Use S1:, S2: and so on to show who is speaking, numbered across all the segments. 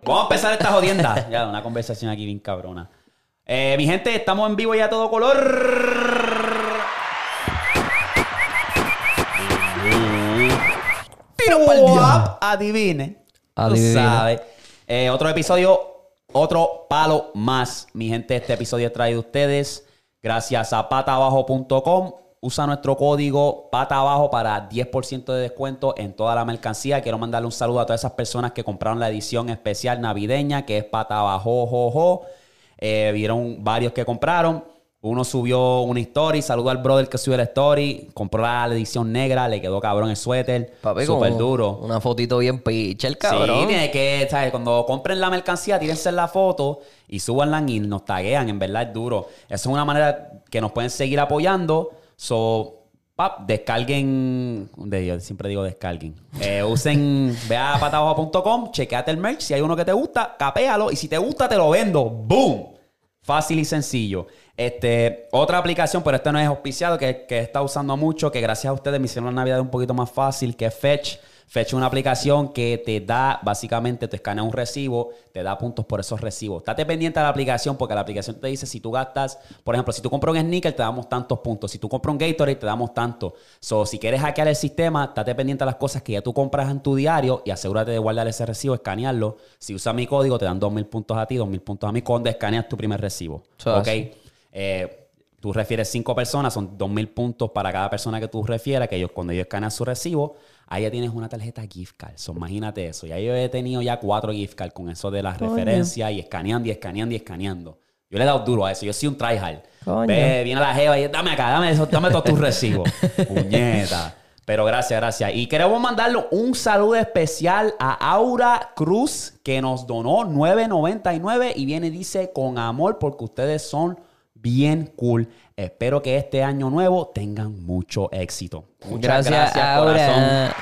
S1: Vamos a empezar esta jodienda. Ya, una conversación aquí bien cabrona. Eh, mi gente, estamos en vivo ya a todo color. Tiro para el diablo. Adivine.
S2: Adivine.
S1: Tú sabes. Eh, otro episodio, otro palo más. Mi gente, este episodio es traído a ustedes gracias a patabajo.com. Usa nuestro código patabajo para 10% de descuento en toda la mercancía. Quiero mandarle un saludo a todas esas personas que compraron la edición especial navideña que es patabajo. Eh, vieron varios que compraron. Uno subió una story, saludó al brother que subió la story, compró la edición negra, le quedó cabrón el suéter,
S2: Papi,
S1: súper
S2: como
S1: duro.
S2: Una fotito bien picha, el cabrón.
S1: Sí, tiene que, ¿sabes? Cuando compren la mercancía, tírense la foto y súbanla y nos taguean, en verdad es duro. Esa es una manera que nos pueden seguir apoyando. So, pap, descarguen, de- yo siempre digo descarguen. Eh, usen, ve a patabajo.com, chequeate el merch, si hay uno que te gusta, capéalo y si te gusta te lo vendo. ¡Boom! Fácil y sencillo. Este, otra aplicación, pero esta no es auspiciado, que, que está usando mucho, que gracias a ustedes me hicieron la Navidad un poquito más fácil, que es Fetch. Fetch es una aplicación que te da, básicamente, te escanea un recibo, te da puntos por esos recibos. Estate pendiente de la aplicación porque la aplicación te dice si tú gastas, por ejemplo, si tú compras un sneaker, te damos tantos puntos. Si tú compras un Gatorade, te damos tantos. So, si quieres hackear el sistema, estate pendiente de las cosas que ya tú compras en tu diario y asegúrate de guardar ese recibo, escanearlo. Si usas mi código, te dan 2.000 puntos a ti, 2.000 puntos a mí cuando escaneas tu primer recibo.
S2: Eso es
S1: ok.
S2: así.
S1: Eh, tú refieres cinco personas, son 2.000 puntos para cada persona que tú refieras, que ellos, cuando ellos escanean su recibo, ahí ya tienes una tarjeta gift card. So, imagínate eso. Ya yo he tenido ya cuatro gift cards con eso de las referencias y escaneando y escaneando y escaneando. Yo le he dado duro a eso. Yo soy un tryhard.
S2: Coño.
S1: Ve, eh, viene la jeva y dame acá, dame, eso, dame todos tus recibos. Puñeta. Pero gracias, gracias. Y queremos mandarle un saludo especial a Aura Cruz, que nos donó 9.99 y viene y dice con amor porque ustedes son bien cool. Espero que este año nuevo tengan mucho éxito. Muchas gracias, corazón.
S2: Aura.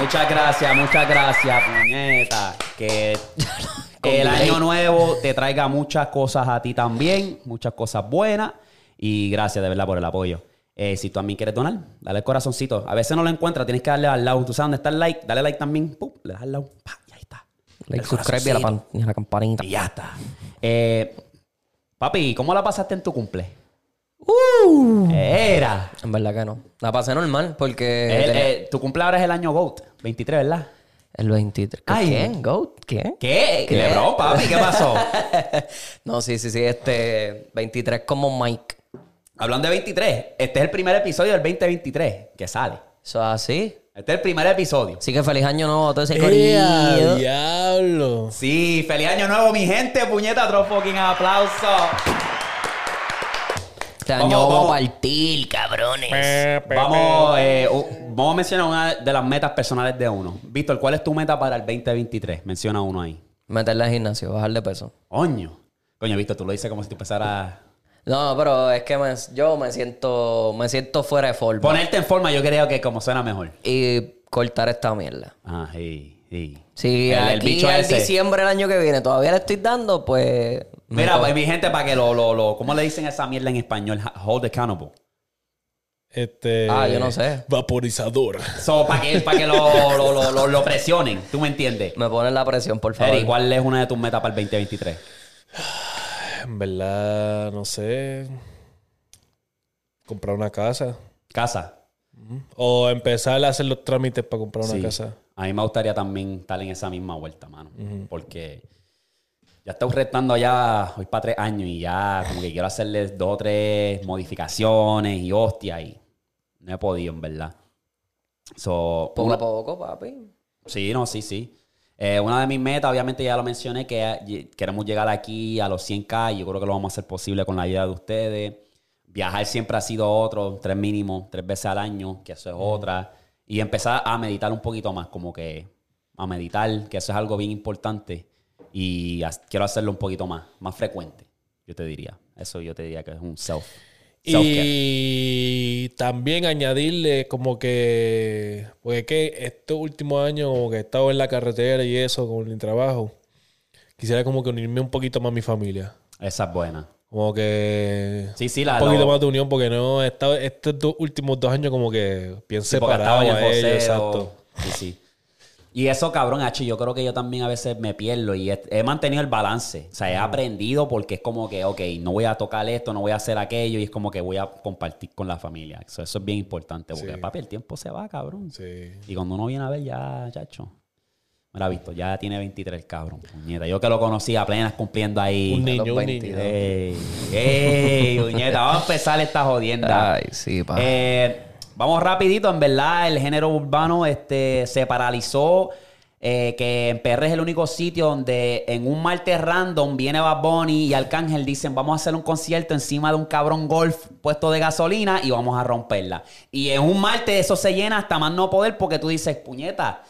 S1: Muchas gracias, muchas gracias, puñeta. Que el año nuevo te traiga muchas cosas a ti también, muchas cosas buenas. Y gracias de verdad por el apoyo. Eh, si tú también quieres donar, dale el corazoncito. A veces no lo encuentras, tienes que darle al lado. Tú sabes dónde está el like, dale like también. Pum, le das al lado. Pa, y ahí está.
S2: Like,
S1: El
S2: subscribe y a la, pan- y a la campanita.
S1: Y ya está. Eh, papi, ¿cómo la pasaste en tu cumple?
S2: ¡Uh!
S1: Era.
S2: En verdad que no. La pasé normal porque
S1: El-
S2: tenía-
S1: eh, tu cumple ahora es el año GOAT, 23, ¿verdad?
S2: el 23. ¿Qué-
S1: Ay.
S2: ¿Quién? ¿Goat? ¿Quién?
S1: ¿Qué?
S2: ¿Qué?
S1: Lebron, papi, ¿qué pasó?
S2: No, sí, sí, sí. Este 23 como Mike.
S1: Hablando de 23, este es el primer episodio del 2023 que sale.
S2: Eso es así.
S1: Este es el primer episodio.
S2: Así que feliz año nuevo a todo ese corillo.
S1: Oh.
S3: diablo!
S1: Sí, feliz año nuevo, mi gente, puñeta, otro fucking aplauso.
S2: Este año
S1: Vamos,
S2: vamos,
S1: vamos.
S2: a partir, cabrones.
S1: Vamos, eh, u- vamos a mencionar una de las metas personales de uno. Víctor, ¿cuál es tu meta para el 2023? Menciona uno ahí.
S2: Meterle al gimnasio, bajar de peso.
S1: Coño. Coño, Víctor, tú lo dices como si tú empezaras...
S2: No, pero es que me- yo me siento, me siento fuera de forma.
S1: Ponerte en forma, yo creo que como suena mejor.
S2: Y cortar esta mierda.
S1: Ah, sí, sí.
S2: Si
S1: El- el
S2: aquí
S1: bicho
S2: en
S1: ese.
S2: diciembre del año que viene todavía le estoy dando, pues... me
S1: Mira,
S2: co-
S1: pues, mi gente, para que lo, lo, lo... ¿Cómo le dicen esa mierda en español? Hold accountable.
S3: Este.
S2: Ah, yo no sé.
S3: Vaporizador.
S1: So, para que, pa' que lo, lo, lo, lo- lo presionen, ¿tú me entiendes?
S2: me ponen la presión, por favor.
S1: Eri, ¿cuál es una de tus metas para el 2023?
S3: En verdad, no sé. Comprar una casa.
S1: Casa.
S3: O empezar a hacer los trámites para comprar una
S1: Sí.
S3: casa.
S1: A mí me gustaría también estar en esa misma vuelta, mano. Porque ya estoy restando allá, hoy para tres años y ya como que quiero hacerles dos o tres modificaciones y hostia y no he podido, en verdad. So,
S2: Poco
S1: una-
S2: a poco, papi.
S1: Sí, no, sí, sí. Eh, una de mis metas, obviamente ya lo mencioné, que eh, queremos llegar aquí a los 100K y yo creo que lo vamos a hacer posible con la ayuda de ustedes. Viajar siempre ha sido otro, tres mínimo, tres veces al año, que eso es otra. Y empezar a meditar un poquito más, como que a meditar, que eso es algo bien importante. Y as- quiero hacerlo un poquito más, más frecuente, yo te diría. Eso yo te diría que es un self. self-care.
S3: Y también añadirle como que, porque es que estos últimos años como que he estado en la carretera y eso con mi trabajo, quisiera como que unirme un poquito más a mi familia.
S1: Esa es buena.
S3: Como que
S1: Sí, sí,
S3: un
S1: la
S3: poquito
S1: lo-
S3: más de unión porque no he estado estos dos últimos dos años como que bien
S1: Sí, porque
S3: separado
S1: estaba en
S3: a
S1: el
S3: ellos,
S1: joseo.
S3: exacto.
S1: Sí, sí. Y eso, cabrón, H, yo creo que yo también a veces me pierdo y he, he mantenido el balance. O sea, he aprendido porque es como que, ok, no voy a tocar esto, no voy a hacer aquello y es como que voy a compartir con la familia. Eso, eso es bien importante porque,
S3: Sí.
S1: papi, el tiempo se va, cabrón.
S3: Sí.
S1: Y cuando uno viene a ver, ya, chacho. Me la ha visto, ya tiene 23, cabrón. Puñeta, yo que lo conocí a plenas cumpliendo ahí.
S3: Un niño, un
S2: 22.
S3: niño.
S1: ¡Ey! ¡Ey! puñeta, vamos a empezar esta jodienda.
S2: Ay, sí, pa.
S1: Eh, vamos rapidito, en verdad, el género urbano este, se paralizó. eh, que en PR es el único sitio donde en un martes random viene Bad Bunny y Arcángel dicen vamos a hacer un concierto encima de un cabrón golf puesto de gasolina y vamos a romperla. Y en un martes eso se llena hasta más no poder porque tú dices, puñeta,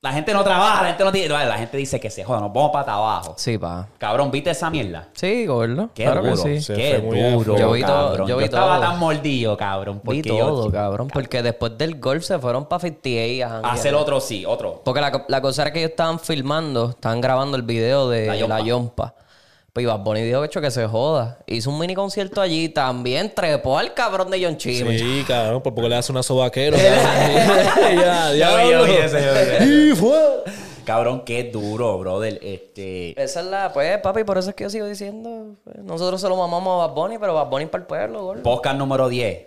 S1: la gente no trabaja, la gente no tiene... La gente dice que se joda, nos vamos para abajo.
S2: Sí, pa.
S1: Cabrón, ¿viste esa mierda?
S2: Sí, gordo.
S1: Qué
S2: claro
S1: duro,
S2: que sí.
S3: Se
S1: qué
S3: fue muy
S1: duro,
S2: Yo vi todo,
S1: cabrón.
S2: yo vi
S1: estaba
S2: todo.
S1: tan mordido, cabrón. Porque
S2: Vi todo,
S1: yo,
S2: cabrón. Porque después del golf se fueron para 58 a janguear.
S1: Hacer otro Ah, sí, otro.
S2: Porque la, co- la cosa era que ellos estaban filmando, estaban grabando el video de
S1: La Yompa.
S2: La Yompa. Pues Iván Boni dijo hecho que se joda. Hizo un mini concierto allí. También trepó al cabrón de John Chimmy.
S3: Sí, cabrón, por poco le hace una sobaquero. cabrón.
S1: Yo
S3: ya,
S1: vi, yo vi
S3: diablo.
S1: ese, yo vi ese.
S3: Y fue.
S1: Cabrón, qué duro, brother. Este.
S2: Esa es la, pues, papi, por eso es que yo sigo diciendo. pues, nosotros se lo mamamos a Bad Bunny, pero Bad Bunny para el pueblo, gordo.
S1: Podcast número 10.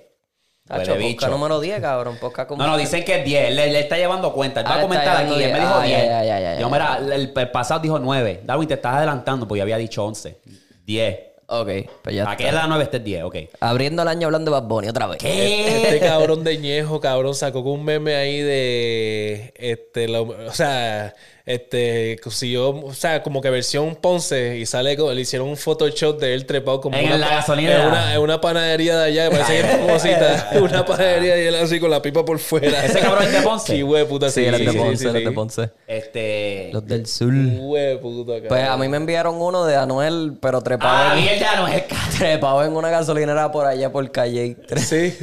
S1: Huele
S2: Tacho,
S1: bicho.
S2: posca número 10, cabrón. Posca con...
S1: No, no, dicen que es 10. Él Le, le está llevando cuenta. Él
S2: Ah,
S1: va a
S2: le está
S1: comentar aquí.
S2: llevando
S1: Él me
S2: 10.
S1: dijo
S2: Ah,
S1: 10.
S2: ya, ya, ya, ya,
S1: yo, mira, el, el pasado dijo 9. Darwin, te estás adelantando porque yo había dicho 11. 10.
S2: Ok, pues ya
S1: Aquí
S2: está.
S1: es la 9, este es 10. Ok.
S2: Abriendo el año hablando de Bad Bunny otra vez.
S1: Eh.
S3: Este cabrón de Ñejo, cabrón, sacó con un meme ahí de. Este, lo- o sea, este, consiguió, o sea, como que versión Ponce y sale, como- le hicieron un Photoshop de él trepado como.
S1: En
S3: una
S1: la
S3: pa-
S1: gasolinera.
S3: En una, en una panadería de allá, parece que es famosita. en una panadería y él así con la pipa por fuera.
S1: Ese cabrón es de Ponce.
S3: Sí, güey, puta, sí.
S2: Sí, los
S3: sí,
S2: de
S3: sí,
S2: Ponce,
S3: sí,
S2: los
S3: sí.
S2: de Ponce.
S1: Este.
S2: Los del sur.
S3: Güey, puta, cabrón.
S2: Pues a mí me enviaron uno de Anuel, pero trepado,
S1: Ah,
S2: en,
S1: mierda, no es cabrón.
S2: trepado en una gasolinera por allá por calle.
S3: Sí.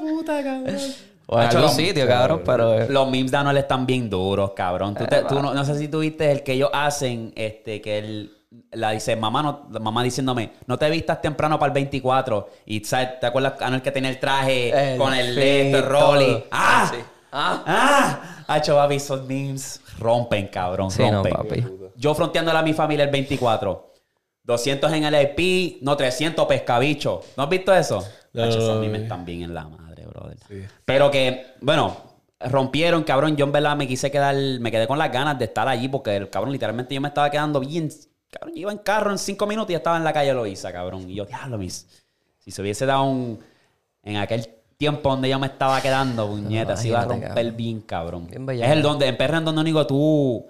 S1: puta, cabrón.
S2: O en algún sitio, cabrón, pero... eh,
S1: Los memes de Anuel están bien duros, cabrón. Tú, te- tú no, no sé si tú viste el que ellos hacen, este, que él la dice, mamá, no, la mamá diciéndome, no te vistas temprano para el 24. Y ¿sabes? te acuerdas Anuel que tenía el traje
S2: El
S1: con el
S2: fit,
S1: de esto, el rolly.
S2: Eh, todo.
S1: ¡Ah!
S2: Sí.
S1: ¡Ah! Hacho, papi, esos memes rompen, cabrón,
S2: Sí, no,
S1: rompen.
S2: papi.
S1: Yo fronteándole a mi familia el 24. 200 en el IP, no 300 pescabicho. ¿No has visto eso?
S3: No,
S1: Hacho,
S3: no,
S1: esos
S3: no,
S1: memes
S3: no.
S1: están bien en la madre, brother. Pero que, bueno, rompieron, cabrón. Yo en verdad me quise quedar, me quedé con las ganas de estar allí porque el cabrón, literalmente yo me estaba quedando bien. Cabrón, yo iba en carro en cinco minutos y ya estaba en la calle Loiza, cabrón. Y yo, diablo, mis. Si se hubiese dado un. En aquel tiempo donde yo me estaba quedando, puñeta, se iba a
S2: Imagínate,
S1: romper
S2: cabrón.
S1: bien, cabrón.
S2: Bien bellaco.
S1: es el donde, en Perra, en donde único tú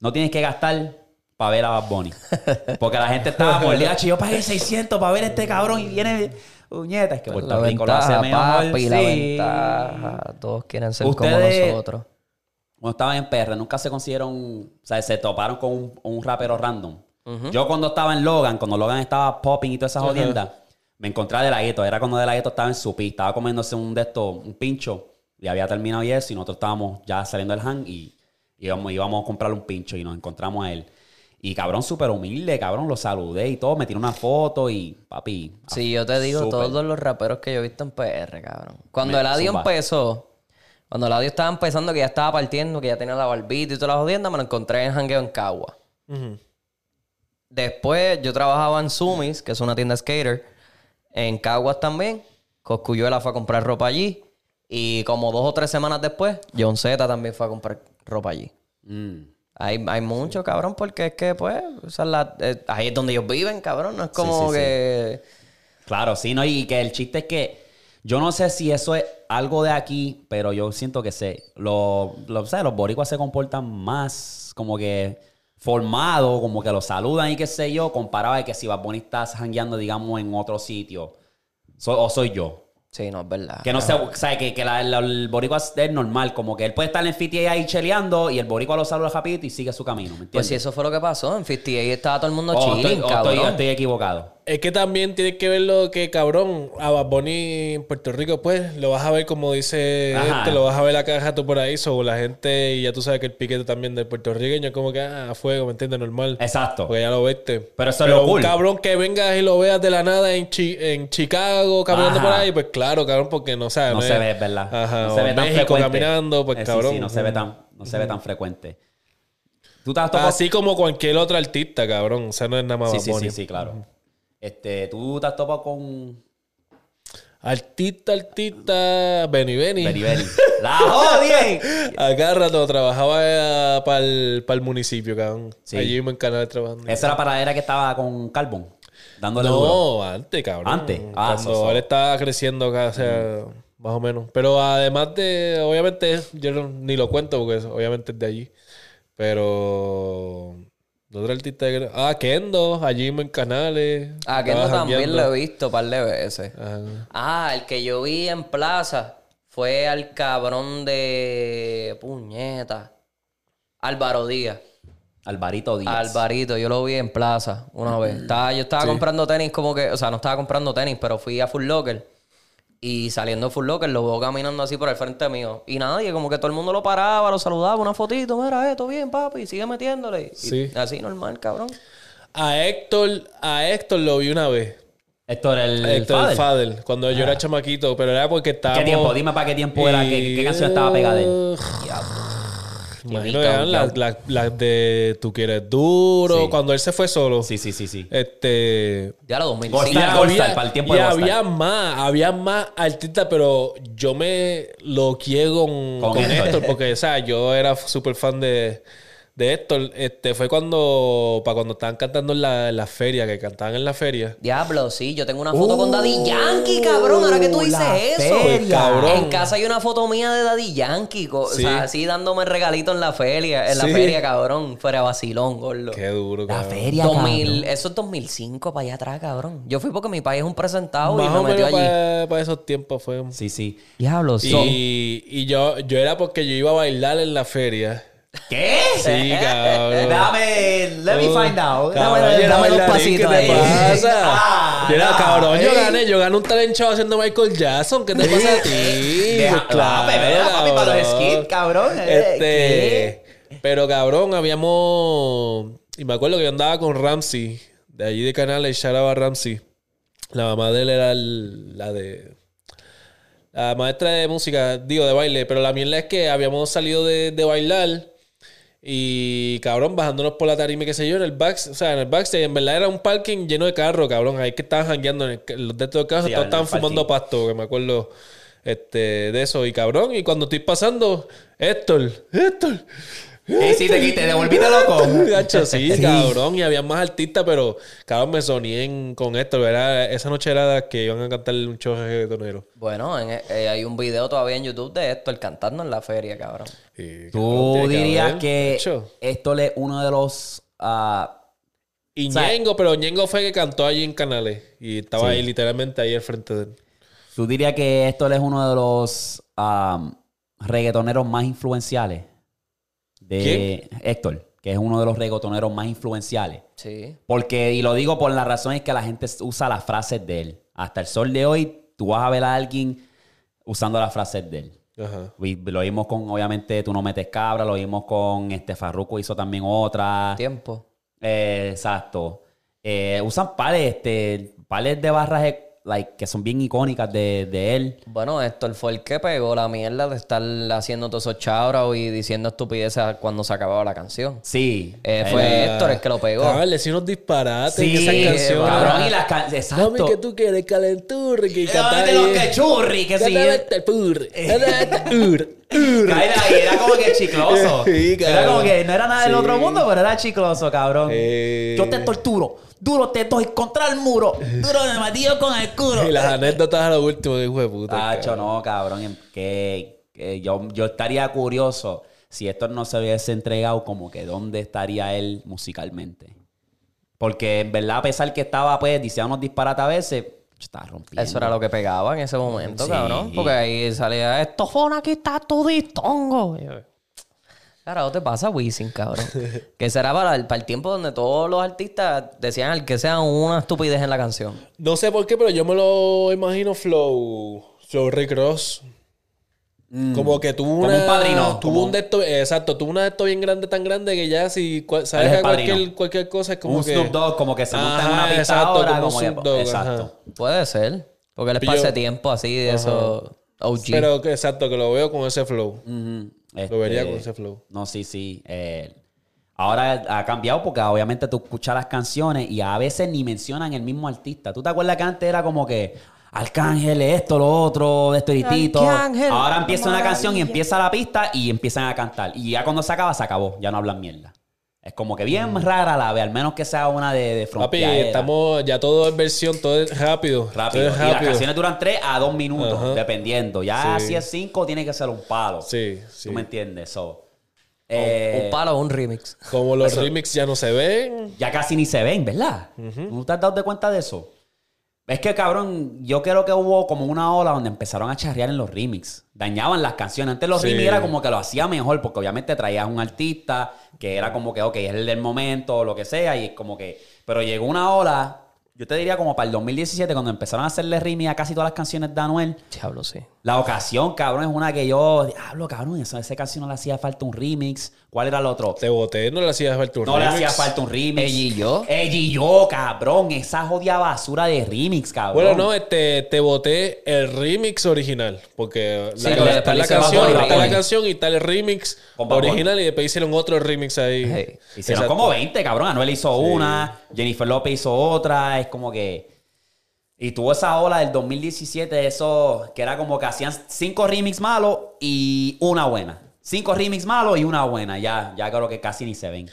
S1: no tienes que gastar para ver a Bad Bunny. Porque la gente estaba mordida, "Acho, yo pagué 600 para ver a este cabrón y viene. Puñeta, es que Puerto
S2: La
S1: Rico lo hace
S2: ventaja,
S1: mejor,
S2: papi, la
S1: sí.
S2: ventaja. Todos quieren ser
S1: Ustedes-
S2: como nosotros.
S1: cuando estaban en PR, nunca se consiguieron, o sea, se toparon con un, un rapero random. Yo cuando estaba en Logan, cuando Logan estaba popping y todas esas jodiendas, me encontré a De La Ghetto. Era cuando De La Ghetto estaba en su pi, estaba comiéndose un de estos, un pincho, y había terminado y eso, y nosotros estábamos ya saliendo del hang y íbamos, íbamos a comprarle un pincho y nos encontramos a él. Y cabrón, súper humilde, cabrón, lo saludé y todo, me tiró una foto y papi.
S2: Sí, yo te digo,
S1: súper.
S2: todos los raperos que yo he visto en PR, cabrón. Cuando
S1: Me-
S2: Eladio
S1: zumba.
S2: empezó, cuando Eladio estaba empezando, que ya estaba partiendo, que ya tenía la barbita y todas las jodiendas, me lo encontré en Jangueo en Cagua.
S3: Ujú.
S2: Después yo trabajaba en Sumis, que es una tienda skater, en Caguas también. Coscuyuela fue a comprar ropa allí. Y como dos o tres semanas después, John Z también fue a comprar ropa allí.
S1: Mm.
S2: Hay, hay mucho, cabrón, porque es que, pues, esa es la- eh, ahí es donde ellos viven, cabrón. No es
S1: sí,
S2: como
S1: sí.
S2: que...
S1: Claro, sí, no, y que el chiste es que yo no sé si eso es algo de aquí, pero yo siento que sé, lo, lo- ¿sabes? los boricuas se comportan más como que formados, como que los saludan y qué sé yo, comparado a que si Bad Bunny estás jangueando, digamos, en otro sitio, So- o soy yo.
S2: Sí, no, es verdad.
S1: Que no se, o sea, que, que la- la- el boricua es normal, como que él puede estar en FTA ahí cheleando y el boricua lo saluda rapidito y sigue su camino, ¿me
S2: Pues si
S1: entiendes?
S2: eso fue lo que pasó, en 58 estaba todo el mundo
S1: O
S2: chilling,
S1: Oh, estoy- o
S2: cabrón.
S1: estoy- estoy equivocado.
S3: Es que también tiene que ver lo que, cabrón, a Bad Bunny en Puerto Rico, pues, lo vas a ver como dice
S1: Ajá.
S3: este, lo vas a ver la caja tú por ahí, sobre la gente, y ya tú sabes que el piquete también del puertorriqueño es como que, ah, a fuego, ¿me entiendes? Normal.
S2: Pues
S1: Exacto.
S3: Porque ya lo viste.
S1: Pero eso es lo
S3: un
S1: cool.
S3: cabrón que vengas y lo veas de la nada en, Chi- en Chicago caminando
S1: Ajá.
S3: por ahí, pues claro, cabrón, porque no sabes.
S1: No se ve, es verdad.
S3: Ajá,
S1: no
S3: o
S1: se ve tan
S3: México
S1: frecuente.
S3: caminando, pues
S1: Eh, sí,
S3: cabrón.
S1: Sí, no se ve tan. no se ve tan frecuente. Tú te has topado.
S3: Así como cualquier otro artista, cabrón. O sea, no es nada más
S1: sí,
S3: Bad
S1: sí,
S3: Bunny.
S1: sí, sí, claro. Este, tú te has topado con
S3: Artista, artista, Benny Benny.
S1: Benny Benny. ¡La jodien!
S3: Acá rato trabajaba para el, municipio, cabrón.
S1: Sí.
S3: Allí mismo en Canadá trabajando.
S1: Esa era paradera que estaba con Carbon, dándole duro.
S3: No, antes, cabrón.
S1: Antes. Ah, Mm.
S3: Cuando
S1: so, so.
S3: él estaba creciendo acá, o sea, más o menos. Pero además de, obviamente, yo no- ni lo cuento porque es- obviamente es de allí. Pero... de Otro artista que... Ah, Kendo, allí mismo en Canales.
S2: Ah, que no
S3: Estaba
S2: también
S3: jangueando.
S2: lo he visto un par de veces.
S3: Ajá.
S2: Ah, el que yo vi en plaza fue al cabrón de puñeta. Álvaro Díaz.
S1: Alvarito Díaz.
S2: Alvarito, yo lo vi en plaza una vez. Estaba- yo estaba comprando tenis como que, o sea, no estaba comprando tenis, pero fui a Full Locker. Y saliendo de Full Locker lo veo caminando así por el frente mío. Y nadie, como que todo el mundo lo paraba, lo saludaba, una fotito, mira, esto bien, papi, sigue metiéndole. Y
S3: Sí.
S2: así normal, cabrón.
S3: A Héctor, a Héctor lo vi una vez.
S1: Héctor, el,
S3: A Héctor
S1: father.
S3: el Fadel, cuando yo era chamaquito, pero era porque estaba.
S1: ¿Qué tiempo? Dime para qué tiempo era, qué, qué canción estaba pegada de él.
S3: Imagino que eran las, las- las de Tú quieres duro,
S1: Sí.
S3: cuando él se fue solo.
S1: Sí, sí, sí, sí.
S3: Este.
S2: Ya lo
S1: Gol.
S2: 2005.
S1: Y Gold Star, para el tiempo
S3: y
S1: de Gold
S3: había más, había más artistas, pero yo me lo con,
S1: Con
S3: con
S1: Héctor.
S3: Héctor. porque, o sea, yo era súper fan de, de Héctor. Este, fue cuando, para cuando estaban cantando en la, en la feria, que cantaban en la feria.
S2: Diablo, sí, yo tengo una foto con Daddy
S3: Uh,
S2: Yankee, cabrón. Ahora que tú dices
S1: la
S2: eso.
S1: feria.
S3: Pues, Cabrón.
S2: En casa hay una foto mía de Daddy Yankee, co-
S3: Sí.
S2: o sea, así dándome regalito en la feria, en la
S3: Sí.
S2: feria, cabrón, fuera vacilón, gordo.
S3: Qué duro,
S1: La
S3: cabrón.
S1: feria,
S2: 2000,
S1: cabrón.
S2: eso es 2005 para allá atrás, cabrón. Yo fui porque mi país es un presentado
S1: Oh,
S2: y
S3: Más
S2: me
S3: o
S2: metió
S3: menos
S2: allí.
S3: para, para esos tiempos fue.
S1: Sí, sí.
S2: Diablo, sí.
S3: Y, y yo, yo era porque yo iba a bailar en la feria.
S1: ¿Qué?
S3: Sí, cabrón.
S1: Dame, let me find out.
S3: Cabrón,
S2: dame-
S3: yo era
S2: dame los
S3: bailarín,
S2: pasitos
S3: ¿qué te
S2: ahí.
S3: pasa?
S1: Ah,
S3: yo era
S1: no,
S3: cabrón, yo
S1: ey.
S3: gané, yo gané un talent show haciendo Michael Jackson. ¿Qué te pasa a ti?
S1: Deja- ah,
S3: Pues claro,
S1: papi, ¿verdad, papi? Para los
S3: cabrón.
S1: skits, cabrón, eh,
S3: Este, pero cabrón, habíamos. Y me acuerdo que yo andaba con Ramsey, de allí de Canales, shout out a Ramsey. La mamá de él era el- la de. La maestra de música, digo, de baile. Pero la mierda es que habíamos salido de, de bailar. Y cabrón, bajándonos por la tarima, qué sé yo, en el back, o sea, en el backstage, en verdad era un parking lleno de carros, cabrón. Ahí que estaban jangueando en el ca- los de estos carros,
S1: Sí,
S3: todos
S1: en el
S3: estaban fumando pasto, que me acuerdo este, de eso. Y cabrón, y cuando estoy pasando, Héctor, Héctor,
S1: ¿Qué hiciste aquí? ¿Te devolviste loco?
S3: Gacho, sí, cabrón. Y había más artistas, pero cabrón, me soní en- con esto. ¿verdad? Esa noche era la que iban a cantar un show reggaetonero.
S2: Bueno, en- eh, hay un video todavía en YouTube de esto, el cantando en la feria, cabrón.
S3: Y, cabrón,
S1: Tú
S3: tiene
S1: dirías
S3: haber,
S1: que
S3: gacho.
S1: esto es uno de los. ah,
S3: Y
S1: sea-
S3: Ñengo, pero Ñengo fue que cantó allí en Canales. Y estaba
S1: Sí.
S3: ahí literalmente ahí al frente de él.
S1: tú dirías que esto es uno de los ah, reggaetoneros más influenciales. De Héctor, que es uno de los reggaetoneros más influenciales.
S2: Sí.
S1: Porque, y lo digo por la razón es que la gente usa las frases de él. Hasta el sol de hoy, tú vas a ver a alguien usando las frases de él.
S3: Ajá.
S1: Y Lo vimos con, obviamente, Tú no metes cabra, lo vimos con este Farruko, hizo también otra.
S2: Tiempo.
S1: Eh, exacto. Eh, usan pales, este, pales de barras eh, like, que son bien icónicas de, de él.
S2: Bueno, Héctor fue el que pegó la mierda de estar haciendo todos esos chabros y diciendo estupideces cuando se acababa la canción.
S1: Sí.
S2: Eh,
S1: Él-
S2: fue Héctor el que lo pegó.
S3: Cabrón, le hicieron unos disparates
S1: Sí, eh,
S3: en esas canciones.
S1: cabrón, y las can- Exacto.
S3: Dame que tú quieres calenturri. Que
S1: Ay,
S3: cantar este
S1: de los quechurri, que sí. Caer ahí, era como que chicloso.
S3: Sí, cabrón.
S1: era como que no era nada del
S3: Sí.
S1: otro mundo, pero era chicloso, cabrón.
S3: Eh.
S1: Yo te torturo, duro te doy contra el muro, duro me matillo con el culo.
S3: Y las anécdotas a lo último, hijo de puta.
S1: Tacho, no, cabrón. en- Que, que yo, yo estaría curioso si esto no se hubiese entregado, como que dónde estaría él musicalmente. Porque en verdad, a pesar que estaba, pues, diciendo unos disparates a veces, estaba rompiendo.
S2: Eso era lo que pegaba en ese momento,
S1: Sí.
S2: cabrón. Porque ahí salía, estos fones aquí está tu distongo. Y yo, Carajo, te pasa, Wisin, cabrón. que será para el, para el tiempo donde todos los artistas decían al que sea una estupidez en la canción.
S3: No sé por qué, pero yo me lo imagino Flow. Flow Rick Ross. Como que tuvo
S1: Mm. Como
S3: una-
S1: un padrino,
S3: Tuvo
S1: como-
S3: un de esto, exacto, tuvo una de esto bien grande, tan grande que ya si cua-
S1: Él es
S3: sabes
S1: el
S3: que
S1: padrino.
S3: cualquier, cualquier cosa es como
S1: un
S3: que.
S1: Snoop Dogg, como que se monta en
S3: Ajá,
S1: una pista
S3: exacto,
S1: ahora.
S3: como
S1: Como que-
S3: Snoop Dogg,
S1: exacto.
S3: ajá.
S2: Puede ser. Porque él es
S3: Pillo.
S2: para ese tiempo así de esos OG.
S3: Pero que- exacto, que lo veo con ese flow.
S1: Ujú, Este,
S3: Lo vería con ese flow.
S1: No, sí, sí. eh, ahora ha cambiado porque obviamente tú escuchas las canciones y a veces ni mencionan el mismo artista. ¿Tú te acuerdas que antes era como que Arcángel, esto, lo otro, de esto y tito?
S2: Arcángel.
S1: Ahora empieza una
S4: Maravilla.
S1: canción y empieza la pista y empiezan a cantar. Y ya cuando se acaba, se acabó. Ya no hablan mierda. Es como que bien rara la ve, al menos que sea una de, de
S3: Mm. Papi,
S1: fronteadera.
S3: estamos ya todo es versión, todo es rápido.
S1: Rápido.
S3: Todo es
S1: Y las
S3: rápido.
S1: canciones duran 3 a 2 minutos,
S3: Ajá.
S1: dependiendo. Ya
S3: Sí.
S1: si es 5, tiene que ser un palo.
S3: Sí, sí.
S1: ¿Tú me entiendes? So,
S2: Un
S1: eh,
S2: palo o un remix.
S3: Como los remix ya no se ven.
S1: ya casi ni se ven, ¿verdad? ¿No te has dado de cuenta de eso? Es que, cabrón, yo creo que hubo como una ola donde empezaron a charrear en los remix. Dañaban las canciones. Antes los
S3: Sí.
S1: remix era como que lo hacía mejor, porque obviamente traías un artista que era como que, ok, es el del momento o lo que sea, y es como que. Pero llegó una ola, yo te diría como para el 2017, cuando empezaron a hacerle remix a casi todas las canciones de Anuel.
S2: Diablo, sí.
S1: La ocasión, cabrón, es una que yo hablo, cabrón, eso, esa canción no le hacía falta un remix. ¿Cuál era el otro?
S3: Te boté, no le hacías ver tu
S1: No le
S3: remix.
S1: hacía falta un remix.
S2: Ella y yo.
S1: Ella y yo, cabrón. Esa jodida basura de remix, cabrón.
S3: Bueno, no, este, te boté el remix original. Porque
S1: Sí,
S3: la,
S1: pero
S3: está
S1: le
S3: la
S1: hice
S3: canción,
S1: Bad Bunny,
S3: está
S1: Bad
S3: la
S1: Bunny.
S3: canción y está el remix
S1: Con Bad Bunny.
S3: original y después hicieron otro remix ahí.
S2: Hey,
S1: Hicieron
S3: Exacto.
S1: como 20, cabrón. Anuel hizo una, Jennifer López hizo otra. Es como que. Y tuvo esa ola del 2017, eso que era como que hacían cinco remix malos y una buena. Cinco remix malos y una buena. Ya, ya creo que casi ni se ven.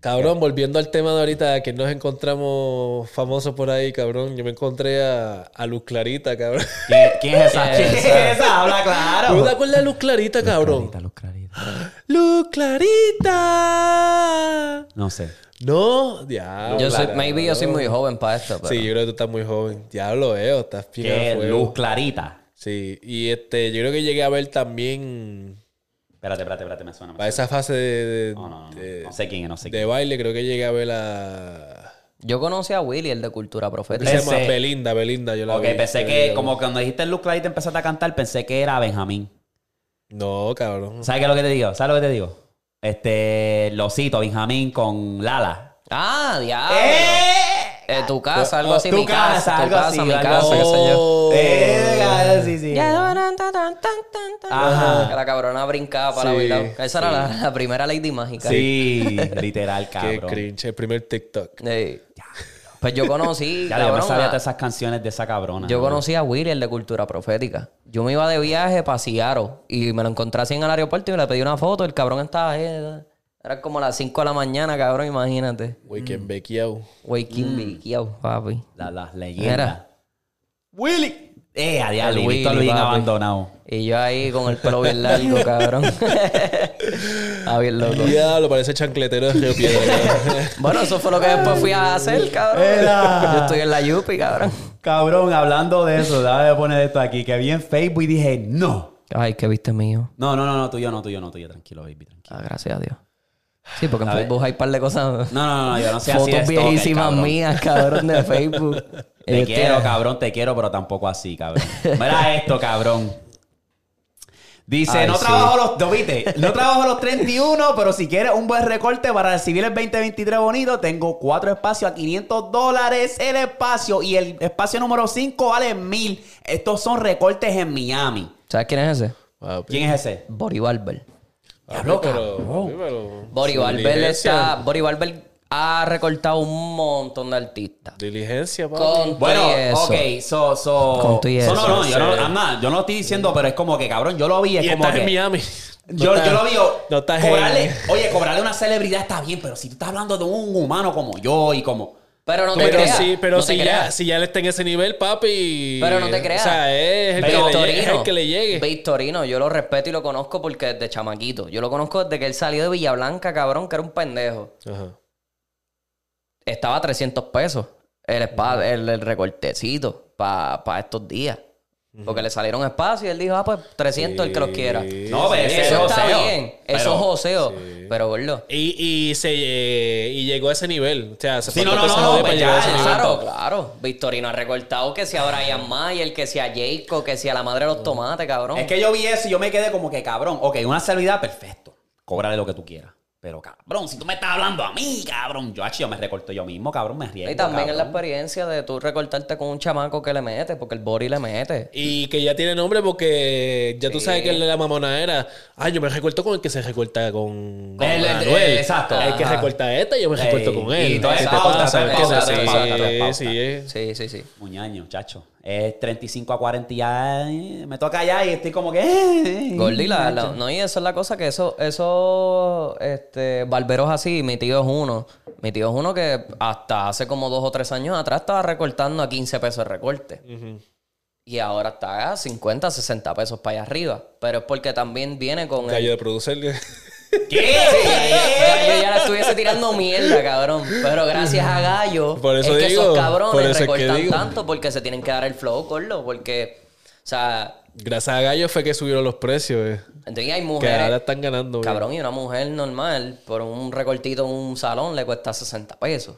S3: Cabrón, volviendo al tema de ahorita de que nos encontramos famosos por ahí, cabrón. Yo me encontré a, a Luz Clarita, cabrón.
S1: ¿Quién, quién es esa?
S2: ¿Quién
S1: ¿Quién
S2: es
S1: es esa? Habla
S3: ¿Tú te
S1: claro.
S3: acuerdas de Luz Clarita, cabrón?
S1: Clarita, Ah, Luz Clarita.
S3: Luz Clarita.
S1: No sé.
S3: No, diablo.
S2: Yo soy,
S3: Ah, claro.
S2: maybe yo soy muy joven para esto, pero...
S3: Sí, yo creo que tú estás muy joven. Diablo, eh, estás
S1: ¿Qué
S3: bien a
S1: es
S3: fuego.
S1: Luz Clarita?
S3: Sí, y este, yo creo que llegué a ver también
S1: Espérate, espérate, espérate, me suena. me
S3: para esa fase de, de-
S1: No, no, no, no.
S3: de-
S1: No sé quién es, no sé quién.
S3: de baile, creo que llegué a ver a.
S2: Yo conocí a Willy, el de Cultura
S3: ¿Qué
S2: Profética.
S3: se
S1: Ese-
S3: llama? Belinda, Belinda, yo la
S1: Ok,
S3: vi,
S1: pensé
S3: la vi, la
S1: que,
S3: vi.
S1: como cuando dijiste Luz Clarita y empezaste a cantar, pensé que era Benjamín.
S3: No, cabrón.
S1: ¿Sabes qué es lo que te digo? ¿Sabes lo que te digo? Este, lo cito, Benjamín con Lala.
S2: Ah, diablo. Eh, tu casa, algo
S1: Oh,
S2: así,
S1: tu
S2: mi casa,
S1: casa,
S2: tu
S1: algo
S2: casa,
S1: así,
S2: mi
S1: algo
S2: casa, qué sé yo.
S3: Oh.
S1: Eh, ah, sí, sí. Ajá.
S2: Que la cabrona brincaba para
S3: Sí,
S2: bailar. Esa era la, la primera Lady Mágica.
S1: Sí, literal,
S3: Qué
S1: cabrón.
S3: cringe, el primer TikTok.
S2: Ey. Pues yo conocí,
S1: Ya, yo me
S2: cabrón,
S1: sabía
S2: a-
S1: todas esas canciones de esa cabrona.
S2: yo conocí a Willy, el de Cultura Profética. Yo me iba de viaje para Seattle y me lo encontré así en el aeropuerto y le pedí una foto. El cabrón estaba ahí. eh, Era como las 5 de la mañana, cabrón, imagínate.
S1: Mm.
S3: Weekend Bequiao.
S2: Waking papi.
S1: La- Las leyendas.
S2: Mira.
S1: ¡Willy! Eh, a diablo,
S2: El
S1: y
S2: Willy,
S1: Víctor bien
S2: papi.
S1: abandonado.
S2: Y yo ahí con el pelo bien largo, cabrón. ah, bien loco.
S3: Diablo, parece chancletero de Río Piedra. cabrón.
S2: Bueno, eso fue lo que después fui a hacer, cabrón.
S1: Era.
S2: Yo estoy en la Yupi, cabrón.
S1: Cabrón, hablando de eso, déjame poner esto aquí, que vi en Facebook y dije, no.
S2: Ay, qué viste mío.
S1: No, no, no, no, tuyo no, tuyo no, tuyo, tranquilo, baby, tranquilo.
S2: Ah, gracias a Dios. Sí, porque en
S1: A ver.
S2: Facebook hay un par de cosas.
S1: No, no, no, yo no sé así de
S2: fotos
S1: stalker,
S2: viejísimas
S1: cabrón.
S2: mías, cabrón, de Facebook. Este,
S1: Te
S2: Yo
S1: quiero,
S2: estoy-
S1: cabrón, te quiero, pero tampoco así, cabrón. Mira esto, cabrón. Dice,
S2: Ay,
S1: no
S2: sí.
S1: trabajo los, ¿no viste? No trabajo los 31, pero si quieres un buen recorte para recibir el 2023 bonito, tengo cuatro espacios a 500 dólares el espacio y el espacio número 5 vale 1000. Estos son recortes en Miami.
S2: ¿Sabes quién es ese?
S3: Papi,
S1: ¿Quién es ese?
S2: Bori Barber.
S1: Diablo,
S3: pero-
S1: cabrón.
S3: pero-
S2: Bori
S3: su
S2: Barber
S3: diligencia.
S2: está... Bori Barber ha recortado un montón de artistas.
S3: Diligencia, papi.
S2: Con
S1: Bueno,
S2: todo y Pues eso.
S1: ok, so, so.
S2: Con tu y
S1: so, no,
S2: eso,
S1: no, yo no,
S3: sí.
S1: I'm not- yo no lo estoy diciendo, pero es como que, cabrón, yo lo vi, es
S3: Y
S1: como
S3: estás
S1: que.
S3: en Miami.
S1: Yo,
S3: No
S1: yo lo
S3: estás-
S1: digo,
S3: No estás
S1: cobrarle-
S3: en...
S1: oye, cobrarle a una celebridad está bien, pero si tú estás hablando de un humano como yo y como...
S2: Pero no te
S3: Pero
S2: creas.
S3: sí, pero
S2: no te
S3: si, ya,
S2: creas.
S3: si ya le está en ese nivel, papi.
S2: Pero no te creas.
S3: O sea, es el, que le,
S2: Victorino,
S3: llegue, es el que le llegue.
S2: Victorino, yo lo respeto y lo conozco porque desde chamaquito. Yo lo conozco desde que él salió de Villablanca, cabrón, que era un pendejo.
S3: Ajá.
S2: Estaba a 300 pesos el, spa- el, el recortecito para estos días. Porque le salieron espacios y él dijo, ah, pues 300 el que los quiera.
S3: Sí,
S1: No, pero ese
S2: Eso
S1: es
S2: está
S1: joseo.
S2: bien.
S1: Pero-
S2: Eso es joseo. Pero, gordo.
S3: Y, y, se, eh, y llegó a ese nivel. O sea, se
S1: Sí,
S3: faltó
S1: no, no,
S3: que se
S1: no,
S3: jode
S1: pues
S3: para
S1: ya,
S3: llegar a ese
S1: ya.
S3: nivel.
S2: Claro, claro. Victorino ha recortado que sea Brian Mayer, que sea Jacob, que sea la madre de los tomates, cabrón.
S1: Es que yo vi eso y yo me quedé como que, cabrón, ok, una celebridad, perfecto. Cóbrale lo que tú quieras. Pero cabrón, si tú me estás hablando a mí, cabrón, yo, ach, yo me recorto yo mismo, cabrón, me riego.
S2: Y también es la
S1: cabrón.
S2: experiencia de tú recortarte con un chamaco que le mete, porque el body le mete.
S3: Y que ya tiene nombre porque ya tú sabes que la mamona era. Ah, yo me recorto con el que se recorta con, con
S1: El- el-
S3: Manuel.
S1: el- exacto.
S3: El que
S1: Ajá.
S3: recorta esta, yo me
S1: Ey,
S3: recorto con él.
S1: y todo
S3: ¿Qué
S1: es
S3: te
S1: pauta,
S3: pasa?
S1: todo es
S3: ¿Qué
S1: pauta,
S3: te
S1: todo es
S3: pasa?
S1: pauta, todo es pauta.
S3: Sí, sí, es.
S2: Sí, sí, sí.
S1: Muñaño, chacho. Es 35 a 40 y ya eh, me toca allá y estoy como que... eh, eh,
S2: Gordy, la- la-
S1: chacho.
S2: no, y eso es la cosa que eso, esos este, barberos así, mi tío es uno. Mi tío es uno que hasta hace como dos o tres años atrás estaba recortando a 15 pesos el recorte. Y ahora está a 50, 60 pesos para allá arriba. Pero es porque también viene con el-
S3: Gallo de producirle.
S1: ¿Qué?
S2: Yo ya la estuviese tirando mierda, cabrón. Pero gracias a Gallo,
S3: Por eso
S2: es que
S3: digo,
S2: esos cabrones
S3: por eso es que
S2: recortan
S3: digo.
S2: tanto porque se tienen que dar el flow, corlo. Porque, o sea,
S3: Gracias a Gallo fue que subieron los precios. eh.
S2: entonces hay
S3: Que ahora
S2: mujeres.
S3: están ganando. bien.
S2: Cabrón, y una mujer normal, por un recortito en un salón, le cuesta 60 pesos.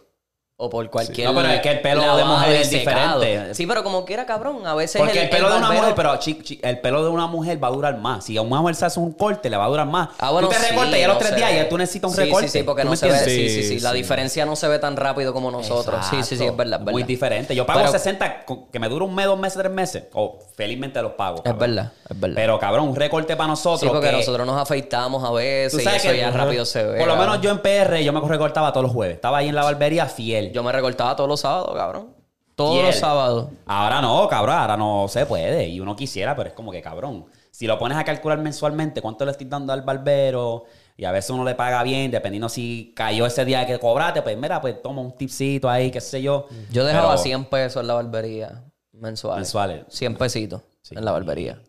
S2: O por cualquier.
S1: No, pero es que el pelo de
S2: lavado
S1: mujer
S2: y
S1: es
S2: secado.
S1: diferente.
S2: Sí, pero como quiera, cabrón. A veces
S1: Porque el, pelo de una
S2: Este barbero-
S1: mujer, pero chi- chi- el pelo de una mujer va a durar más. Si a una mujer se hace un corte, le va a durar más.
S2: Ah, bueno,
S1: tú te
S2: sí,
S1: recortas ya los
S2: no
S1: tres
S2: se
S1: días,
S2: ve.
S1: ya tú necesitas un
S2: Sí,
S1: recorte.
S2: Sí, sí, porque
S1: ¿Tú
S2: no
S1: me
S2: se ve.
S1: entiendes?
S2: Sí, sí,
S3: Sí,
S2: sí. La
S3: sí.
S2: diferencia no se ve tan rápido como nosotros. Sí, sí, sí, es verdad, es verdad.
S1: Muy diferente. Yo pago
S2: Pero-
S1: 60, con- que me dura un mes, dos meses, tres meses. O felizmente los pago.
S2: Es
S1: cabrón.
S2: verdad, es verdad.
S1: Pero cabrón, un recorte para nosotros.
S2: Sí, porque
S1: que-
S2: nosotros nos afeitamos a
S1: tú
S2: veces y
S1: sabes
S2: eso
S1: que-
S2: ya rápido se ve.
S1: Por lo
S2: cabrón.
S1: menos yo en PR, yo me recortaba todos los jueves. Estaba ahí en la barbería fiel.
S2: Yo me recortaba todos los sábados, cabrón. Todos
S1: Fiel.
S2: los sábados.
S1: Ahora no, cabrón, ahora no se puede. Y uno quisiera, pero es como que cabrón. Si lo pones a calcular mensualmente cuánto le estoy dando al barbero, y a veces uno le paga bien, dependiendo si cayó ese día que cobraste, pues mira, pues toma un tipcito ahí, qué sé yo.
S2: Yo dejaba
S1: Pero
S2: 100 pesos en la barbería mensual.
S1: mensuales.
S2: 100 pesitos
S1: Sí. Pues,
S2: en la barbería.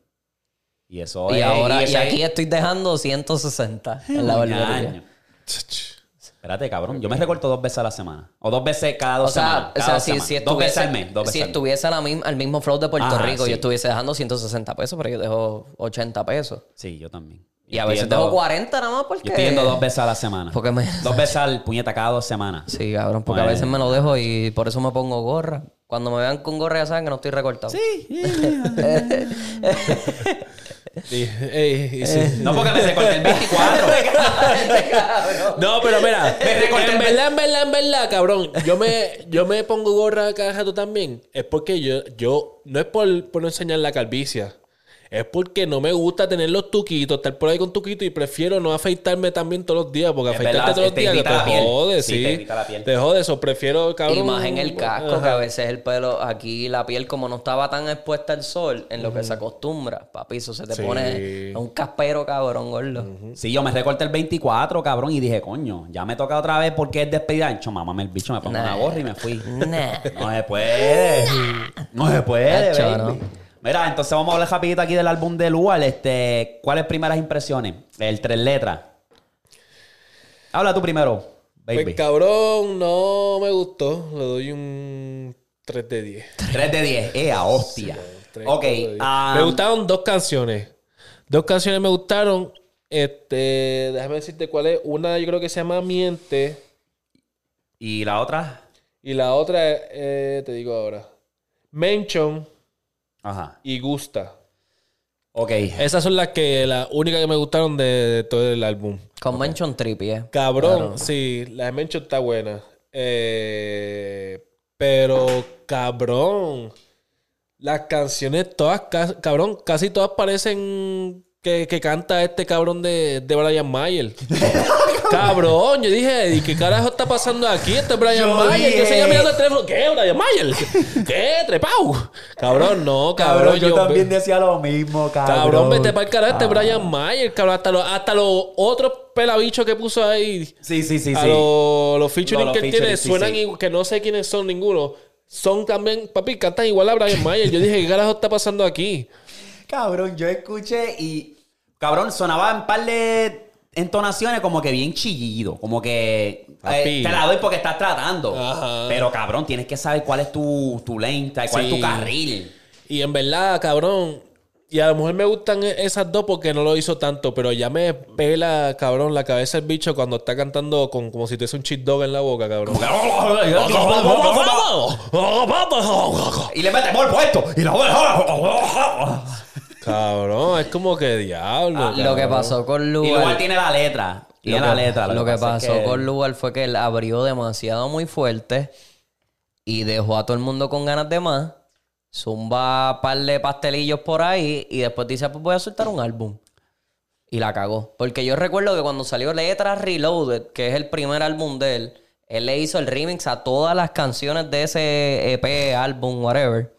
S1: Y eso
S2: Y
S1: es-
S2: ahora, y
S1: ese-
S2: aquí estoy dejando 160 en la barbería.
S1: Ñaño. Espérate, cabrón. Yo me recorto dos veces a la semana. O dos veces cada
S2: O
S1: dos semanas.
S2: sea, o
S1: cada
S2: sea
S1: dos
S2: si,
S1: semanas.
S2: si
S1: dos veces
S2: estuviese,
S1: al mes. Dos veces
S2: si
S1: al mes.
S2: estuviese a la misma- al mismo flow de Puerto
S1: Ajá,
S2: Rico,
S1: sí.
S2: yo estuviese dejando 160 pesos, pero yo dejo 80 pesos.
S1: Sí, yo también.
S2: Y a veces
S1: Estoy
S2: dejo
S1: yendo-
S2: 40 nada más porque...
S1: Yo estoy yendo dos veces a la semana.
S2: Porque me...
S1: Dos veces al puñeta cada dos semanas.
S2: Sí, cabrón, porque
S1: Bueno.
S2: a veces me lo dejo y por eso me pongo gorra. Cuando me vean con gorra ya saben que no estoy recortado.
S3: Y- ey, y sí.
S1: No porque me recorté el 24.
S3: No, pero mira,
S1: Me recorté
S3: en
S1: el-
S3: verdad, en verdad, en verdad, cabrón. Yo me, yo me pongo gorra cada rato también. Es porque yo, yo no es por, por no enseñar la calvicia. Es porque no me gusta tener los tuquitos, estar por ahí con tuquito y prefiero no afeitarme también todos los días, porque
S1: Es
S3: afeitarte
S1: verdad,
S3: todos los
S1: te
S3: días
S1: irrita la
S3: te
S1: piel.
S3: jode,
S1: Sí,
S3: sí.
S1: te irrita la piel.
S3: Te jode eso, prefiero, cabrón.
S2: Y más en el casco,
S3: Ajá.
S2: que a veces el pelo aquí, la piel, como no estaba tan expuesta al sol, en lo que se acostumbra, papi, eso se te
S3: Sí.
S2: pone un caspero cabrón, gordo.
S1: Sí, yo me recorté el 24, cabrón, y dije, coño, ya me toca otra vez porque es despedida. Ancho, mamá, el bicho me pongo
S2: Nah.
S1: una gorra y me fui.
S2: Nah.
S1: No se puede. No se puede,
S2: Nacho,
S1: baby. Mira, entonces vamos a hablar rapidito aquí del álbum de Lual. Este, ¿Cuáles primeras impresiones? El tres letras. Habla tú primero, baby.
S3: Pues, cabrón, no me gustó. Le doy un 3 de 10.
S1: 3 de 10. ¡Ea, hostia!
S3: Tres,
S1: ok.
S3: cuatro, diez.
S1: ah,
S3: me gustaron dos canciones. Dos canciones me gustaron. Este, déjame decirte cuál es. Una yo creo que se llama Miente.
S1: ¿Y la otra?
S3: Y la otra, eh, te digo ahora. Mention
S1: Ajá.
S3: y Gusta.
S1: Ok.
S3: Esas son las que, la única que me gustaron de, de todo el álbum.
S2: Convention Trippie.
S3: Cabrón, sí, la de Mention está buena. Eh, pero, cabrón. Las canciones todas, ca- cabrón, casi todas parecen que, que canta este cabrón de, de Brian Mayer. cabrón, yo dije, ¿y qué carajo está pasando aquí? Este es Brian
S1: Yo
S3: Mayer.
S1: dije.
S3: Yo seguía mirando el teléfono. ¿Qué, Brian Mayer? ¿Qué, trepau? Cabrón, no, cabrón.
S1: Cabrón, yo, también
S3: ve-
S1: decía lo mismo, cabrón. Ah.
S3: Cabrón, vete para el carajo este Brian Mayer, cabrón. Hasta los hasta los otros pelabichos que puso ahí
S1: Sí, sí, sí,
S3: a
S1: sí.
S3: lo- los featuring
S1: No, los
S3: que él tiene
S1: featuring, sí,
S3: suenan
S1: sí.
S3: ig- que no sé quiénes son ninguno. Son también, papi, cantan igual a Brian Mayer. Yo dije, ¿qué carajo está pasando aquí?
S1: Cabrón, yo escuché y. Cabrón, sonaba en par de entonaciones como que bien chillido. Como que. eh,
S3: Papi.
S1: te la doy porque estás tratando.
S3: Ajá.
S1: Pero cabrón, tienes que saber cuál es tu, tu lane, cuál es tu
S3: Sí.
S1: carril.
S3: Y en verdad, cabrón. Y a lo mejor me gustan e- esas dos porque no lo hizo tanto, pero ya me pela, cabrón, la cabeza el bicho cuando está cantando con, como si tuviese un cheat dog en la boca, cabrón.
S1: Y le metemos el puesto. Y la
S3: Cabrón, es como que diablo.
S2: Lo que
S3: cabrón.
S2: pasó con
S1: Y
S2: Lugar.
S1: igual tiene la letra. Tiene la
S2: que-
S1: letra.
S2: Lo, que
S1: pasa es
S2: pasó
S1: que-
S2: con Lugar fue que él abrió demasiado muy fuerte y dejó a todo el mundo con ganas de más. Zumba un par de pastelillos por ahí y después dice, pues voy a soltar un álbum. Y la cagó. Porque yo recuerdo que cuando salió Letras Reloaded, que es el primer álbum de él, él le hizo el remix a todas las canciones de ese EP, álbum, whatever.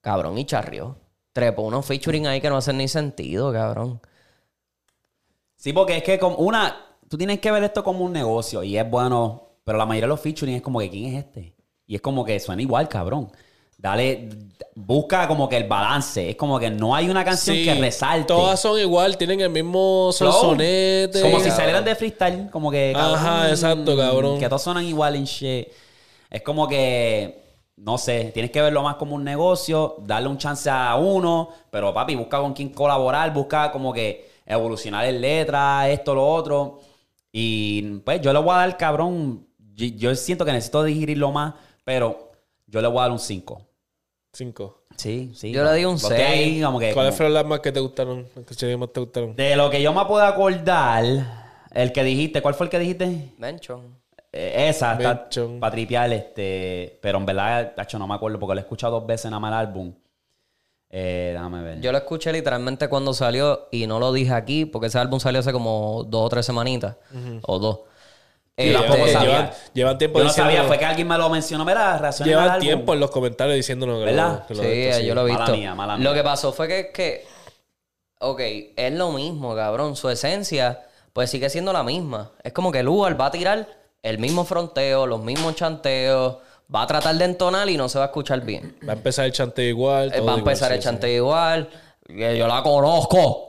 S2: Cabrón, y charrió. Trepó unos featuring ahí que no hacen ni sentido, cabrón.
S1: Sí, porque es que como una, tú tienes que ver esto como un negocio y es bueno, pero la mayoría de los featuring es como que quién es este. Y es como que suena igual, cabrón. Dale, busca como que el balance. Es como que no hay una canción
S3: Sí,
S1: que resalte.
S3: Todas son igual, tienen el mismo
S1: Flow.
S3: sonsonete.
S1: Como si
S3: cabrón.
S1: salieran de freestyle, como que.
S3: Ajá, exacto, cabrón.
S1: Que todos sonan igual en shit. Es como que. No sé, tienes que verlo más como un negocio, darle un chance a uno, pero papi, busca con quién colaborar, busca como que evolucionar en letras, esto, lo otro. Y pues yo le voy a dar, cabrón, yo, yo siento que necesito digerirlo más, pero yo le voy a dar un 5.
S3: Cinco.
S1: Sí, sí.
S2: Yo le di un
S1: Lo estoy ahí,
S2: seis.
S1: como que-
S3: ¿Cuáles
S1: Eh, como-
S3: fueron las más que te gustaron? Las que más te gustaron.
S1: de lo que yo me puedo acordar, el que dijiste, ¿cuál fue el que dijiste?
S2: Mention.
S1: Eh, esa, está
S3: Mention.
S1: para tripear, este, pero en verdad, tacho, no me acuerdo porque lo he escuchado dos veces nada más el álbum. Eh, déjame ver.
S2: Yo lo escuché literalmente cuando salió y no lo dije aquí porque ese álbum salió hace como dos o tres semanitas o dos.
S1: Yo tampoco
S2: Este,
S1: Eh, sabía.
S3: Eh, Llevan, llevan tiempo
S1: Yo no
S3: diciendo-
S1: sabía, fue que alguien me lo mencionó, mira, reaccioné al
S3: Llevan
S1: álbum.
S3: tiempo en los comentarios diciéndonos que lo-
S1: ¿Verdad?
S3: que
S2: Sí,
S3: lo de esto, sí.
S2: yo lo he
S1: Mala
S2: visto.
S1: mía, mala
S2: Lo
S1: mía.
S2: que pasó fue que, que, ok, es lo mismo, cabrón. Su esencia, pues sigue siendo la misma. Es como que Lugar va a tirar el mismo fronteo, los mismos chanteos, va a tratar de entonar y no se va a escuchar bien.
S3: Va a empezar el chanteo igual.
S2: Eh,
S3: todo
S2: va a
S3: igual,
S2: empezar
S3: sí,
S2: el
S3: sí.
S2: chanteo igual. Eh, Yo la conozco.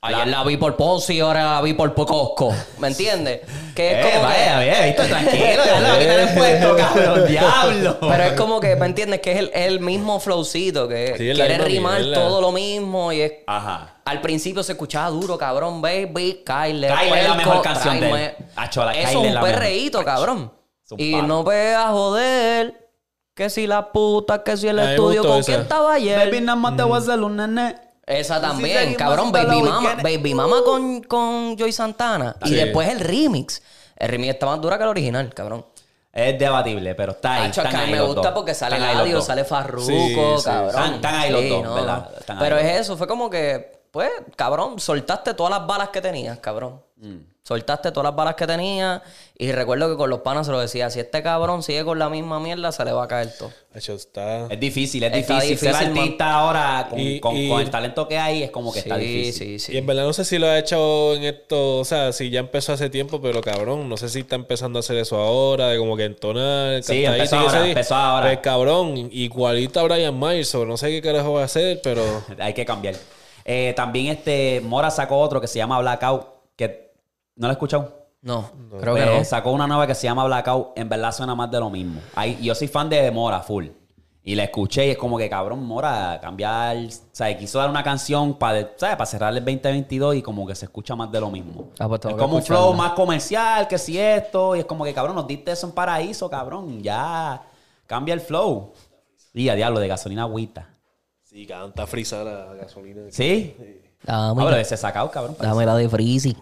S2: Ayer la vi por Ponce y ahora la vi por Pocosco. ¿Me entiendes? Que es
S1: Eh,
S2: como que-
S1: vaya, bien, Víctor, tranquilo, ya le voy a quitar el puesto, cabrón, diablo.
S2: Pero es como que, ¿me entiendes? Que es el, el mismo flowcito, que
S3: Sí, es la
S2: quiere
S3: misma
S2: rimar
S3: mierda.
S2: todo lo mismo y es...
S1: Ajá.
S2: Al principio se escuchaba duro, cabrón, baby, Kyler.
S1: Kyler es la
S2: puerco,
S1: mejor canción de él.
S2: tráeme.
S1: Acho, la
S2: Eso
S1: Kyler
S2: es
S1: es
S2: un
S1: la mejor.
S2: perreíto, cabrón.
S1: es un
S2: Y
S1: palo.
S2: no veas joder, que si la puta, que si el
S3: A mí me
S2: estudio,
S3: gustó
S2: ¿con
S3: esa.
S2: quién estaba ayer?
S1: Baby, nada más te
S2: Mm.
S1: voy a hacer un nene.
S2: Esa
S1: Sí,
S2: también,
S1: seguimos
S2: cabrón.
S1: hasta
S2: Baby
S1: los
S2: Mama,
S1: weekends.
S2: Baby Mama con, con Joy Santana. Y
S3: Sí.
S2: después el remix. El remix está más dura que el original, cabrón.
S1: Es debatible, pero está ahí.
S2: Hacho, es
S1: Ah, están
S2: que a mí
S1: ahí
S2: me
S1: los
S2: gusta
S1: dos.
S2: porque sale
S1: Están ahí los
S2: Ladio,
S1: dos.
S2: sale Farruko,
S3: Sí, sí.
S2: cabrón.
S1: Están- están ahí los dos, ¿verdad? Están ahí
S2: Pero
S1: los
S2: es eso, fue como que, pues, cabrón, soltaste todas las balas que tenías, cabrón.
S1: Mm.
S2: Soltaste todas las balas que tenías. Y recuerdo que con los panas se lo decía: si este cabrón sigue con la misma mierda, se le va a caer todo.
S3: Hacho, está...
S1: Es difícil, es
S2: Está
S1: difícil. Ser
S2: difícil, man.
S1: artista ahora con,
S3: Y-
S1: con-
S3: y-
S1: con el talento que hay es como que está
S2: sí,
S1: difícil.
S2: sí, sí.
S3: Y en verdad no sé si lo ha hecho en esto, o sea, si ya empezó hace tiempo, pero cabrón, no sé si está empezando a hacer eso ahora, de como que entonar,
S1: Sí,
S3: cantadito
S1: empezó
S3: y
S1: ahora,
S3: eso ahí.
S1: empezó ahora.
S3: Pues, cabrón, igualito a Brian Myers, o no sé qué carajo va a hacer, pero
S1: Hay que cambiar. Eh, también este Mora sacó otro que se llama Blackout, que no lo he escuchado.
S2: No, creo que
S1: pero
S2: no.
S1: Pues, sacó una nueva que se llama Blackout. En verdad suena más de lo mismo. Ahí- yo soy fan de Mora, full. Y la escuché y es como que, cabrón, Mora, cambiar... O sea, quiso dar una canción para para cerrar el 2022 y como que se escucha más de lo mismo.
S2: Ah, pues
S1: es
S2: tengo que
S1: como un
S2: escucharla.
S1: flow más comercial que si esto. Y es como que, cabrón, nos diste eso en paraíso, cabrón. Ya, cambia el flow. Y a diablo, de gasolina agüita.
S3: sí, canta frisa la gasolina.
S1: ¿Sí?
S2: Dame,
S1: Ah, pero ese sacado, cabrón.
S2: dame la de Freezy.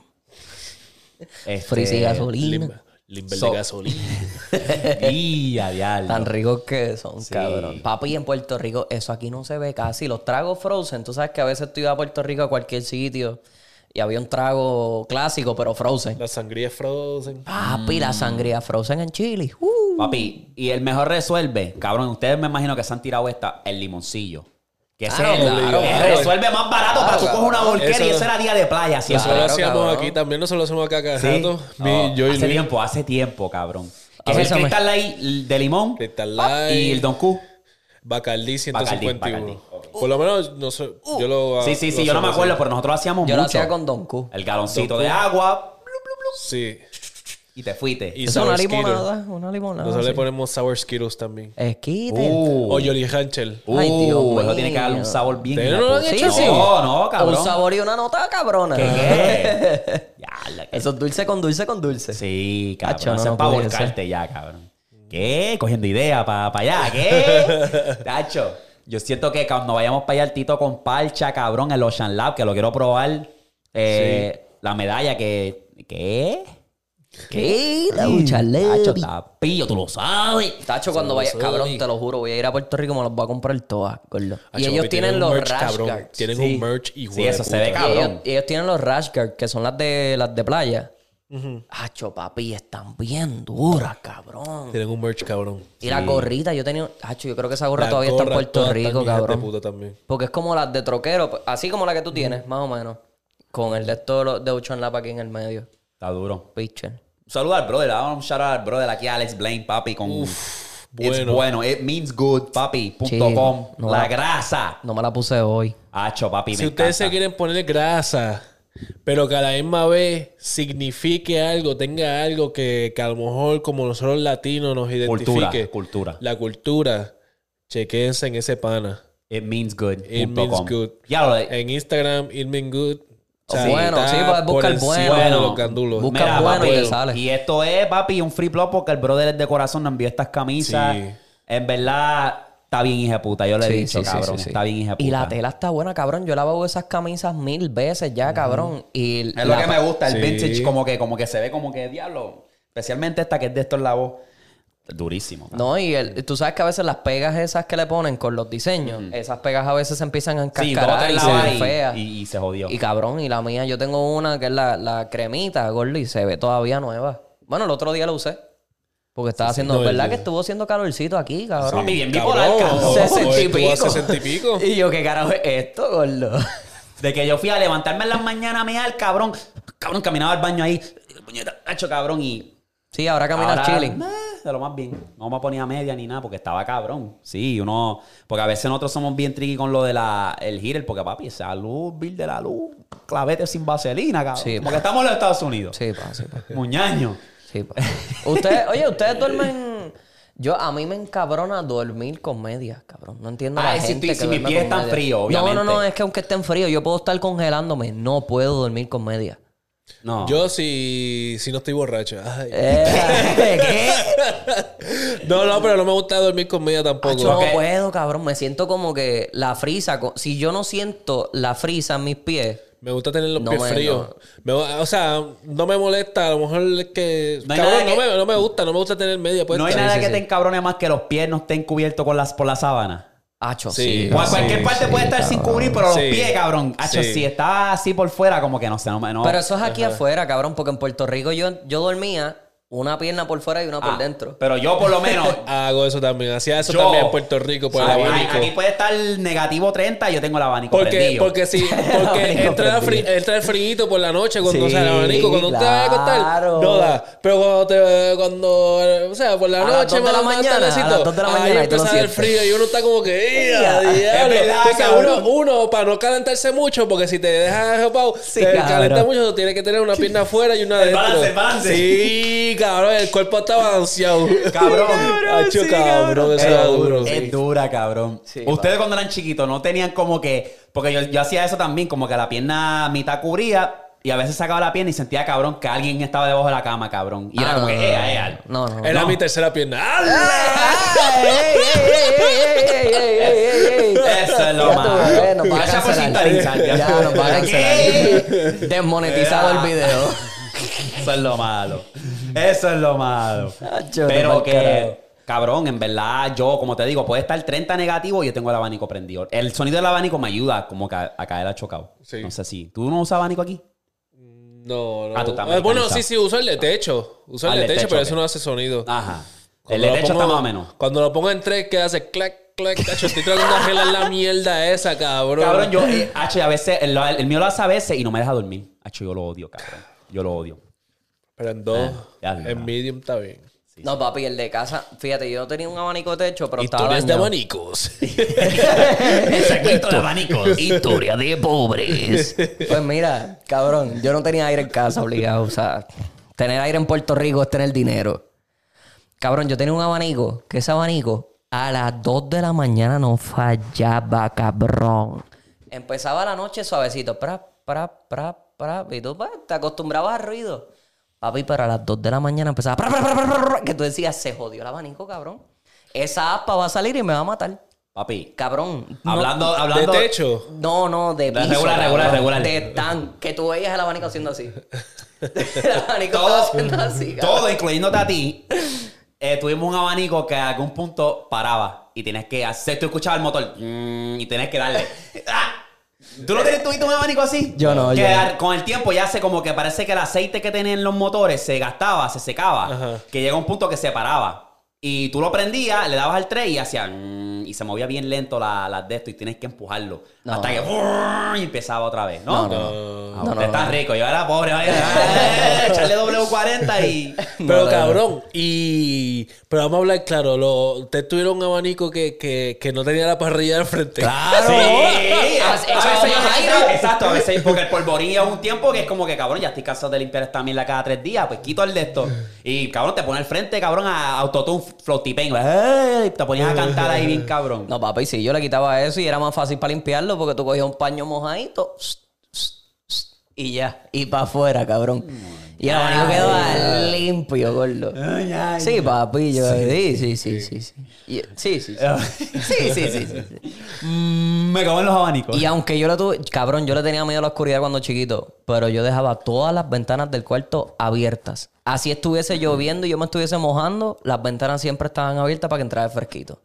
S1: Este,
S2: Freezy gasolina.
S3: Limber, Limber
S1: So-
S3: de gasolina.
S1: Y a diablo.
S2: Tan ricos que son,
S1: Sí.
S2: cabrón. Papi, en Puerto Rico, eso aquí no se ve casi. Los tragos frozen, tú sabes que a veces tú ibas a Puerto Rico a cualquier sitio y había un trago clásico, pero frozen.
S3: La sangría es frozen.
S1: Ah,
S2: Papi, la sangría frozen en Chile. Uh.
S1: Papi, y el mejor resuelve, cabrón, ustedes me imagino que se han tirado esta, el limoncillo. Que ese
S2: Claro,
S1: es el,
S2: claro,
S1: el
S2: claro.
S1: resuelve más barato para tú
S2: Claro,
S1: coges una
S2: cabrón.
S1: volquera y
S3: Eso-
S1: ese era día de playa
S3: Nosotros
S1: siempre.
S2: Claro,
S3: lo hacíamos
S2: cabrón.
S3: aquí también, nosotros lo hacemos acá cada
S1: Sí.
S3: rato.
S1: No,
S3: Mi- yo y
S1: hace
S3: Luis.
S1: tiempo, hace tiempo, cabrón. Que es
S2: Ah,
S1: el
S2: esa me-
S1: Crystal Light de limón
S3: Crystal
S1: pap, y
S3: Light.
S1: el Don Q.
S3: Bacardí 151.
S1: Bacardí, Bacardí.
S3: Por lo menos no sé,
S2: Uh.
S3: yo lo
S1: Sí, sí, sí, yo no me acuerdo, pero nosotros lo hacíamos
S2: Yo
S1: mucho.
S2: lo hacía con Don Q.
S1: El galoncito de agua
S3: Sí.
S1: y te fuiste.
S3: Y
S2: Es
S3: sour
S2: una
S3: Skittles.
S2: limonada, una limonada.
S3: Nosotros le
S2: sí.
S3: ponemos sour Skittles también.
S2: Esquite.
S1: Uh,
S3: O Jolly Rancher.
S2: Ay,
S1: uh,
S2: Dios
S1: eso tiene que darle un
S2: mío.
S1: sabor bien.
S3: Oh, ¿Ustedes no lo han
S1: rico.
S2: hecho?
S1: No, no, cabrón.
S2: Un sabor y una nota cabrona.
S1: ¿Qué? Ya, la-
S2: Eso es dulce con dulce con dulce.
S1: Sí, cabrón.
S2: Cacho,
S1: eso
S2: no
S1: es para
S2: puede
S1: volcarte ya, cabrón. ¿Qué? Cogiendo idea para allá. ¿Qué? Tacho, yo siento que cuando vayamos para allá el Tito con Parcha, cabrón, el Ocean Lab, que lo quiero probar. eh, La medalla que ¿Qué?
S2: ¿Qué? La lucha
S1: Tacho, está pillo, tú lo sabes.
S2: Tacho, cuando vayas, cabrón, te lo juro, voy a ir a Puerto Rico y me los voy a comprar todas, gordo.
S3: Ah,
S2: y
S3: chavo,
S2: ellos
S3: que
S2: tienen
S3: un
S2: los
S3: merch,
S2: rash
S3: cabrón.
S2: guards.
S3: Tienen
S1: Sí.
S3: un merch y
S1: Sí, eso se ve
S2: Y
S1: cabrón.
S2: ellos, y ellos tienen los rash guards, que son las de, las de playa. Hacho, papi, están bien duras, cabrón.
S3: Tienen un merch cabrón.
S2: Y la gorrita, yo tenía. Hacho, yo creo que esa gorra
S3: Las
S2: todavía está en
S3: gorras
S2: Puerto
S3: todas
S2: Rico,
S3: están hijas de
S2: cabrón.
S3: puta también.
S2: Porque es como las de troquero, pues, así como la que tú tienes, más o menos. Con el de esto de los- de Ocho en Lapa aquí en el medio.
S1: Está duro.
S2: Pitcher.
S1: Saluda al brother. Vamos a shout out al brother aquí, Alex Blaine, papi. Con... It's
S3: bueno.
S1: bueno. It means good, papi. Punto
S2: Sí,
S1: com.
S2: no
S1: la
S2: la-
S1: grasa.
S2: No me la puse hoy.
S1: Hacho, papi, me
S3: Si ustedes se
S1: encanta.
S3: quieren poner grasa, pero que a la misma vez signifique algo, tenga algo que, que a lo mejor como nosotros latinos nos
S1: Cultura,
S3: identifique.
S1: cultura.
S3: La cultura. Chequense en ese pana.
S1: It means good.
S3: It
S1: punto
S3: means
S1: com.
S3: good.
S1: Ya lo eh, de...
S3: En Instagram, it mean good. O
S2: Sí. Bueno,
S3: está
S2: sí, puedes
S3: por
S2: buscar
S3: encima
S2: bueno.
S3: de los
S1: Bueno,
S3: gandulos.
S2: busca bueno y te sale.
S1: Y esto es, papi, un free plot porque el brother es de corazón, nos envió estas camisas.
S3: Sí.
S1: En verdad, está bien hija puta. Yo le he
S2: Sí,
S1: dicho,
S2: sí, sí,
S1: cabrón.
S2: sí, sí.
S1: Está bien hija puta.
S2: Y la tela está buena, cabrón. Yo he lavado esas camisas mil veces ya, cabrón. Y
S1: Es lo
S2: la-
S1: que me gusta, el
S3: Sí.
S1: vintage, como que, como que se ve como que diablo. Especialmente esta que es de estos la voz. Durísimo.
S2: No, y el- tú sabes que a veces las pegas esas que le ponen con los diseños, esas pegas a veces se empiezan a
S1: Sí, dos o
S2: encascarar
S1: tres
S2: y
S1: la
S2: se
S1: va
S2: ven
S1: y-
S2: feas.
S1: y,
S2: Y,
S1: y se jodió.
S2: cabrón, y la mía, yo tengo una que es la, la cremita, gordo, y se ve todavía nueva. Bueno, el otro día la usé. Porque estaba haciendo,
S3: no,
S2: ¿verdad?
S3: yo-
S2: que estuvo haciendo calorcito aquí,
S1: Papi,
S2: cabrón.
S1: bien
S3: Cabrón,
S1: bipolar, cabrón.
S3: ojo,
S2: Sesenta y
S3: estuvo a
S2: pico.
S3: sesenta y pico.
S2: Y yo, ¿qué carajo es esto, gordo?
S1: De que yo fui a levantarme en las mañanas a mear, cabrón. Cabrón, caminaba al baño ahí. Puñeta, hecho cabrón. Y
S2: Sí, ahora caminas
S1: Ahora,
S2: chilling.
S1: nah, de lo más bien. No me ponía media ni nada porque estaba cabrón. Sí, uno. Porque a veces nosotros somos bien tricky con lo del el heater. Porque, papi, esa luz, bill de la luz, clavete sin vaselina, cabrón.
S2: Sí,
S1: Como que estamos en los Estados Unidos.
S2: Sí, pa, sí, pa.
S1: Muñaño.
S2: Sí, pa. Ustedes, oye, ustedes duermen. Yo, a mí me encabrona dormir con medias, cabrón. No entiendo
S1: Ah,
S2: la
S1: si
S2: gente
S1: tú-
S2: que
S1: si mi
S2: duerme
S1: pie
S2: con
S1: está
S2: medias.
S1: frío, obviamente.
S2: No, no, no, es que aunque estén fríos, yo puedo estar congelándome. No puedo dormir con medias.
S1: No.
S3: Yo si, si no estoy borracho. Ay.
S2: Eh, ¿Qué?
S3: No, no, pero no me gusta dormir con media tampoco.
S2: Yo no
S1: Ok.
S2: puedo, cabrón. Me siento como que la frisa. co- Si yo no siento la frisa en mis pies,
S3: Me gusta tener los
S2: No
S3: pies
S2: me-
S3: fríos. Me- o sea, no me molesta. A lo mejor es que.
S1: No hay
S3: cabrón,
S1: nada
S3: no,
S1: que-
S3: me, no me gusta. No me gusta tener media puesta.
S1: no hay nada
S2: sí,
S1: que
S2: sí.
S1: te encabrone más que los pies no estén cubiertos con las, por la sábana.
S2: hacho,
S3: Sí.
S2: sí.
S1: Pues cualquier parte puede estar sin cubrir, pero
S3: Sí.
S1: los pies, cabrón. Hacho,
S3: Sí.
S1: si está así por fuera, como que no sé, no, me- no.
S2: Pero eso es aquí afuera, cabrón, porque en Puerto Rico yo, yo dormía una pierna por fuera y una por
S1: Ah,
S2: dentro.
S1: Pero yo por lo menos.
S3: Hago eso también. Hacía eso
S1: yo-
S3: también en Puerto Rico por el
S1: Ay, ay,
S3: abanico.
S1: Aquí puede estar negativo 30 y yo tengo el abanico
S3: Porque,
S1: prendido.
S3: porque sí, porque
S2: abanico
S3: entra, la fri-
S2: prendido.
S3: entra el frío por la noche
S2: Sí,
S3: cuando o sea, el abanico, cuando te vas a acostar,
S2: claro.
S3: no da. Pero cuando te cuando eh, o sea, por la
S2: A las
S3: noche,
S2: dos de la
S3: más- más
S2: mañana,
S3: tardecito,
S2: a las dos de la
S3: ahí
S2: mañana, y tú lo
S3: empieza el
S2: sientes.
S3: frío y uno está como que
S2: Ya.
S3: "Ea, diablo".
S1: Es verdad,
S3: Entonces, uno,
S1: cabrón.
S3: uno, para no calentarse mucho, porque si te dejas arropado,
S2: Sí,
S3: te
S2: cabrón.
S3: calienta mucho, tienes que tener una pierna afuera y una adentro.
S1: balance, el balance.
S3: Sí, cabrón, el cuerpo está balanceado.
S1: Cabrón.
S3: Hacho,
S2: sí, Eh,
S3: cabrón, eso era
S1: Es,
S3: duro.
S1: es dura, cabrón.
S2: Sí,
S1: Ustedes cuando eran chiquitos no tenían como que. Porque yo, yo hacía eso también, como que la pierna mitad cubría y a veces sacaba la pierna y sentía, cabrón, que alguien estaba debajo de la cama, cabrón. Y era
S2: Ah,
S1: como
S2: no,
S1: que,
S2: no,
S1: eh,
S2: no,
S1: eh, eh.
S2: No, no. no.
S3: Era mi tercera pierna. ¡Ah! ¡Hala!
S1: eh". Eso es lo
S2: Ya tú
S1: malo.
S2: ves, nos va a
S1: Gracias por
S2: cancelar.
S1: sintonizar, ya.
S2: Ya, nos va a cancelar.
S1: ¿Qué?
S2: Desmonetizado el video.
S1: Eso es lo malo. Eso es lo malo.
S2: Acho,
S1: Pero
S2: Ah, mal
S1: que,
S2: carajo.
S1: cabrón, en verdad, yo, como te digo, puede estar 30 negativo y yo tengo el abanico prendido. El sonido del abanico me ayuda como que a, a caer a chocado.
S3: Sí.
S1: No sé si. ¿Tú no usas abanico aquí?
S3: No, no.
S1: Ah, tú estás
S3: Ah, bueno,
S1: americanizado.
S3: sí, sí, uso el de techo. Uso
S1: Ah,
S3: el de techo, pero
S1: ok.
S3: eso no hace sonido.
S1: Ajá. El
S3: Cuando
S1: de
S3: lo
S1: techo está
S3: pongo-
S1: más o menos.
S3: Cuando lo pongo en tres, que hace clac, clac, cacho. Estoy tratando de arreglar la mierda esa, cabrón.
S1: Cabrón, yo, eh, hacho, y a veces, el, el mío lo hace a veces y no me deja dormir. Hacho, yo lo odio, cabrón. Yo lo odio.
S3: Pero en dos,
S1: Eh, ya lo
S3: en
S1: no.
S3: medium está bien.
S2: No, papi, el de casa. Fíjate, yo tenía un abanico de techo, pero estaba
S3: Historias de
S2: dañado.
S3: abanicos.
S1: Exacto, de abanico.
S4: Historia de pobres.
S2: Pues mira, cabrón, yo no tenía aire en casa, obligado. O sea, tener aire en Puerto Rico es tener dinero. Cabrón, yo tenía un abanico, que ese abanico a las 2 de la mañana no fallaba, cabrón. Empezaba la noche suavecito, pra, pra, pra, pra. Y tú pa, te acostumbrabas al ruido. Papi, pero a las 2 de la mañana empezaba, pra, pra, pra, pra, pra, pra, que tú decías, se jodió el abanico, cabrón. Esa aspa va a salir y me va a matar.
S1: Papi.
S2: Cabrón. no-
S1: Hablando,
S3: ¿De
S1: hablando.
S3: techo?
S2: No, no, de
S1: De
S2: piso.
S1: regular,
S2: cabrón.
S1: regular, regular.
S2: De tan... Que tú veías el abanico haciendo así. el abanico
S1: Todo- mm,
S2: estaba haciendo así, cabrón.
S1: Todo, incluyéndote a ti. eh, tuvimos un abanico que a algún punto paraba. Y tienes que hacer, tú escuchabas el motor. mm, y tienes que darle. ¡Ah! ¿Tú no tienes tuviste un abanico así?
S2: Yo no,
S1: Que
S2: yo no.
S1: al- con el tiempo ya se como que parece que el aceite que tenían los motores se gastaba, se secaba.
S3: Ajá.
S1: Que llega un punto que se paraba. Y tú lo prendías, le dabas al 3 y hacía. mm, y se movía bien lento las la de esto y tienes que empujarlo.
S2: No.
S1: Hasta que. brrr, y empezaba otra vez, ¿no?
S2: No, no,
S1: Ah,
S2: no, no,
S1: usted está
S2: no.
S1: rico, yo era pobre. Vaya, eh, echarle W40 y.
S3: Pero
S2: no,
S3: cabrón, y. Pero vamos a hablar claro, lo... ustedes tuvieron un abanico que, que, que no tenía la parrilla al frente.
S1: ¡Claro! A
S2: Has hecho
S1: veces yo
S2: más
S1: no-
S2: aire.
S1: Ah, Exacto, a veces porque el polvorín es un tiempo que es como que, cabrón, ya estoy cansado de limpiar esta mierda cada tres días, pues quito el de esto. Y, cabrón, te pone al frente, cabrón, a autotune, flotipen. ¡Ey! Te ponías a cantar ahí bien, cabrón.
S2: No, papi, si yo le quitaba eso y era más fácil para limpiarlo porque tú cogías un paño mojadito pss, pss, pss, y ya, y para afuera, cabrón. Y el abanico quedaba limpio, gordo. Sí, papi, yo. Sí, sí, sí, sí. Sí, Y- sí, sí. Sí, sí, sí. sí, sí, sí.
S1: Mm, Me cago en los abanicos.
S2: Y aunque yo le tuve, cabrón, yo le tenía miedo a la oscuridad cuando chiquito, pero yo dejaba todas las ventanas del cuarto abiertas. Así estuviese lloviendo y yo me estuviese mojando, las ventanas siempre estaban abiertas para que entrara el fresquito.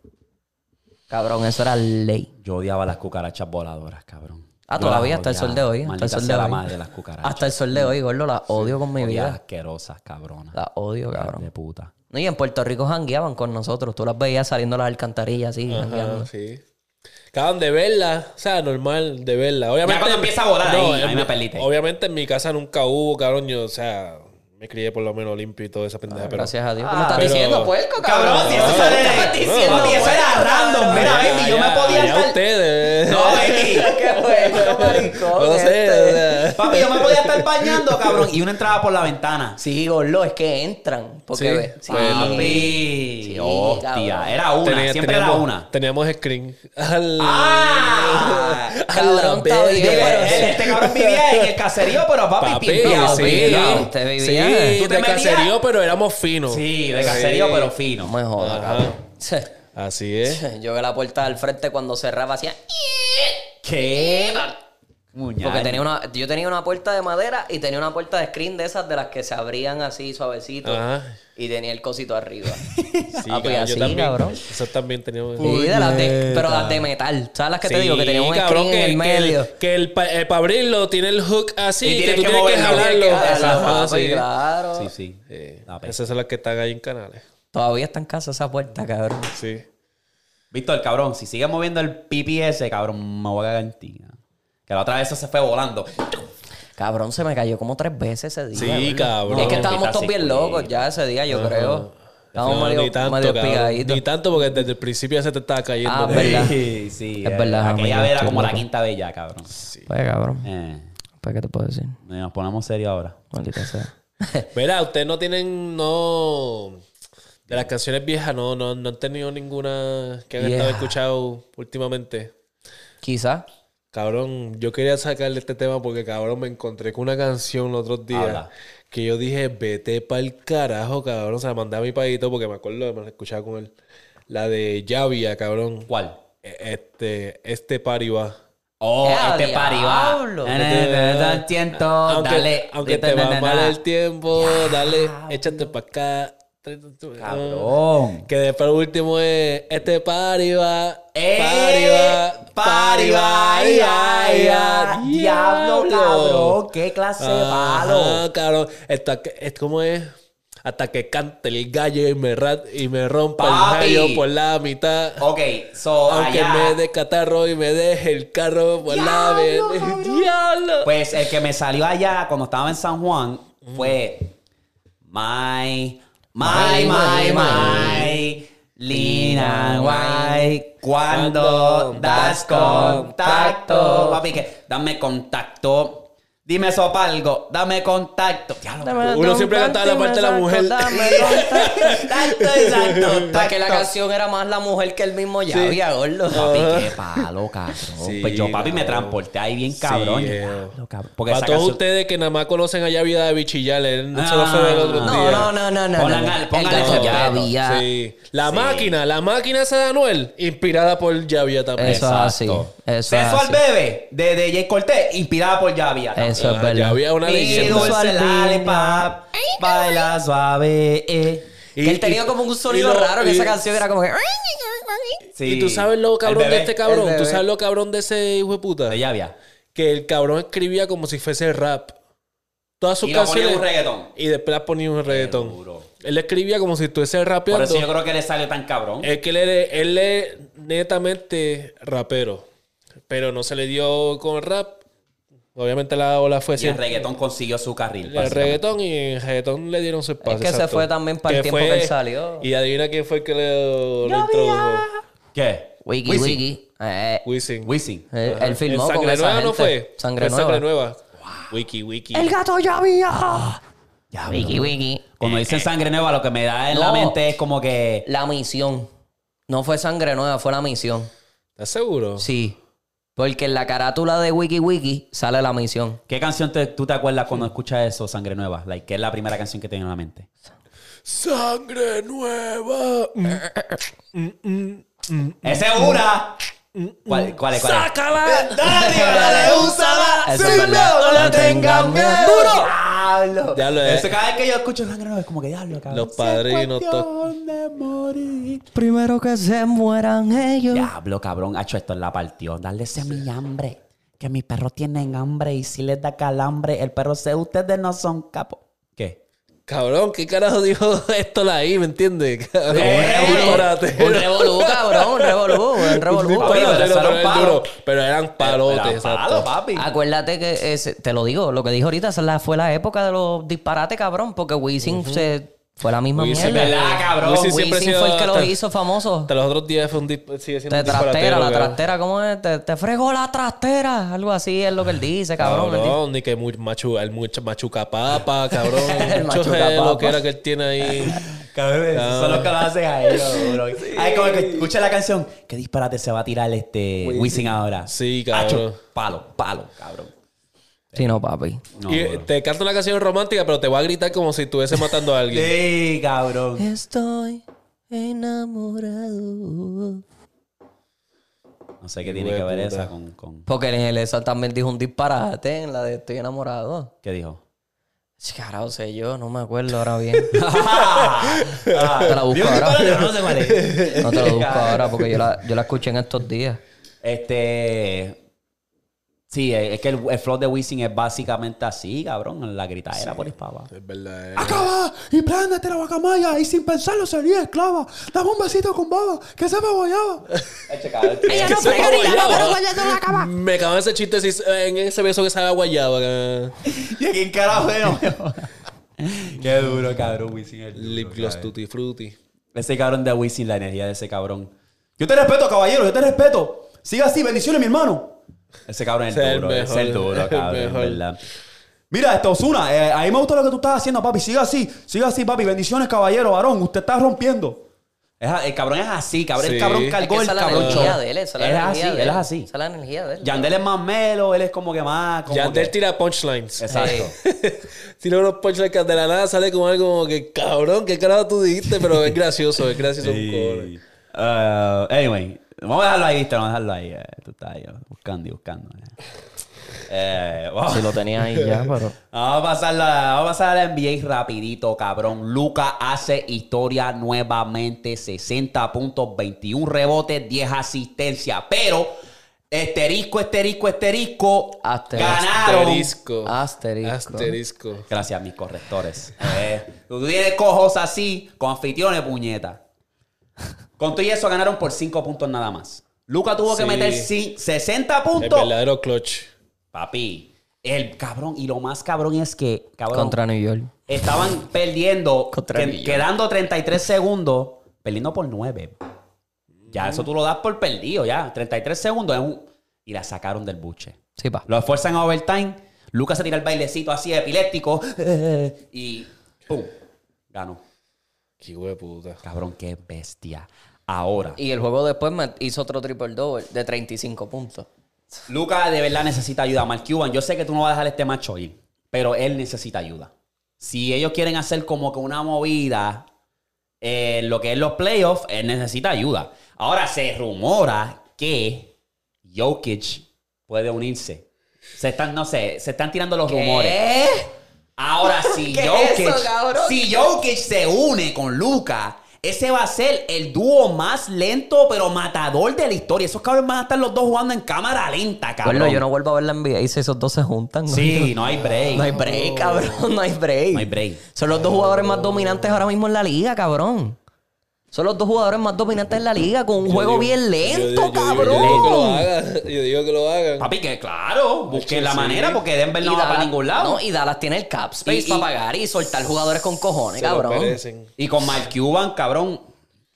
S2: Cabrón, eso era ley.
S1: Yo odiaba las cucarachas voladoras, cabrón.
S2: Ah,
S1: Yo las
S2: todavía hasta el sol de hoy.
S1: odiaba.
S2: Hasta el
S1: Maldita
S2: sol de
S1: sea la
S2: hoy. Ah,
S1: madre de las cucarachas.
S2: Hasta el sol de hoy, gordo, la odio con mi
S1: Odiaba
S2: vida.
S1: asquerosas, cabronas.
S2: La odio, cabrón.
S1: De puta.
S2: No, y en Puerto Rico jangueaban con nosotros. Tú las veías saliendo las alcantarillas así, jangueando.
S3: Ah, sí. Cabrón, de verla, o sea, normal de verla. Obviamente,
S1: Ya cuando empieza a volar ahí,
S3: en
S1: a mí
S3: mi-
S1: me perdiste.
S3: Obviamente en mi casa nunca hubo, cabrón, yo, o sea, me crié por lo menos limpio y toda esa
S1: Ah,
S3: pendeja, pero...
S2: Gracias a Dios. ¿Cómo estás
S3: pero-
S2: diciendo, puerco, cabrón?
S1: Cabrón, si eso sale de
S2: Estás diciendo,
S1: Papi, eso
S2: puerco,
S1: era random.
S2: cabrón.
S1: Mira,
S3: Ya,
S1: baby, yo
S3: ya,
S1: me podía
S3: ya
S1: estar-
S3: ustedes.
S1: No, baby.
S2: Qué puerco, maricón.
S3: No sé,
S2: este.
S3: o sea.
S1: Papi, yo me podía estar bañando, cabrón. Y una entraba por la ventana.
S2: Sí, gordo, es que entran. Porque
S3: Sí,
S2: ve-
S1: Pues
S2: sí.
S1: Papi.
S2: Ah, Sí,
S1: hostia.
S2: cabrón.
S1: Era una.
S3: Tenía-
S1: Siempre
S3: teníamos,
S1: era una.
S3: Teníamos screen. Al-
S1: ¡Ah!
S2: Cabrón, está bien,
S1: Pero
S3: eh,
S2: pero
S1: él,
S2: sí.
S1: este cabrón vivía en el caserío, pero papi,
S3: Papi,
S1: pimpeado,
S3: sí.
S1: pimpeado.
S2: Usted vivía.
S3: Sí,
S1: ¿Tú te
S3: de
S1: metías?
S3: caserío, pero éramos finos.
S1: Sí, de caserío,
S3: Sí.
S1: pero
S2: No
S1: fino.
S2: me jodas,
S3: Ajá.
S2: cabrón.
S3: Así es.
S2: Yo que la puerta del frente cuando cerraba hacía...
S1: ¿Qué?
S2: Porque tenía una, yo tenía una puerta de madera y tenía una puerta de screen de esas de las que se abrían así suavecito.
S3: Ajá.
S2: Y tenía el cosito arriba.
S3: Sí,
S2: Ah, pues
S3: cabrón,
S2: así,
S3: yo también.
S2: cabrón.
S3: Eso también teníamos.
S2: Y de las de, pero las de metal. ¿Sabes las que te digo? Que tenía un
S3: cabrón,
S2: screen en el medio.
S3: Que, el, pa- eh, para abrirlo tiene el hook así.
S1: Y
S3: que
S1: tienes
S3: tú
S1: que
S3: tienes que
S1: moverlo.
S3: jalarlo.
S1: Tienes que jalarlo,
S3: Ajá,
S2: papi,
S3: Ah, sí.
S2: claro. pues.
S1: Sí, sí. Ah, pues. La pe-
S3: Esas son las que están ahí en canales.
S2: Todavía está en casa esa puerta, cabrón.
S3: Sí.
S1: Víctor, cabrón, si sigues moviendo el PPS, cabrón, me voy a cagar en ti. Que la otra vez eso se fue volando.
S2: Cabrón, se me cayó como tres veces ese día.
S3: Sí,
S2: gordo.
S3: cabrón.
S2: Es que
S1: Está
S2: estábamos
S1: así,
S2: todos bien
S1: culito.
S2: locos ya ese día, yo creo. Estábamos
S3: No,
S2: medio,
S3: ni tanto,
S2: medio
S3: cabrón.
S2: picaditos.
S3: Ni tanto porque desde el principio ya se te estaba cayendo.
S2: Ah,
S3: cabrón.
S2: verdad.
S1: Sí, sí.
S2: Es
S1: eh,
S2: verdad,
S1: Aquella
S2: amigo,
S1: vez era
S2: estoy
S1: como la
S2: loco.
S1: quinta vez ya, cabrón.
S2: Pues, cabrón.
S1: Eh,
S2: Pues, ¿qué te puedo decir?
S1: nos ponemos serios ahora.
S2: Maldita sea.
S3: Mira, ustedes no tienen, no. De las canciones viejas, no, no, no han tenido ninguna que han
S2: Yeah.
S3: estado escuchado últimamente.
S2: Quizá.
S3: Cabrón, yo quería sacarle este tema porque, cabrón, me encontré con una canción los otros días
S1: Habla.
S3: que yo dije, vete pa'l carajo, cabrón. Se la mandé a mi paguito porque me acuerdo, me la escuchaba con él. La de Llavia, cabrón.
S1: ¿Cuál?
S3: E- Este, este party va.
S1: Oh,
S2: ¡Ah,
S1: este pari va.
S2: diablo!
S1: Na, na, na, na, na, siento,
S3: Aunque,
S1: dale.
S3: aunque
S1: Na,
S3: te
S1: na,
S3: va
S1: na,
S3: mal
S1: na.
S3: el tiempo, dale, échate pa' acá.
S1: Cabrón.
S3: Que después el último es este party va.
S1: Eh,
S3: Party va.
S1: Pari va. ay, ay, ay,
S3: ay,
S1: Diablo, cabrón. Qué clase de
S3: Ajá,
S1: palo.
S3: cabrón. Hasta que, es como es. Hasta que cante el gallo y me, ra- y me rompa
S1: Papi. Oh,
S3: el gallo por la mitad.
S1: Ok, so
S3: aunque
S1: allá.
S3: me dé catarro y me deje el carro por la mitad. Diablo.
S1: Pues el que me salió allá cuando estaba en San Juan fue My, My,
S2: My,
S1: My,
S2: my,
S1: My, Lina Guay. Cuando das contacto. Papi, que dame contacto. Dime sopalgo, dame contacto. Diablo,
S3: Uno siempre cantaba la parte de la mujer.
S1: Contacto, exacto.
S2: Para que la canción era más la mujer que el mismo ya había, gordo.
S1: Papi, qué palo, cabrón.
S3: Sí,
S1: pues yo, papi, me
S3: cabrón.
S1: transporté ahí bien cabrón.
S3: Sí,
S1: Yo,
S3: eh.
S1: diablo, cabrón. Porque
S3: Para
S1: esa
S3: todos
S1: canción-
S3: ustedes que nada más conocen allá vida de bichillar, él se lo fue el otro
S1: No,
S3: día.
S2: No, no, no, no.
S1: Pongan
S2: no.
S1: al- pongan
S2: El
S1: al-
S2: gato ya
S1: ya
S2: había.
S3: Ah, Sí. La máquina, la máquina esa de Anuel, inspirada por Yavia también.
S2: Eso es así. Eso es
S1: Sexo al
S2: así.
S1: bebé de, de Jay Cortés, inspirada por Yavia.
S2: Eso es
S3: Ah,
S2: verdad.
S3: Yavia, una
S1: Y
S3: leyenda.
S2: Sexo
S1: dulce
S2: al
S1: lollipop, baila suave. eh.
S3: Y-
S2: Que él tenía
S3: y-
S2: como un
S3: y
S2: sonido
S3: lo-
S2: raro en
S3: y-
S2: esa canción. Era como que...
S1: Sí.
S3: Y tú sabes lo
S1: El
S3: cabrón de
S1: bebé
S3: este cabrón.
S2: el
S3: Tú
S2: bebé.
S3: sabes lo cabrón de ese hijo de puta.
S1: De Yavia.
S3: Que el cabrón escribía como si fuese rap. Todas sus
S1: Y lo ponía
S3: canciones.
S1: en un reggaetón.
S3: Y después las ponía en un reggaetón.
S1: duro.
S3: Él escribía como si estuviese
S1: Por
S3: rapeando.
S1: eso yo creo que le salió tan cabrón.
S3: Es que él, es- él es netamente rapero. Pero no se le dio con el rap. Obviamente la ola fue
S1: Y el
S3: siempre.
S1: reggaetón consiguió su carril.
S3: El
S1: básicamente.
S3: reggaetón y el reggaetón le dieron su espacio.
S2: que se fue también para el tiempo que él salió.
S3: Y adivina quién fue el que le, lo introdujo.
S1: ¿Qué?
S2: Wiki,
S1: Wisin.
S2: wiki. Eh,
S3: Wisin.
S1: Wisin.
S2: eh,
S3: Ajá.
S2: Él filmó
S3: En
S2: con
S3: Sangre
S2: esa
S3: Nueva
S2: gente.
S3: no fue.
S2: Sangre
S3: En
S2: Nueva.
S3: Sangre Nueva. Wiki, wiki.
S2: gato ya había. Wiki, wiki.
S1: Cuando dicen
S3: Eh.
S1: sangre nueva, lo que me da en
S2: No.
S1: la mente es como que.
S2: La misión. No fue Sangre Nueva, fue la misión.
S3: ¿Estás seguro?
S2: Sí. Porque en la carátula de Wiki Wiki sale la misión.
S1: ¿Qué canción te- tú te acuerdas cuando escuchas eso, Sangre Nueva? Like, ¿Qué es la primera canción que te viene a la mente?
S3: Sangre nueva. Mm,
S1: ¡Esa es una! ¿Cuál, cuál es? Cuál es?
S3: ¡Sácala!
S1: ¡Dale, úsala!
S2: Eso es verdad. No tengas miedo.
S1: ¡Diablo!
S3: Diablo, eh.
S1: Eso, cada vez que yo escucho Sangre Nueva es como que diablo, cabrón.
S3: Los padrinos,
S1: Si es cuestión de morir.
S2: Primero que se mueran ellos.
S1: Diablo, cabrón. Ha hecho esto en la partió. Dale ese mi hambre. Que mis perros tienen hambre y si les da calambre, el perro se... Ustedes no son capos. ¿Qué?
S3: Cabrón, ¿qué carajo dijo esto la I? ¿Me entiendes? Cabrón,
S1: Eh,
S3: un disparate.
S2: Un revolú, cabrón. Un revolú. Un
S3: Un
S2: revolú.
S1: Papi, pero
S3: disparate,
S1: eso
S3: pero,
S1: era un
S3: eran
S1: palo.
S3: duros. Pero eran palotes,
S1: Era palo,
S3: exacto.
S1: papi.
S2: Acuérdate que ese- te lo digo, lo que dijo ahorita esa la- fue la época de los disparates, cabrón, porque Wisin se, fue la misma
S3: Wisin,
S2: mierda.
S1: ¿verdad, cabrón?
S3: Wisin
S2: Wisin,
S3: siempre ha sido
S2: fue el que los
S3: hasta-
S2: hizo famosos.
S3: Hasta los otros días fue un disparate. Sigue siendo
S2: Te
S3: un disparatero,
S2: trastera, la
S3: cabrón.
S2: trastera, ¿cómo es? Te, te fregó la trastera. Algo así es lo que él dice, cabrón. Él dice-
S3: Cabrón, ni que muy machu, el mucho machucapapa, cabrón.
S2: El
S3: Mucho
S2: machucapapa.
S3: gel, lo que era que él tiene ahí.
S1: Cabrón, esos son los que lo hacen a ellos, bro. Ay, como que escucha la canción. ¿Qué disparate se va a tirar este Wisin ahora?
S3: Sí, cabrón.
S1: Acho, palo, palo, cabrón.
S2: Sí, no, papi.
S1: No,
S3: y eh,
S1: bro.
S3: te canta una canción romántica, pero te va a gritar como si estuviese matando a
S1: eh,
S3: alguien.
S1: Sí, cabrón.
S2: Estoy enamorado.
S1: No sé qué tiene que ver esa con, con...
S2: Porque en el esa también dijo un disparate en la de Estoy enamorado.
S1: ¿Qué dijo?
S2: Sí, Carajo, sé yo, no me acuerdo ahora bien.
S1: Ah, Te
S2: la busco ahora.
S1: No sé cuál es.
S2: No te lo busco ahora porque yo la, yo la escuché en estos días.
S1: Este. Sí, es es que el, el flow de Wisin es básicamente así, cabrón. La gritadera por el pava.
S3: Es verdad, eh.
S5: Acaba y préndete la guacamaya y sin pensarlo sería esclava. Dame un besito con baba que se me guayaba.
S1: Ella
S3: Que
S1: no-
S3: se me guayaba.
S5: guayaba.
S3: Me acababa ese chiste si- en ese beso que sale a guayaba. eh.
S1: ¿Y aquí en carajo de nuevo? Qué duro, cabrón, Wisin. es duro,
S3: Lip gloss tutti frutti.
S1: Ese cabrón de Wisin, la energía de ese cabrón. Yo te respeto, caballero, yo te respeto. Siga así, bendiciones, mi hermano. Ese cabrón es
S3: Ese es
S1: el
S3: el
S1: duro, ese es el
S3: mejor,
S1: duro,
S3: el
S1: cabrón, en
S3: mejor.
S1: verdad. Mira, este Osuna, eh, a mí me gusta lo que tú estás haciendo, papi. Siga así, siga así, papi. Bendiciones, caballero, varón. Usted está rompiendo. Es a- el cabrón es así, cabrón.
S3: Sí.
S1: El cabrón
S3: Es que
S1: cargó
S2: Es que esa
S1: el
S2: es la
S1: cabrón.
S2: energía
S1: show.
S2: de él, esa es la
S1: Él es
S2: energía
S1: así,
S2: de
S1: él es
S2: él.
S1: así.
S2: Esa es la energía de él.
S1: Yandel es más melo, él es como que más. como
S3: Yandel
S1: que-
S3: tira punchlines.
S1: Exacto.
S3: Tira unos punchlines que de la nada sale como algo como que cabrón, qué carajo tú dijiste, pero es gracioso, es gracioso. un cojones.
S1: Sí. Ah, anyway, vamos a dejarlo ahí, ¿viste? Vamos a dejarlo ahí. eh. Tú estás ahí, eh, buscando y buscando. eh. Eh, vamos,
S2: Si lo tenía ahí ya, pero.
S1: vamos a pasar la, vamos a pasar a la NBA rapidito, cabrón. Luca hace historia nuevamente. 60 puntos, 21 rebotes, 10 asistencias. Pero, esterisco, esterisco, esterisco,
S2: Asterisco.
S1: ganaron.
S3: Asterisco.
S2: Asterisco.
S3: Asterisco.
S1: Gracias, mis correctores. Eh, tú tienes cojos así, con anfitriones, puñeta. Con todo y eso ganaron por 5 puntos nada más. Luca tuvo que
S3: Sí.
S1: meter sí, 60
S3: El
S1: puntos.
S3: verdadero clutch.
S1: Papi, el cabrón, y lo más cabrón es que, cabrón,
S2: Contra New York.
S1: estaban perdiendo,
S2: Contra
S1: que-
S2: New York.
S1: quedando 33 segundos, perdiendo por 9. Ya, eso tú lo das por perdido, ya. 33 segundos es un- y la sacaron del buche.
S2: Sí, pa.
S1: Lo esfuerzan a overtime. Lucas se tira el bailecito así epiléptico eh, y ¡pum! Ganó.
S3: Qué hijo de puta.
S1: Cabrón, qué bestia. Ahora,
S2: Y el juego después me hizo otro triple double de 35 puntos.
S1: Lucas de verdad necesita ayuda. Mark Cuban, yo sé que tú no vas a dejar este macho ir, pero él necesita ayuda. Si ellos quieren hacer como que una movida en lo que es los playoffs, él necesita ayuda. Ahora se rumora que Jokic puede unirse. Se están, no sé, se están tirando los rumores. Ahora, si
S2: ¿Qué es
S1: Jokic,
S2: eso, cabrón?
S1: si Jokic se une con Luca, ese va a ser el dúo más lento pero matador de la historia. Esos cabrones van a estar los dos jugando en cámara lenta, cabrón.
S2: Bueno, yo no vuelvo a ver la NBA y si esos dos se juntan. ¿no?
S1: Sí, no hay break.
S2: No hay break, cabrón. No hay break.
S1: No hay break.
S2: Son los dos jugadores más dominantes ahora mismo en la liga, cabrón. Son los dos jugadores más dominantes en la liga con un juego bien
S3: Yo
S2: lento,
S3: digo- yo digo-
S2: cabrón.
S3: Yo digo que lo hagan. Yo digo que lo hagan.
S1: Papi, que claro, busquen la
S3: Sí.
S1: manera porque Denver no va para
S2: Dallas-
S1: ningún lado.
S2: No, y Dallas tiene el cap space
S1: Y- y-
S2: para pagar y soltar jugadores con cojones,
S3: Se lo
S2: cabrón.
S3: merecen.
S1: Y con Mark Cuban, cabrón,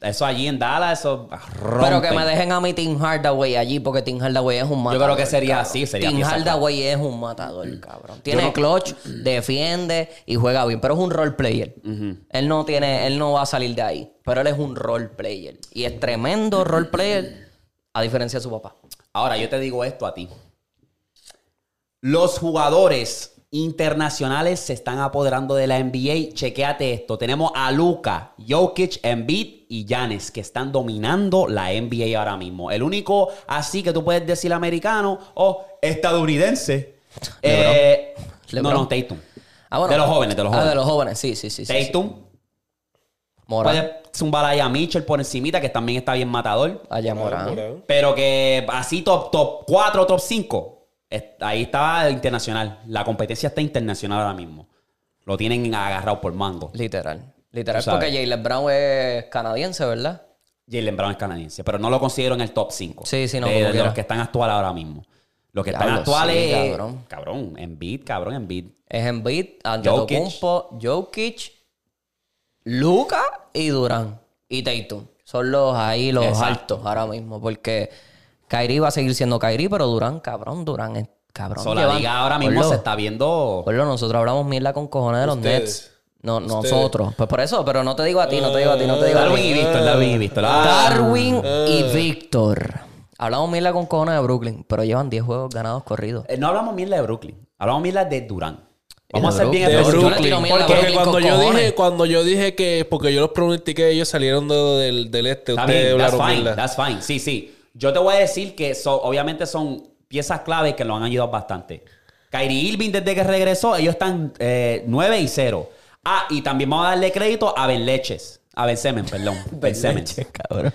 S1: eso allí en Dallas, eso
S2: Pero que
S1: rompen.
S2: me dejen a mi Tim Hardaway allí porque Tim Hardaway es un matador.
S1: creo que sería
S2: cabrón.
S1: así, sería
S2: Tim
S1: pieza
S2: Hardaway es un matador, cabrón. Tiene clutch, defiende y juega bien, pero es un role player. Él no tiene, él no va a salir de ahí, pero él es un role player y es tremendo role player a diferencia de su papá.
S1: Ahora, yo te digo esto a ti. Los jugadores internacionales se están apoderando de la NBA. Chequéate esto. Tenemos a Luca, Jokic, Embiid y Giannis que están dominando la NBA ahora mismo. El único así que tú puedes decir americano o estadounidense. eh,
S2: LeBron.
S1: No, no, Tatum.
S2: Ah, bueno.
S1: de los jóvenes, de los
S2: Ah,
S1: jóvenes.
S2: de los jóvenes, sí, sí, sí. sí, sí.
S1: Tatum.
S2: Morán.
S1: Puedes zumbar ahí a Mitchell por encimita, que también está bien matador.
S2: Allá
S3: Morán,
S2: Morán.
S3: Morán.
S1: Pero que así top, top 4, top 5. Ahí está internacional. La competencia está internacional ahora mismo. Lo tienen agarrado por mango.
S2: Literal. Literal.
S1: Tú sabes.
S2: Porque Jalen Brown es canadiense, ¿verdad?
S1: Jalen Brown es canadiense, pero no lo considero en el top 5.
S2: Sí, sí, no,
S1: De
S2: como
S1: los
S2: quiera.
S1: que están actuales ahora mismo. Los que están
S2: Diablo,
S1: actuales.
S2: sí,
S1: eh,
S2: cabrón.
S1: cabrón, Embiid, cabrón, Embiid.
S2: Es Embiid, Antetokounmpo, Jokic, Luca y Durán. Y Tatum. Son los ahí, los
S1: Exacto.
S2: altos ahora mismo. Porque Kyrie va a seguir siendo Kyrie, pero Durán, cabrón, Durán es cabrón.
S1: So, la
S2: Llevan-
S1: liga ahora mismo
S2: Ponlo,
S1: se está viendo.
S2: ponlo, nosotros hablamos mierda con cojones de los
S3: Ustedes.
S2: Nets. No,
S3: Ustedes.
S2: nosotros. Pues por eso, pero no te digo a ti, no te digo a ti, no te digo a ti.
S1: Darwin y Víctor, Darwin y Víctor. Ah.
S2: Darwin y
S3: Ah.
S2: Víctor. Hablamos mierda con cojones de Brooklyn, pero llevan 10 juegos ganados corridos.
S1: Eh, No hablamos mierda de Brooklyn. Hablamos mierda de Durán. Vamos a
S2: de
S1: ser bien
S3: De
S2: Brooklyn.
S1: específicos.
S2: Yo le tiro
S3: Brooklyn.
S2: mierda a
S3: Porque
S2: Brooklyn
S3: cuando
S2: con
S3: yo,
S2: cojones.
S3: dije, cuando yo dije que. Porque yo los pronostiqué, ellos salieron de- del, del este.
S1: Está
S3: Ustedes
S1: bien, that's
S3: hablaron
S1: fine,
S3: mierda.
S1: that's fine. Sí, sí. Yo te voy a decir que son- obviamente son piezas clave que lo han ayudado bastante. Kyrie Irving, desde que regresó, ellos están eh, 9 y 0. Ah, y también vamos a darle crédito a Ben Leches. A Ben Semen, perdón. ben Semen.
S2: cabrón.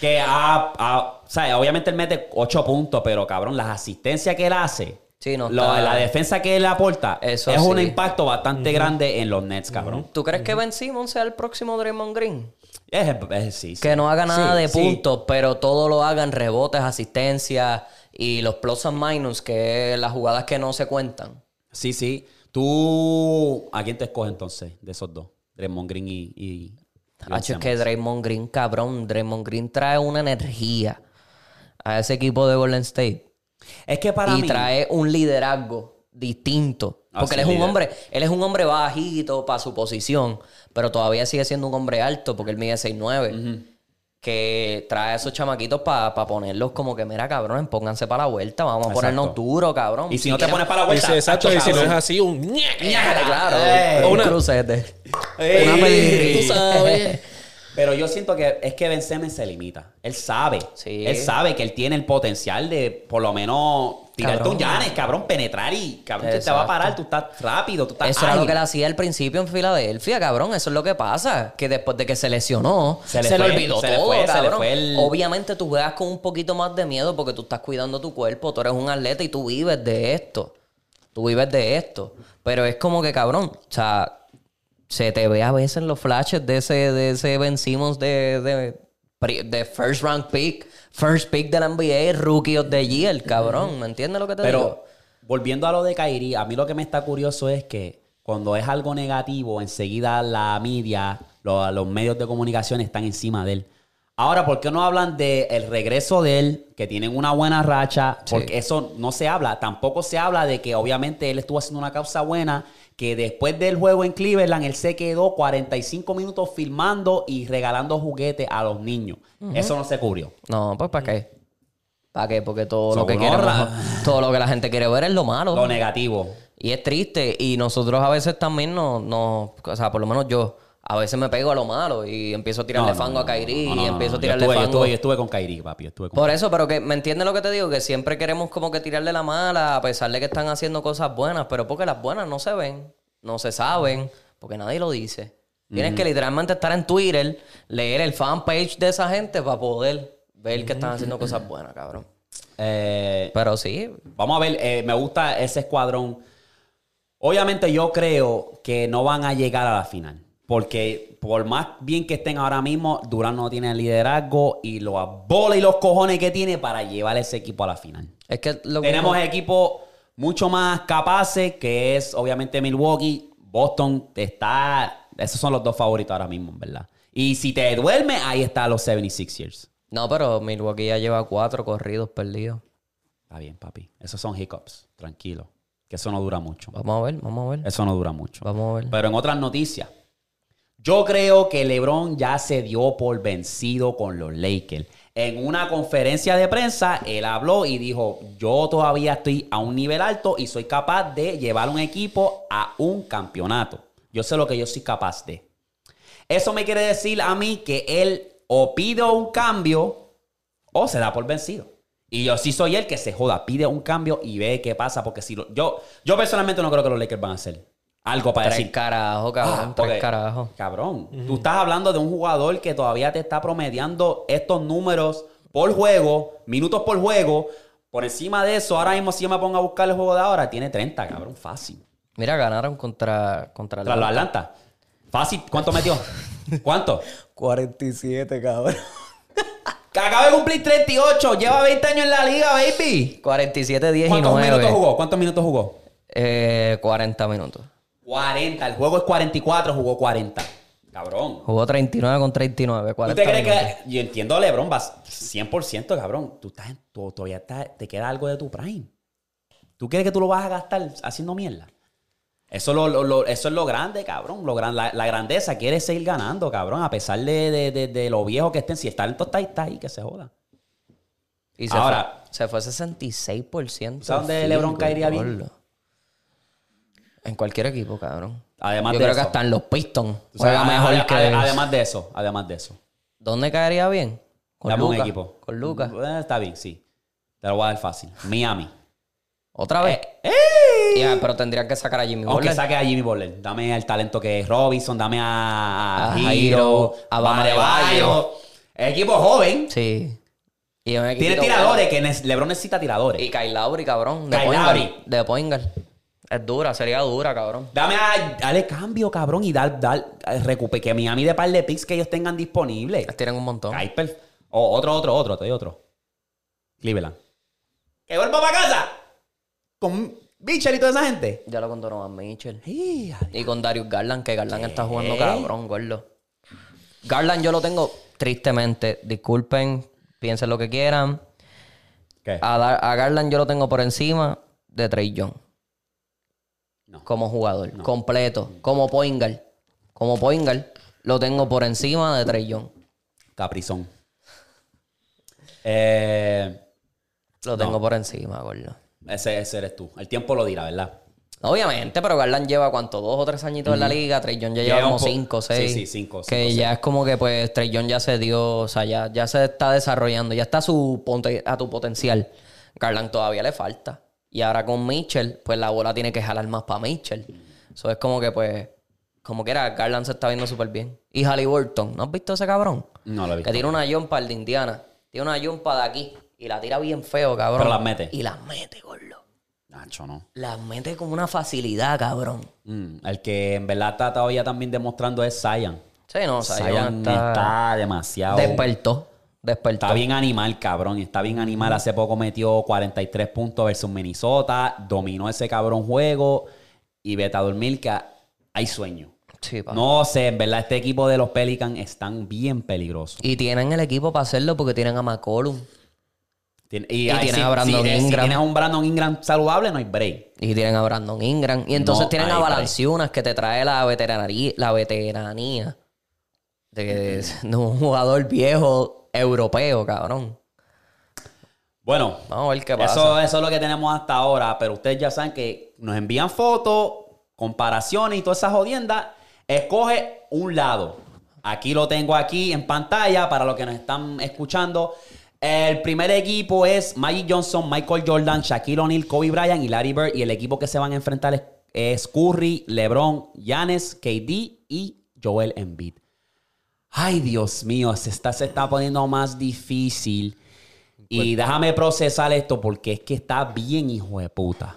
S1: Que ha- ha- o sea, obviamente él mete 8 puntos, pero cabrón, las asistencias que él hace,
S2: Sí, no
S1: lo-
S2: está-
S1: la defensa que él aporta,
S2: Eso
S1: es un
S2: sí.
S1: impacto bastante grande en los Nets, cabrón.
S2: ¿Tú crees que Ben Simmons sea el próximo Draymond Green?
S1: Es, es- sí, sí.
S2: Que no haga nada
S1: Sí,
S2: de
S1: sí.
S2: puntos, pero todo lo hagan rebotes, asistencias y los plus and minus, que es las jugadas que no se cuentan.
S1: Sí, sí. Tú, ¿a quién te escoges entonces de esos dos? Draymond Green y... y y
S2: Hacho, es
S1: Simmons.
S2: que Draymond Green, cabrón, Draymond Green trae una energía a ese equipo de Golden State.
S1: Es que para
S2: y
S1: mí...
S2: trae un liderazgo distinto.
S1: Ah, sí,
S2: Porque él es un
S1: líder.
S2: hombre, él es un hombre bajito para su posición, pero todavía sigue siendo un hombre alto porque él mide 6'9. Que trae a esos chamaquitos para ponerlos como que, mira, cabrón, pónganse para la vuelta, vamos a
S1: Exacto.
S2: ponernos duro, cabrón.
S1: Y si, no te
S2: quieren-
S1: pones para la
S3: Dice,
S1: vuelta...
S3: exacto,
S1: hacho,
S3: y si no es
S1: cabrón.
S3: así, un. ñe.
S2: Ñájate, claro,
S1: Ey.
S2: un
S3: Una-
S2: crucete.
S1: Ey.
S2: Una pelirri.
S1: Tú sabes. Pero yo siento que es que Ben Simmons se limita. Él sabe.
S2: Sí.
S1: Él sabe que él tiene el potencial de, por lo menos, tirarte
S2: Cabrón.
S1: un Giannis, cabrón, penetrar y, cabrón, que te va a
S2: Exacto.
S1: parar. Tú estás rápido, tú estás
S2: Eso era lo
S1: ágil.
S2: que él hacía al principio en Filadelfia, cabrón. Eso es lo que pasa. Que después de que se lesionó,
S1: Se le
S2: se le,
S1: fue,
S2: olvidó
S1: se le
S2: todo,
S1: fue, se le
S2: cabrón.
S1: fue el-
S2: Obviamente tú juegas con un poquito más de miedo porque tú estás cuidando tu cuerpo. Tú eres un atleta y tú vives de esto. Tú vives de esto. Pero es como que, cabrón, o sea, se te ve a veces en los flashes de ese, de ese Ben Simmons de, de, pri- de first round pick. First pick de la NBA, rookie of the year, cabrón. ¿Me entiendes lo que te digo?
S1: Pero volviendo a lo de Kairi, a mí lo que me está curioso es que cuando es algo negativo, enseguida la media, lo- los medios de comunicación están encima de él. Ahora, ¿por qué no hablan de el regreso de él, que tienen una buena racha? Porque eso no se habla. Tampoco se habla de que obviamente él estuvo haciendo una causa buena, que después del juego en Cleveland, él se quedó 45 minutos filmando y regalando juguetes a los niños. Eso no se cubrió.
S2: No, pues ¿para qué? ¿Para qué? Porque todo
S1: Mm. So,
S2: lo que
S1: no,
S2: queremos,
S1: ra-
S2: todo lo que la gente quiere ver es lo malo.
S1: Lo negativo.
S2: Y es triste. Y nosotros a veces también no, no, o sea, por lo menos yo, a veces me pego a lo malo y empiezo a tirarle
S1: No, no,
S2: fango
S1: no,
S2: a Kairi
S1: no, no,
S2: y
S1: no,
S2: empiezo
S1: no.
S2: a tirarle
S1: yo estuve, yo
S2: fango. Pues,
S1: estuve, yo estuve con Kairi, papi. Yo estuve con
S2: Por eso, pero que me entiendes lo que te digo, que siempre queremos como que tirarle la mala, a pesar de que están haciendo cosas buenas, pero porque las buenas no se ven, no se saben, porque nadie lo dice. Tienes que literalmente estar en Twitter, leer el fanpage de esa gente para poder ver que están haciendo cosas buenas, cabrón.
S1: Eh,
S2: Pero sí,
S1: Vamos a ver, eh, me gusta ese escuadrón. Obviamente yo creo que no van a llegar a la final. Porque por más bien que estén ahora mismo, Durán no tiene el liderazgo y los bola y los cojones que tiene para llevar ese equipo a la final.
S2: es que lo
S1: Tenemos
S2: mismo-
S1: equipos mucho más capaces, que es obviamente Milwaukee. Boston está... Esos son los dos favoritos ahora mismo, en ¿verdad? Y si te duermes, ahí están los 76ers.
S2: No, pero Milwaukee ya lleva cuatro corridos perdidos.
S1: Está bien, papi. Esos son hiccups. Tranquilo. Que eso no dura mucho.
S2: Vamos a ver, vamos a ver.
S1: Eso no dura mucho.
S2: Vamos a ver.
S1: Pero en otras noticias, yo creo que LeBron ya se dio por vencido con los Lakers. En una conferencia de prensa, él habló y dijo, yo todavía estoy a un nivel alto y soy capaz de llevar un equipo a un campeonato. Yo sé lo que yo soy capaz de. Eso me quiere decir a mí que él o pide un cambio o se da por vencido. Y yo sí soy el que se joda, pide un cambio y ve qué pasa. Porque si lo- yo, yo personalmente no creo que los Lakers van a hacer algo para
S2: Tres
S1: decir.
S2: carajos,
S1: Ah,
S2: cabrón, tres
S1: porque,
S2: carajos.
S1: Cabrón, tú estás hablando de un jugador que todavía te está promediando estos números por juego, minutos por juego. Por encima de eso, ahora mismo si yo me pongo a buscar el juego de ahora, tiene 30, cabrón, fácil.
S2: Mira, ganaron contra... contra
S1: Tras los Atlanta. Fácil, ¿cuánto metió? ¿Cuánto?
S2: 47, cabrón.
S1: Que acaba de cumplir 38, lleva 20 años en la liga, baby.
S2: 47, 10 y
S1: ¿Cuántos
S2: 9.
S1: minutos jugó? ¿Cuántos minutos jugó?
S2: Eh, 40 minutos.
S1: 40, el juego es 44, jugó 40. Cabrón.
S2: Jugó 39 con 39.
S1: ¿Tú
S2: 40
S1: te crees
S2: minutos.
S1: que.? Yo entiendo, Lebron, vas 100%, cabrón. Tú, estás, en- tú todavía estás- te queda algo de tu prime. ¿Tú crees que tú lo vas a gastar haciendo mierda? Eso, lo, lo- lo- eso es lo grande, cabrón. Lo gran- la, la grandeza quiere seguir ganando, cabrón. A pesar de, de- de- de lo viejo que estén. Si el talento está ahí, está ahí, que se joda.
S2: Y se
S1: Ahora-
S2: Fue, se fue 66%.
S1: ¿Sabes dónde
S2: del
S1: LeBron
S2: field
S1: caería
S2: goal.
S1: bien?
S2: En cualquier equipo, cabrón.
S1: Además
S2: Yo
S1: de
S2: creo
S1: eso.
S2: que hasta en los Pistons.
S1: Tú sabes,
S2: Juega
S1: ade-
S2: mejor
S1: ade-
S2: que...
S1: ade- además de eso, además de eso.
S2: ¿Dónde caería bien?
S1: Dame un
S2: Luka,
S1: equipo.
S2: Con Lucas.
S1: Eh, Está bien, sí. Te lo voy a dar fácil. Miami. Eh,
S2: ¿Otra vez? Ya, pero tendrían que sacar a Jimmy
S1: Aunque
S2: Butler.
S1: saque a Jimmy Butler. Dame el talento que es Robinson, dame a,
S2: A
S1: Hiro,
S2: Jairo, a Bam
S1: Badebayo. Equipo joven.
S2: Sí. Y un
S1: Tiene
S2: equipito
S1: tiradores,
S2: bueno.
S1: que ne- LeBron necesita tiradores.
S2: Y Kyle Lowry, cabrón. De
S1: Kyle
S2: point guard.
S1: Lowry.
S2: De point guard. Es dura, sería dura, cabrón.
S1: Dame a, dale cambio, cabrón, y dar, dar, eh, recupe, que Miami de par de picks que ellos tengan disponibles.
S2: Las tienen un montón.
S1: Kuiper. O otro, otro, otro, te doy otro. Cleveland. ¡Que vuelva para casa! Con Mitchell y toda esa gente.
S2: Ya lo contó Donovan Mitchell.
S1: Ey, adiós.
S2: Y con Darius Garland, que Garland está jugando cabrón, gordo. Garland yo lo tengo tristemente. Disculpen, piensen lo que quieran.
S1: ¿Qué?
S2: A, Dar- a Garland yo lo tengo por encima de Trey Young.
S1: No.
S2: Como jugador, completo. Como Poingal. Como Poingal, lo tengo por encima de Trey Young.
S1: Caprizón. Eh.
S2: Lo tengo por encima, gordo.
S1: Ese, ese eres tú. El tiempo lo dirá, ¿verdad?
S2: Obviamente, pero Garland lleva cuánto, dos o tres añitos en la liga, Trey Young ya lleva
S1: Lleva un
S2: como
S1: po-
S2: cinco,
S1: sí,
S2: seis.
S1: sí, cinco,
S2: Que
S1: cinco,
S2: ya es como que pues Trey Young ya se dio, o sea, ya, ya se está desarrollando, ya está a su ponte- a tu potencial. Garland todavía le falta. Y ahora con Mitchell, pues la bola tiene que jalar más para Mitchell. Eso es como que pues, como que era, Garland se está viendo súper bien. Y Halliburton, ¿no has visto ese cabrón?
S1: No lo he visto.
S2: Que tiene una jumpa al de Indiana, tiene una jumpa de aquí y la tira bien feo, cabrón.
S1: Pero las mete.
S2: Y las mete, gordo.
S1: Nacho, no.
S2: Las mete con una facilidad, cabrón.
S1: Mm, el que en verdad está todavía también demostrando es Zion.
S2: Sí, no, o sea,
S1: Zion está...
S2: está,
S1: demasiado...
S2: despertó. Despertó.
S1: Está bien animal, cabrón. Está bien animal. Hace poco metió 43 puntos versus Minnesota. Dominó ese cabrón juego. Y vete a dormir que hay sueño.
S2: Sí, pa.
S1: No sé, en verdad, este equipo de los Pelicans están bien peligrosos.
S2: Y tienen el equipo para hacerlo porque tienen a McCollum.
S1: Tien-
S2: Y
S1: ahí,
S2: tienen
S1: si-
S2: a Brandon
S1: si- eh, Si
S2: Ingram.
S1: tienes a un Brandon Ingram saludable, no hay break.
S2: Y tienen a Brandon Ingram. Y entonces
S1: No
S2: tienen
S1: hay
S2: a
S1: break.
S2: Balanciunas que te trae la veteranaría, la veteranía de, de un jugador viejo europeo, cabrón.
S1: Bueno,
S2: Vamos a ver qué pasa.
S1: eso, eso es lo que tenemos hasta ahora, pero ustedes ya saben que nos envían fotos, comparaciones y todas esas jodiendas. Escoge un lado. Aquí lo tengo aquí en pantalla para los que nos están escuchando. El primer equipo es Magic Johnson, Michael Jordan, Shaquille O'Neal, Kobe Bryant y Larry Bird. Y el equipo que se van a enfrentar es, es Curry, LeBron, Giannis, KD y Joel Embiid. Ay, Dios mío, se está, se está poniendo más difícil. Y déjame procesar esto porque es que está bien, hijo de puta.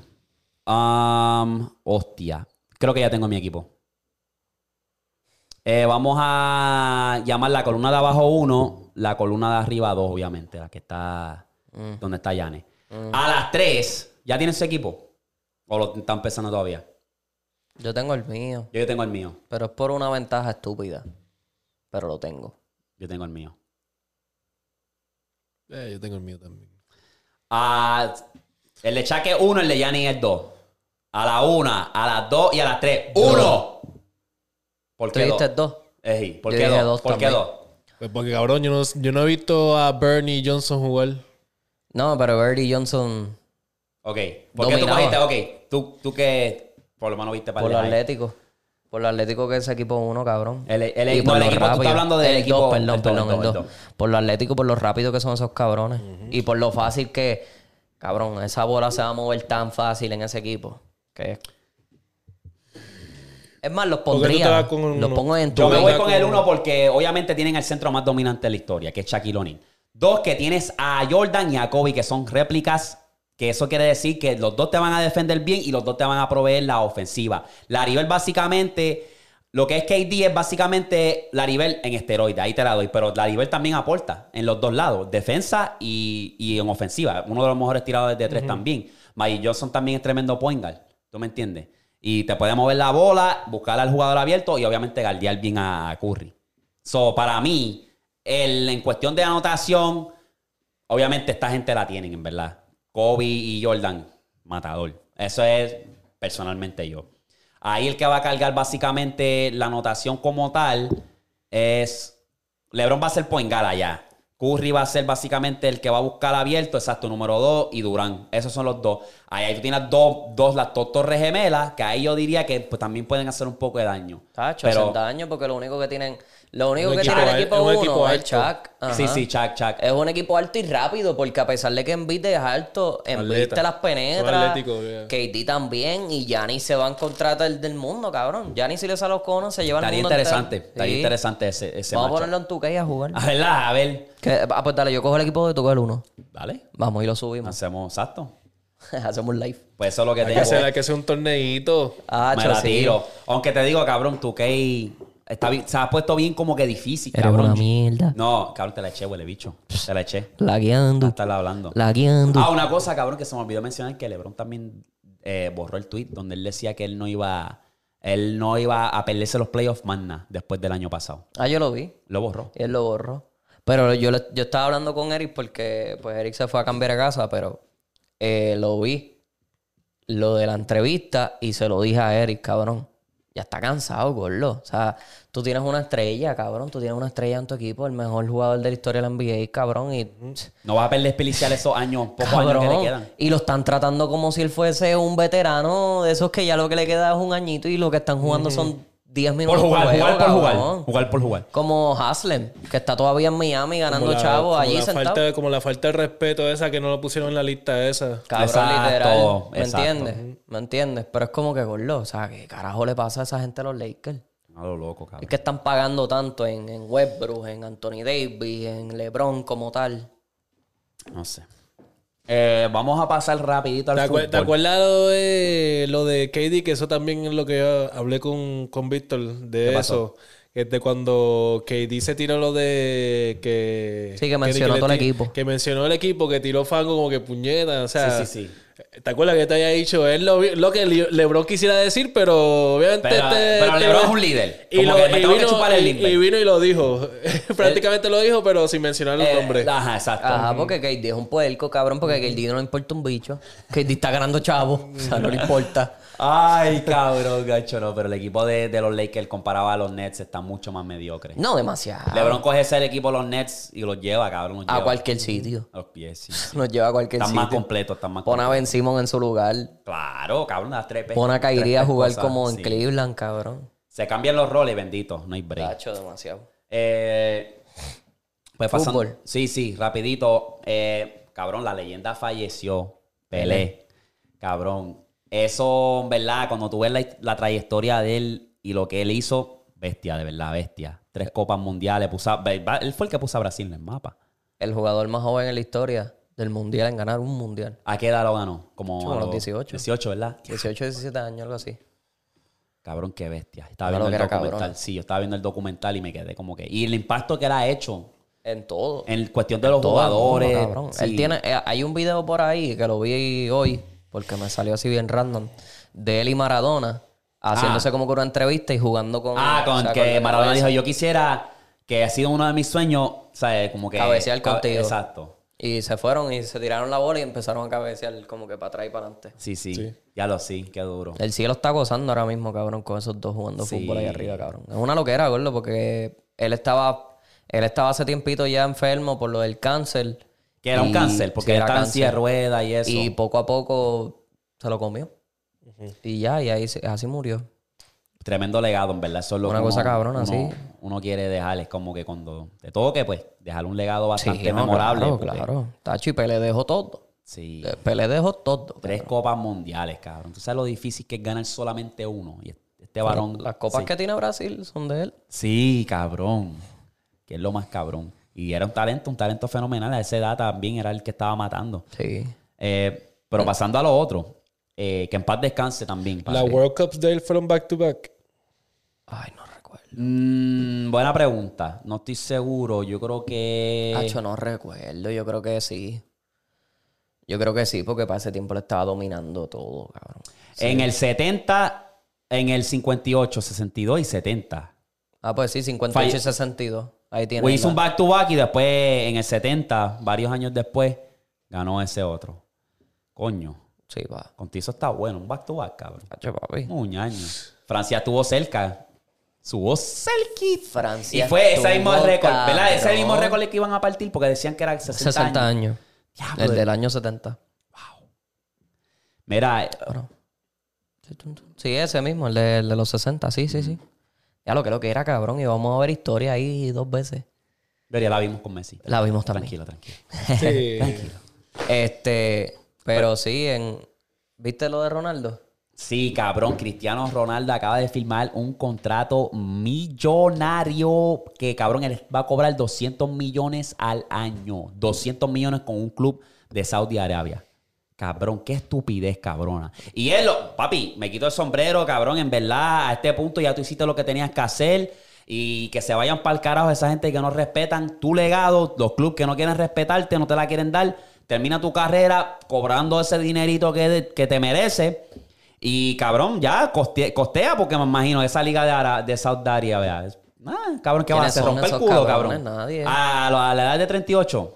S1: Am, hostia. Creo que ya tengo mi equipo. Eh, vamos a llamar la columna de abajo 1, la columna de arriba 2, obviamente, la que está donde está Yane. A las 3, ¿ya tienes ese equipo? ¿O lo está empezando todavía?
S2: Yo tengo el mío,
S1: Yo, yo tengo el mío.
S2: pero es por una ventaja estúpida. Pero lo tengo.
S1: Yo tengo el mío.
S3: Eh, yo tengo el mío también.
S1: Ah, el de Chaque 1, el de Yanni es 2. A la 1, a las 2 y a las 3. ¡Uno! ¿Por
S2: ¿Tú
S1: qué
S2: dijiste
S1: 2?
S2: dos?
S1: Ejí, ¿Por
S2: Yo
S1: qué
S2: dije
S1: 2?
S2: dos
S1: ¿Por qué
S2: también.
S1: 2?
S3: Pues porque, cabrón, yo no, yo no he visto a Bernie Johnson jugar.
S2: No, pero Birdie Johnson
S1: Ok. ¿Por qué tú
S2: Dominaba.
S1: cogiste? Ok. Tú, tú que por lo menos viste para
S2: por lo atlético. Por lo atlético que es equipo uno, cabrón.
S1: El- el-
S2: Y
S1: no,
S2: por
S1: el
S2: lo
S1: equipo, tú estás
S2: rápido.
S1: hablando del
S2: El
S1: equipo-
S2: dos,
S1: el
S2: perdón,
S1: dos,
S2: perdón,
S1: el
S2: el
S1: dos,
S2: dos.
S1: el
S2: Por lo atlético, por lo rápido que son esos cabrones. Y por lo fácil que, cabrón, esa bola se va a mover tan fácil en ese equipo. Que es. Es más, los
S3: tú te vas
S2: pondría.
S3: con uno?
S2: Los pongo en tu
S1: Yo me voy
S3: venga
S1: con el
S3: con-
S1: 1 porque obviamente tienen el centro más dominante de la historia, que es Shaquille O'Neal. Dos, que tienes a Jordan y a Kobe, que son réplicas. Que eso quiere decir que los dos te van a defender bien y los dos te van a proveer la ofensiva. Laribel básicamente, lo que es KD es básicamente Laribel en esteroide, ahí te la doy. Pero Laribel también aporta en los dos lados, defensa y, y en ofensiva. Uno de los mejores tiradores de tres también. Magic Johnson también es tremendo point guard, ¿tú me entiendes? Y te puede mover la bola, buscar al jugador abierto y obviamente guardiar bien a Curry. So, para mí, el, en cuestión de anotación, obviamente esta gente la tienen, en verdad. Kobe y Jordan, matador. Eso es personalmente yo. Ahí el que va a cargar básicamente la anotación como tal es... LeBron va a ser point guard allá. Curry va a ser básicamente el que va a buscar abierto, exacto, número 2 y Durán. Esos son los dos. Ahí, ahí tú tienes dos, dos las dos torres gemelas, que ahí yo diría que pues, también pueden hacer un poco de daño.
S2: Tacho,
S1: Pero-
S2: hacen daño porque lo único que tienen. Lo único
S3: Un
S2: que
S3: equipo
S2: tiene el
S3: al-
S2: equipo
S3: es un
S2: uno
S3: equipo
S2: es
S3: alto.
S2: Chuck. Ajá.
S1: Sí, sí, chac, chac.
S2: Es un equipo alto y rápido, porque a pesar de que Embiid es alto, Embiid
S3: Atleta.
S2: te las
S3: Son
S2: penetra.
S3: atléticos, yeah.
S2: KD también. Y Giannis se van contra el del mundo, cabrón. Giannis si le sale a los conos, se lleva el
S1: Estaría
S2: mundo
S1: interesante,
S2: entero.
S1: estaría
S2: Sí.
S1: interesante ese, ese
S2: Vamos a
S1: matchup. Ah.
S2: ponerlo en tu que a jugar.
S1: A ver, a ver.
S2: Que- Ah, pues dale, yo cojo el equipo de tu que el uno.
S1: Dale.
S2: Vamos y lo subimos.
S1: Hacemos exacto.
S2: Hacemos live.
S1: Pues eso es lo que
S3: Hay que, hacer,
S1: tengo.
S3: hay que hacer un torneito.
S2: Ah,
S1: Me
S2: chao,
S1: la
S2: sí.
S1: tiro. Aunque te digo, cabrón, tu Key está bien- se ha puesto bien como que difícil,
S2: Eres
S1: cabrón.
S2: una mierda.
S1: No, cabrón, te la eché, huele bicho. Te la eché.
S2: Lagueando.
S1: Hasta la hablando.
S2: Lagueando.
S1: Ah, una cosa, cabrón, que se me olvidó mencionar que LeBron también eh, borró el tweet donde él decía que él no iba él no iba a perderse los playoffs más nada después del año pasado.
S2: Ah, yo lo vi.
S1: Lo borró.
S2: Y él lo borró. Pero yo, le- yo estaba hablando con Eric porque pues Eric se fue a cambiar a casa, pero eh, lo vi. Lo de la entrevista y se lo dije a Eric, cabrón. Ya está cansado, gordo. O sea, tú tienes una estrella, cabrón. Tú tienes una estrella en tu equipo, el mejor jugador de la historia de la NBA, cabrón. Y,
S1: No vas a perder despiliciar esos años, pocos años que
S2: cabrón,
S1: te quedan.
S2: y lo están tratando como si él fuese un veterano de esos que ya lo que le queda es un añito y lo que están jugando son 10
S1: Por
S2: minutos.
S1: jugar,
S2: de juego,
S1: jugar por jugar.
S2: cabrón.
S1: Jugar por jugar.
S2: Como Haslem, que está todavía en Miami
S3: Como
S2: ganando
S3: la-
S2: chavos
S3: como
S2: allí
S3: la
S2: sentado.
S3: falta de- como la falta de respeto esa que no lo pusieron en la lista esa.
S2: Cabrón,
S1: Exacto,
S2: literal. ¿Me
S1: exacto.
S2: entiendes? ¿Me entiendes? Pero es como que, gordo, o sea, ¿qué carajo le pasa a esa gente a los Lakers?
S1: A lo loco,
S2: Es
S1: cabrón.
S2: que están pagando tanto en, en Westbrook, en Anthony Davis, en LeBron como tal.
S1: No sé. Eh, vamos a pasar rapidito al
S3: ¿Te,
S1: fútbol.
S3: acuer- te acuerdas lo de, lo de KD? Que eso también es lo que yo hablé con, con Víctor de eso. Que es de cuando KD se tiró lo de que...
S2: Sí, que mencionó
S3: le
S2: todo el
S3: ti-
S2: equipo.
S3: Que mencionó el equipo, que tiró fango como que puñeta. O
S1: Sí,
S3: sea,
S1: sí, sí.
S3: ¿Te acuerdas que te había dicho? Es lo, lo que Le- LeBron quisiera decir, pero obviamente...
S1: Pero-
S3: este-
S1: pero
S3: este-
S1: LeBron es un líder.
S3: Y,
S1: Como
S3: lo-
S1: que me
S3: y
S1: tengo que
S3: vino,
S1: chupar el
S3: y-
S1: limber.
S3: y vino y lo dijo. Prácticamente lo dijo, pero sin mencionar el
S1: Eh,
S3: nombre.
S1: Ajá, exacto.
S2: Ajá, porque KD es un puerco, cabrón, porque KD no le importa un bicho. KD está ganando chavo, o sea, no le importa.
S1: Ay, cabrón, gacho, no. Pero el equipo de, de los Lakers comparado a los Nets está mucho más mediocre.
S2: No, demasiado.
S1: LeBron coge ese equipo de los Nets y los lleva, cabrón. Los
S2: Ah. A
S1: lleva.
S2: cualquier sitio.
S1: Los pies, sí.
S2: Nos lleva a cualquier
S1: Están
S2: sitio.
S1: más completos, están más
S2: Pon a
S1: completos.
S2: Ben Simon en su lugar.
S1: Claro, cabrón, las tres
S2: Pon a
S1: tres
S2: Kyrie a jugar
S1: cosas,
S2: como en
S1: sí.
S2: Cleveland, cabrón.
S1: Se cambian los roles, bendito. No hay break.
S2: Tacho, demasiado.
S1: Eh, pues pasando-
S2: Fútbol.
S1: Sí, sí, rapidito. Eh, cabrón, la leyenda falleció. Pelé. Cabrón. Eso, en verdad, cuando tú ves la, la trayectoria de él y lo que él hizo, bestia, de verdad, bestia. Tres
S2: Eh.
S1: copas mundiales. Puso, a- él fue el que puso a Brasil en el mapa.
S2: El jugador más joven en la historia del mundial en ganar un mundial.
S1: ¿A qué edad lo ganó? Como
S2: Chum, a los 18.
S1: 18, ¿verdad?
S2: 18, 17 años, algo así.
S1: Cabrón, qué bestia. Estaba
S2: Claro
S1: viendo el
S2: que era
S1: documental.
S2: cabrón.
S1: Sí, yo estaba viendo el documental y me quedé como que. Y el impacto que él ha hecho
S2: En todo.
S1: en cuestión de los
S2: Todo el mundo,
S1: jugadores.
S2: cabrón.
S1: sí.
S2: Él tiene, eh, hay un video por ahí que lo vi hoy, porque me salió así bien random, de él y Maradona haciéndose como que una entrevista y jugando con.
S1: Ah,
S2: o
S1: con
S2: sea,
S1: que
S2: la
S1: Maradona
S2: cabeza.
S1: dijo, yo quisiera que ha sido uno de mis sueños, ¿sabes? Como que...
S2: Cabecear
S1: ca-
S2: contigo.
S1: Exacto.
S2: Y se fueron y se tiraron la bola y empezaron a cabecear como que para atrás y para adelante.
S1: Sí, sí, Ya lo sí, qué duro.
S2: El cielo está gozando ahora mismo, cabrón, con esos dos jugando
S1: Sí.
S2: fútbol ahí arriba, cabrón. Es una loquera, gordo, porque él estaba, él estaba hace tiempito ya enfermo por lo del cáncer.
S1: Que era un
S2: Y-
S1: cáncer,
S2: sí,
S1: porque él
S2: era
S1: estaba en
S2: cáncer.
S1: silla de ruedas y eso.
S2: Y poco a poco se lo comió. Y ya, y ahí se- así murió.
S1: Tremendo legado, en verdad. Eso es lo
S2: Una
S1: que
S2: cosa
S1: uno-
S2: cabrona,
S1: uno-
S2: sí.
S1: Uno quiere dejar, es como que cuando te toque, pues, dejar un legado bastante
S2: no,
S1: memorable.
S2: Claro,
S1: porque-
S2: claro. Tacho y Pele dejó todo.
S1: Sí.
S2: Eh, Pele dejó todo.
S1: Tres copas mundiales, cabrón. Tú sabes lo difícil que es ganar solamente uno. Y este varón...
S2: Las copas
S1: sí.
S2: que tiene Brasil son de él.
S1: Sí, cabrón. Que es lo más cabrón. Y era un talento, un talento fenomenal. A esa edad también era el que estaba matando.
S2: Sí.
S1: Eh, pero pasando a lo otro, eh, que en paz descanse también.
S3: La
S1: padre.
S3: World Cup de él fueron back to back.
S2: Ay, no recuerdo.
S1: Mm, buena pregunta. No estoy seguro. Yo creo que.
S2: Tacho, no recuerdo. Yo creo que sí. Yo creo que sí, porque para ese tiempo le estaba dominando todo, cabrón.
S1: En el 70, en el 58, 62 y 70.
S2: Ah, pues sí, 58 y 62. Ahí tiene.
S1: Pues hizo un
S2: la-
S1: back to back y después en el 70, varios años después, ganó ese otro. Coño,
S2: Sí, va.
S1: contigo está bueno. Un back to back, cabrón.
S2: Tacho, papi.
S1: Muñaño. Francia estuvo cerca. Estuvo cerquita.
S2: Francia.
S1: Y fue ese mismo
S2: estuvo,
S1: récord, ¿verdad? Ese
S2: cabrón.
S1: mismo récord que iban a partir porque decían que era 60,
S2: 60
S1: años.
S2: años.
S1: Diablo,
S2: El del año 70.
S1: Mira, eh,
S2: Sí, ese mismo, el de, el de los 60, sí, sí, sí. Ya lo que lo que era, cabrón, y vamos a ver historia ahí dos veces.
S1: Gloria, la vimos con Messi.
S2: La vimos también.
S1: Tranquilo, tranquilo.
S3: Sí.
S2: Este, pero sí, en ¿viste lo de Ronaldo?
S1: Sí, cabrón, Cristiano Ronaldo acaba de firmar un contrato millonario que, cabrón, él va a cobrar 200 millones al año. 200 millones con un club de Saudi Arabia. Cabrón, qué estupidez, cabrona. Y él, lo- papi, me quito el sombrero, cabrón, en verdad, a este punto ya tú hiciste lo que tenías que hacer y que se vayan para el carajo esa gente que no respetan tu legado, los clubes que no quieren respetarte, no te la quieren dar. Termina tu carrera cobrando ese dinerito que, de- que te merece. Y cabrón, ya coste- costea, porque me imagino esa liga de, Ara- de South Daria, vea. es- Ah, cabrón, ¿qué va a
S2: ¿Quiénes
S1: hacer?
S2: son
S1: Romper el
S2: esos
S1: culo,
S2: cabrones?
S1: cabrón.
S2: Nadie.
S1: A, la- a la edad de 38.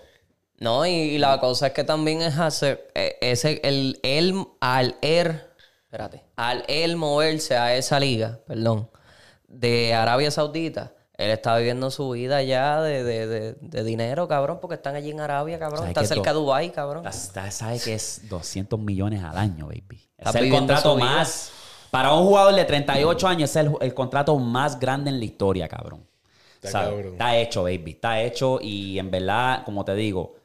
S2: No, y, y la cosa es que también es hacer, eh, ese, el, él, al él, espérate, al él moverse a esa liga, perdón, de Arabia Saudita, él está viviendo su vida ya de, de- de- de dinero, cabrón, porque están allí en Arabia, cabrón,
S1: ¿Sabes
S2: está
S1: qué?
S2: cerca de
S1: Do-
S2: Dubái, cabrón.
S1: Sabes que es 200 millones al año, baby.
S2: Está
S1: Es el
S2: pidiendo
S1: contrato
S2: su vida.
S1: más. Para un jugador de 38 años, es el, el contrato más grande en la historia, cabrón.
S3: Está
S1: ¿Sabes?
S3: cabrón.
S1: Está hecho, baby. Está hecho. Y en verdad, como te digo,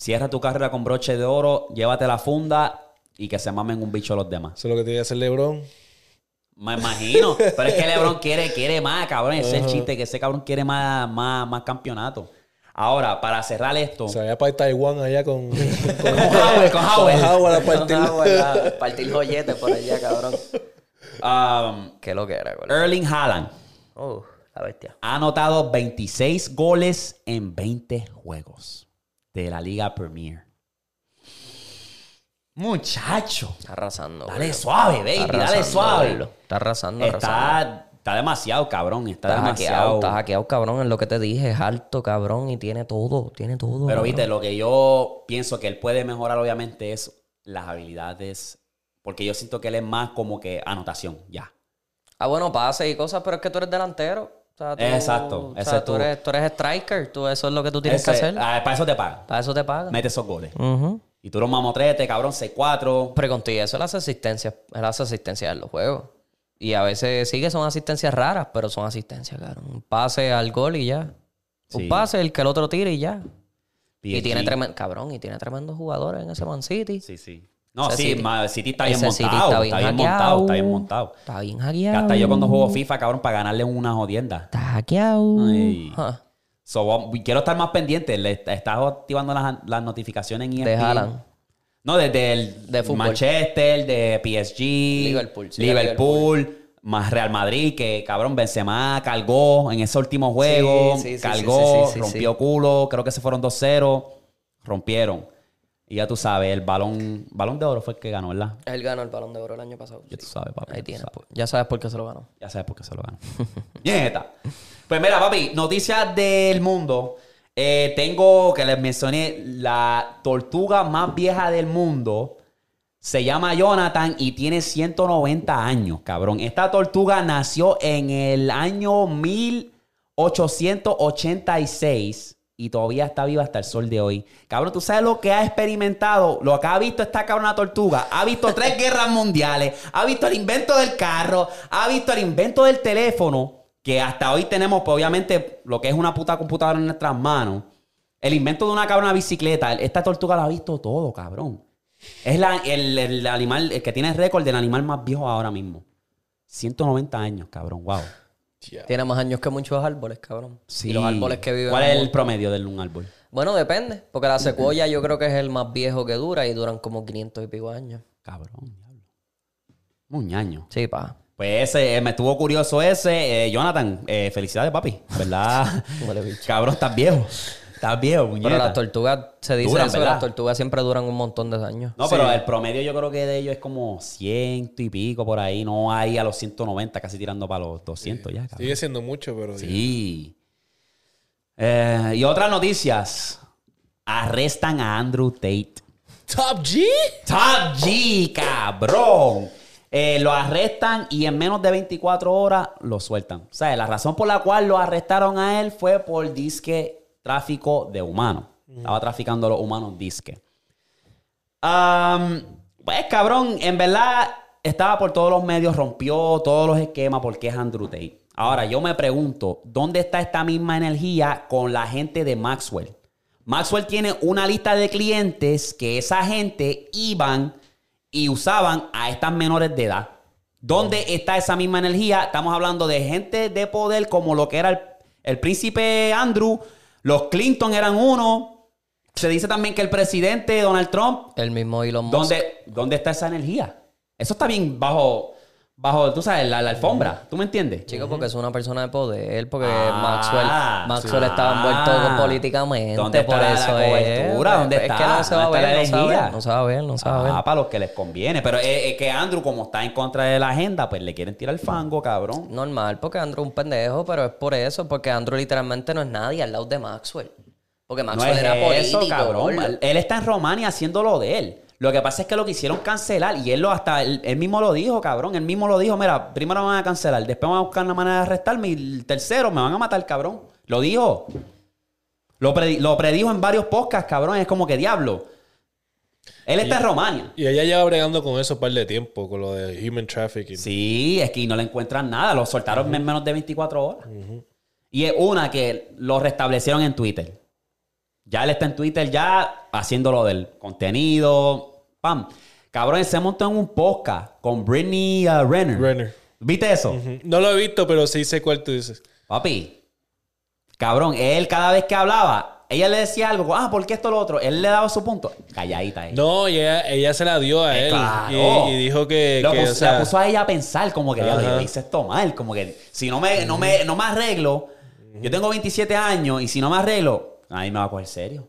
S1: cierra tu carrera con broche de oro, llévate la funda y que se mamen un bicho los demás.
S3: Eso es lo que tenía que hacer LeBron.
S1: Me imagino. Pero es que LeBron quiere, quiere más, cabrón. Ese es el chiste, que ese cabrón quiere más, más, más campeonato. Ahora, para cerrar esto,
S3: Se vaya para Taiwán allá con... con-
S1: con Howell, con Howell.
S3: Howell a partir.
S2: No, ¿verdad? Partir joyetes por allá, cabrón.
S1: Um,
S2: Qué lo que era, güey.
S1: Erling Haaland
S2: Uh, la bestia.
S1: ha anotado 26 goles en 20 juegos de la Liga Premier. Muchacho.
S2: arrasando.
S1: Dale
S2: bro.
S1: suave, baby.
S2: Está
S1: dale
S2: arrasando,
S1: suave.
S2: bro. Está arrasando, arrasando.
S1: Está, está demasiado, cabrón. Está,
S2: Está hackeado,
S1: demasiado.
S2: está hackeado, cabrón. Es lo que te dije. Es alto, cabrón. Y tiene todo, tiene todo.
S1: Pero
S2: cabrón.
S1: viste, lo que yo pienso que él puede mejorar, obviamente, es las habilidades. Porque yo siento que él es más como que anotación, ya.
S2: Ah, bueno, pase y cosas, pero es que tú eres delantero. O sea, tú-
S1: Exacto,
S2: o sea,
S1: ese
S2: tú,
S1: tú.
S2: eres, tú eres striker. Tú, eso es lo que tú tienes
S1: Ese-
S2: que hacer.
S1: ah, para eso te pagan.
S2: Para eso te pagan.
S1: Mete esos goles.
S2: Ujú.
S1: Y tú los mamotretes, cabrón, 6-4.
S2: Pero contigo, eso es las asistencias. Él hace asistencias en los juegos. Y a veces sí que son asistencias raras, pero son asistencias, cabrón. Un pase al gol y ya.
S1: Sí.
S2: Un pase, el que el otro tire y ya. Y
S1: PSG.
S2: tiene tremendo, cabrón, y tiene tremendos jugadores en ese Man City.
S1: Sí, sí. No,
S2: Ese
S1: sí,
S2: City.
S1: ma- City está bien
S2: Ese City
S1: montado. Está
S2: está
S1: bien,
S2: bien
S1: montado, está bien
S2: hackeado.
S1: montado.
S2: Está bien
S1: Que
S2: hackeado.
S1: Hasta yo cuando juego FIFA, cabrón, para ganarle una jodienda.
S2: Está hackeado.
S1: Ay.
S2: Ja.
S1: So, vamos- quiero estar más pendiente. Le est- estás activando las, las notificaciones en E
S2: De
S1: ESPN.
S2: Haaland.
S1: No, desde el
S2: De fútbol.
S1: Manchester, de PSG,
S2: Liverpool, sí,
S1: Liverpool, más Real Madrid, que cabrón, Benzema cargó en ese último juego,
S2: Sí, sí, sí,
S1: cargó,
S2: sí, sí, sí, sí.
S1: rompió culo, creo que se fueron 2-0, rompieron. Y ya tú sabes, el balón, balón de oro fue el que ganó, ¿verdad?
S2: Él ganó el balón de oro el año pasado.
S1: Ya
S2: sí.
S1: tú sabes, papi.
S2: Ahí
S1: ya tú
S2: tienes.
S1: sabes.
S2: pues. Ya sabes por qué se lo ganó.
S1: Ya sabes por qué se lo ganó. Nieta. Pues mira, papi, noticias del mundo. Eh, tengo que les mencioné la tortuga más vieja del mundo. Se llama Jonathan y tiene 190 años, cabrón. Esta tortuga nació en el año 1886 y todavía está viva hasta el sol de hoy. Cabrón, tú sabes lo que ha experimentado, lo que ha visto esta cabrona tortuga. Ha visto tres guerras mundiales, ha visto el invento del carro, ha visto el invento del teléfono, que hasta hoy tenemos, pues, obviamente, lo que es una puta computadora en nuestras manos. El invento de una cabrona bicicleta. Esta tortuga la ha visto todo, cabrón. Es la- el, el animal, el que tiene el récord del animal más viejo ahora mismo. 190 años, cabrón. Wow.
S2: Tiene más años que muchos árboles, cabrón.
S1: Sí.
S2: Y los árboles que viven.
S1: ¿Cuál es el promedio de un árbol?
S2: Bueno, depende. Porque la secuoya yo creo que es el más viejo que dura y duran como 500 y pico años.
S1: Cabrón, diablo. Muñaño.
S2: Sí, pa.
S1: Pues ese, eh, me estuvo curioso ese. Eh, Jonathan, eh, felicidades, papi. ¿Verdad?
S2: Huele bicho.
S1: cabrón, estás viejo. Estás viejo,
S2: Pero
S1: muñeca.
S2: las tortugas, se dice
S1: Duran,
S2: eso, que
S1: ¿verdad?
S2: las tortugas siempre duran un montón de años.
S1: No, pero el promedio yo creo que de ellos es como ciento y pico por ahí. No hay a los 190, casi tirando para los 200 ya, cabrón.
S3: Sigue siendo mucho, pero.
S1: Sí. Eh, y otras noticias. Arrestan a Andrew Tate.
S3: ¿Top G?
S1: Top G, cabrón. Eh, lo arrestan y en menos de 24 horas lo sueltan. O sea, la razón por la cual lo arrestaron a él fue por disque tráfico de humanos. Estaba traficando a los humanos disque. Am, pues, cabrón, en verdad estaba por todos los medios, rompió todos los esquemas porque es Andrew Tate. Ahora, yo me pregunto, ¿dónde está esta misma energía con la gente de Maxwell? Maxwell tiene una lista de clientes que esa gente iban y usaban a estas menores de edad. ¿Dónde está esa misma energía? Estamos hablando de gente de poder como lo que era el, el príncipe Andrew, los Clinton eran uno. Se dice también que el presidente Donald Trump
S2: El mismo Elon Musk.
S1: ¿Dónde, ¿Dónde está esa energía? Eso está bien bajo, bajo tú sabes, la, la alfombra. ¿Tú me entiendes?
S2: Chico, porque es una persona de poder, porque
S1: Ah,
S2: Maxwell, Maxwell
S1: sí.
S2: estaba envuelto
S1: Ah.
S2: con políticamente.
S1: ¿Dónde está
S2: por
S1: la- la
S2: eso es.
S1: cobertura? ¿Dónde
S2: Es
S1: está?
S2: que no se va a
S1: ¿Dónde está la
S2: ver, no se va a
S1: energía?
S2: ver, no se va a ver, no se va a ver.
S1: Ah, para los que les conviene. Pero es, es que Andrew, como está en contra de la agenda, pues le quieren tirar el fango, cabrón.
S2: Normal, porque Andrew es un pendejo, pero es por eso, porque Andrew literalmente no es nadie al lado de Maxwell. Porque
S1: No
S2: Maxwell
S1: es
S2: era político.
S1: eso, cabrón.
S2: gordo.
S1: Él está en Romania haciendo lo de él. Lo que pasa es que lo quisieron cancelar y él lo hasta él, él mismo lo dijo, cabrón. Él mismo lo dijo, mira, primero me van a cancelar, después van a buscar una manera de arrestarme y el tercero me van a matar, cabrón. Lo dijo. Lo, predi- lo predijo en varios podcasts, cabrón. Es como que diablo. Él está en Romania.
S3: Y ella lleva bregando con eso un par de tiempo, con lo de human trafficking.
S1: Sí, es que no le encuentran nada. Lo soltaron en menos de 24 horas. Y es una que lo restablecieron en Twitter. Ya él está en Twitter ya haciéndolo del contenido. Pam. Cabrón, él se montó en un podcast con Britney uh, Renner.
S3: Renner.
S1: ¿Viste eso?
S3: Ujú. No lo he visto, pero sí sé cuál tú dices.
S1: Papi, cabrón, él cada vez que hablaba, ella le decía algo, ah, ¿por qué esto lo otro? Él le daba su punto. Calladita ella.
S3: No, y ella, ella se la dio a él.
S1: Eh, Claro.
S3: Y, y dijo que.
S1: Lo
S3: que,
S1: puso-
S3: o sea,
S1: la puso a ella a pensar como que ya
S3: Ajá.
S1: lo hice esto mal, como que si no me, no me, no me arreglo, yo tengo 27 años y si no me arreglo, nadie me va a coger serio.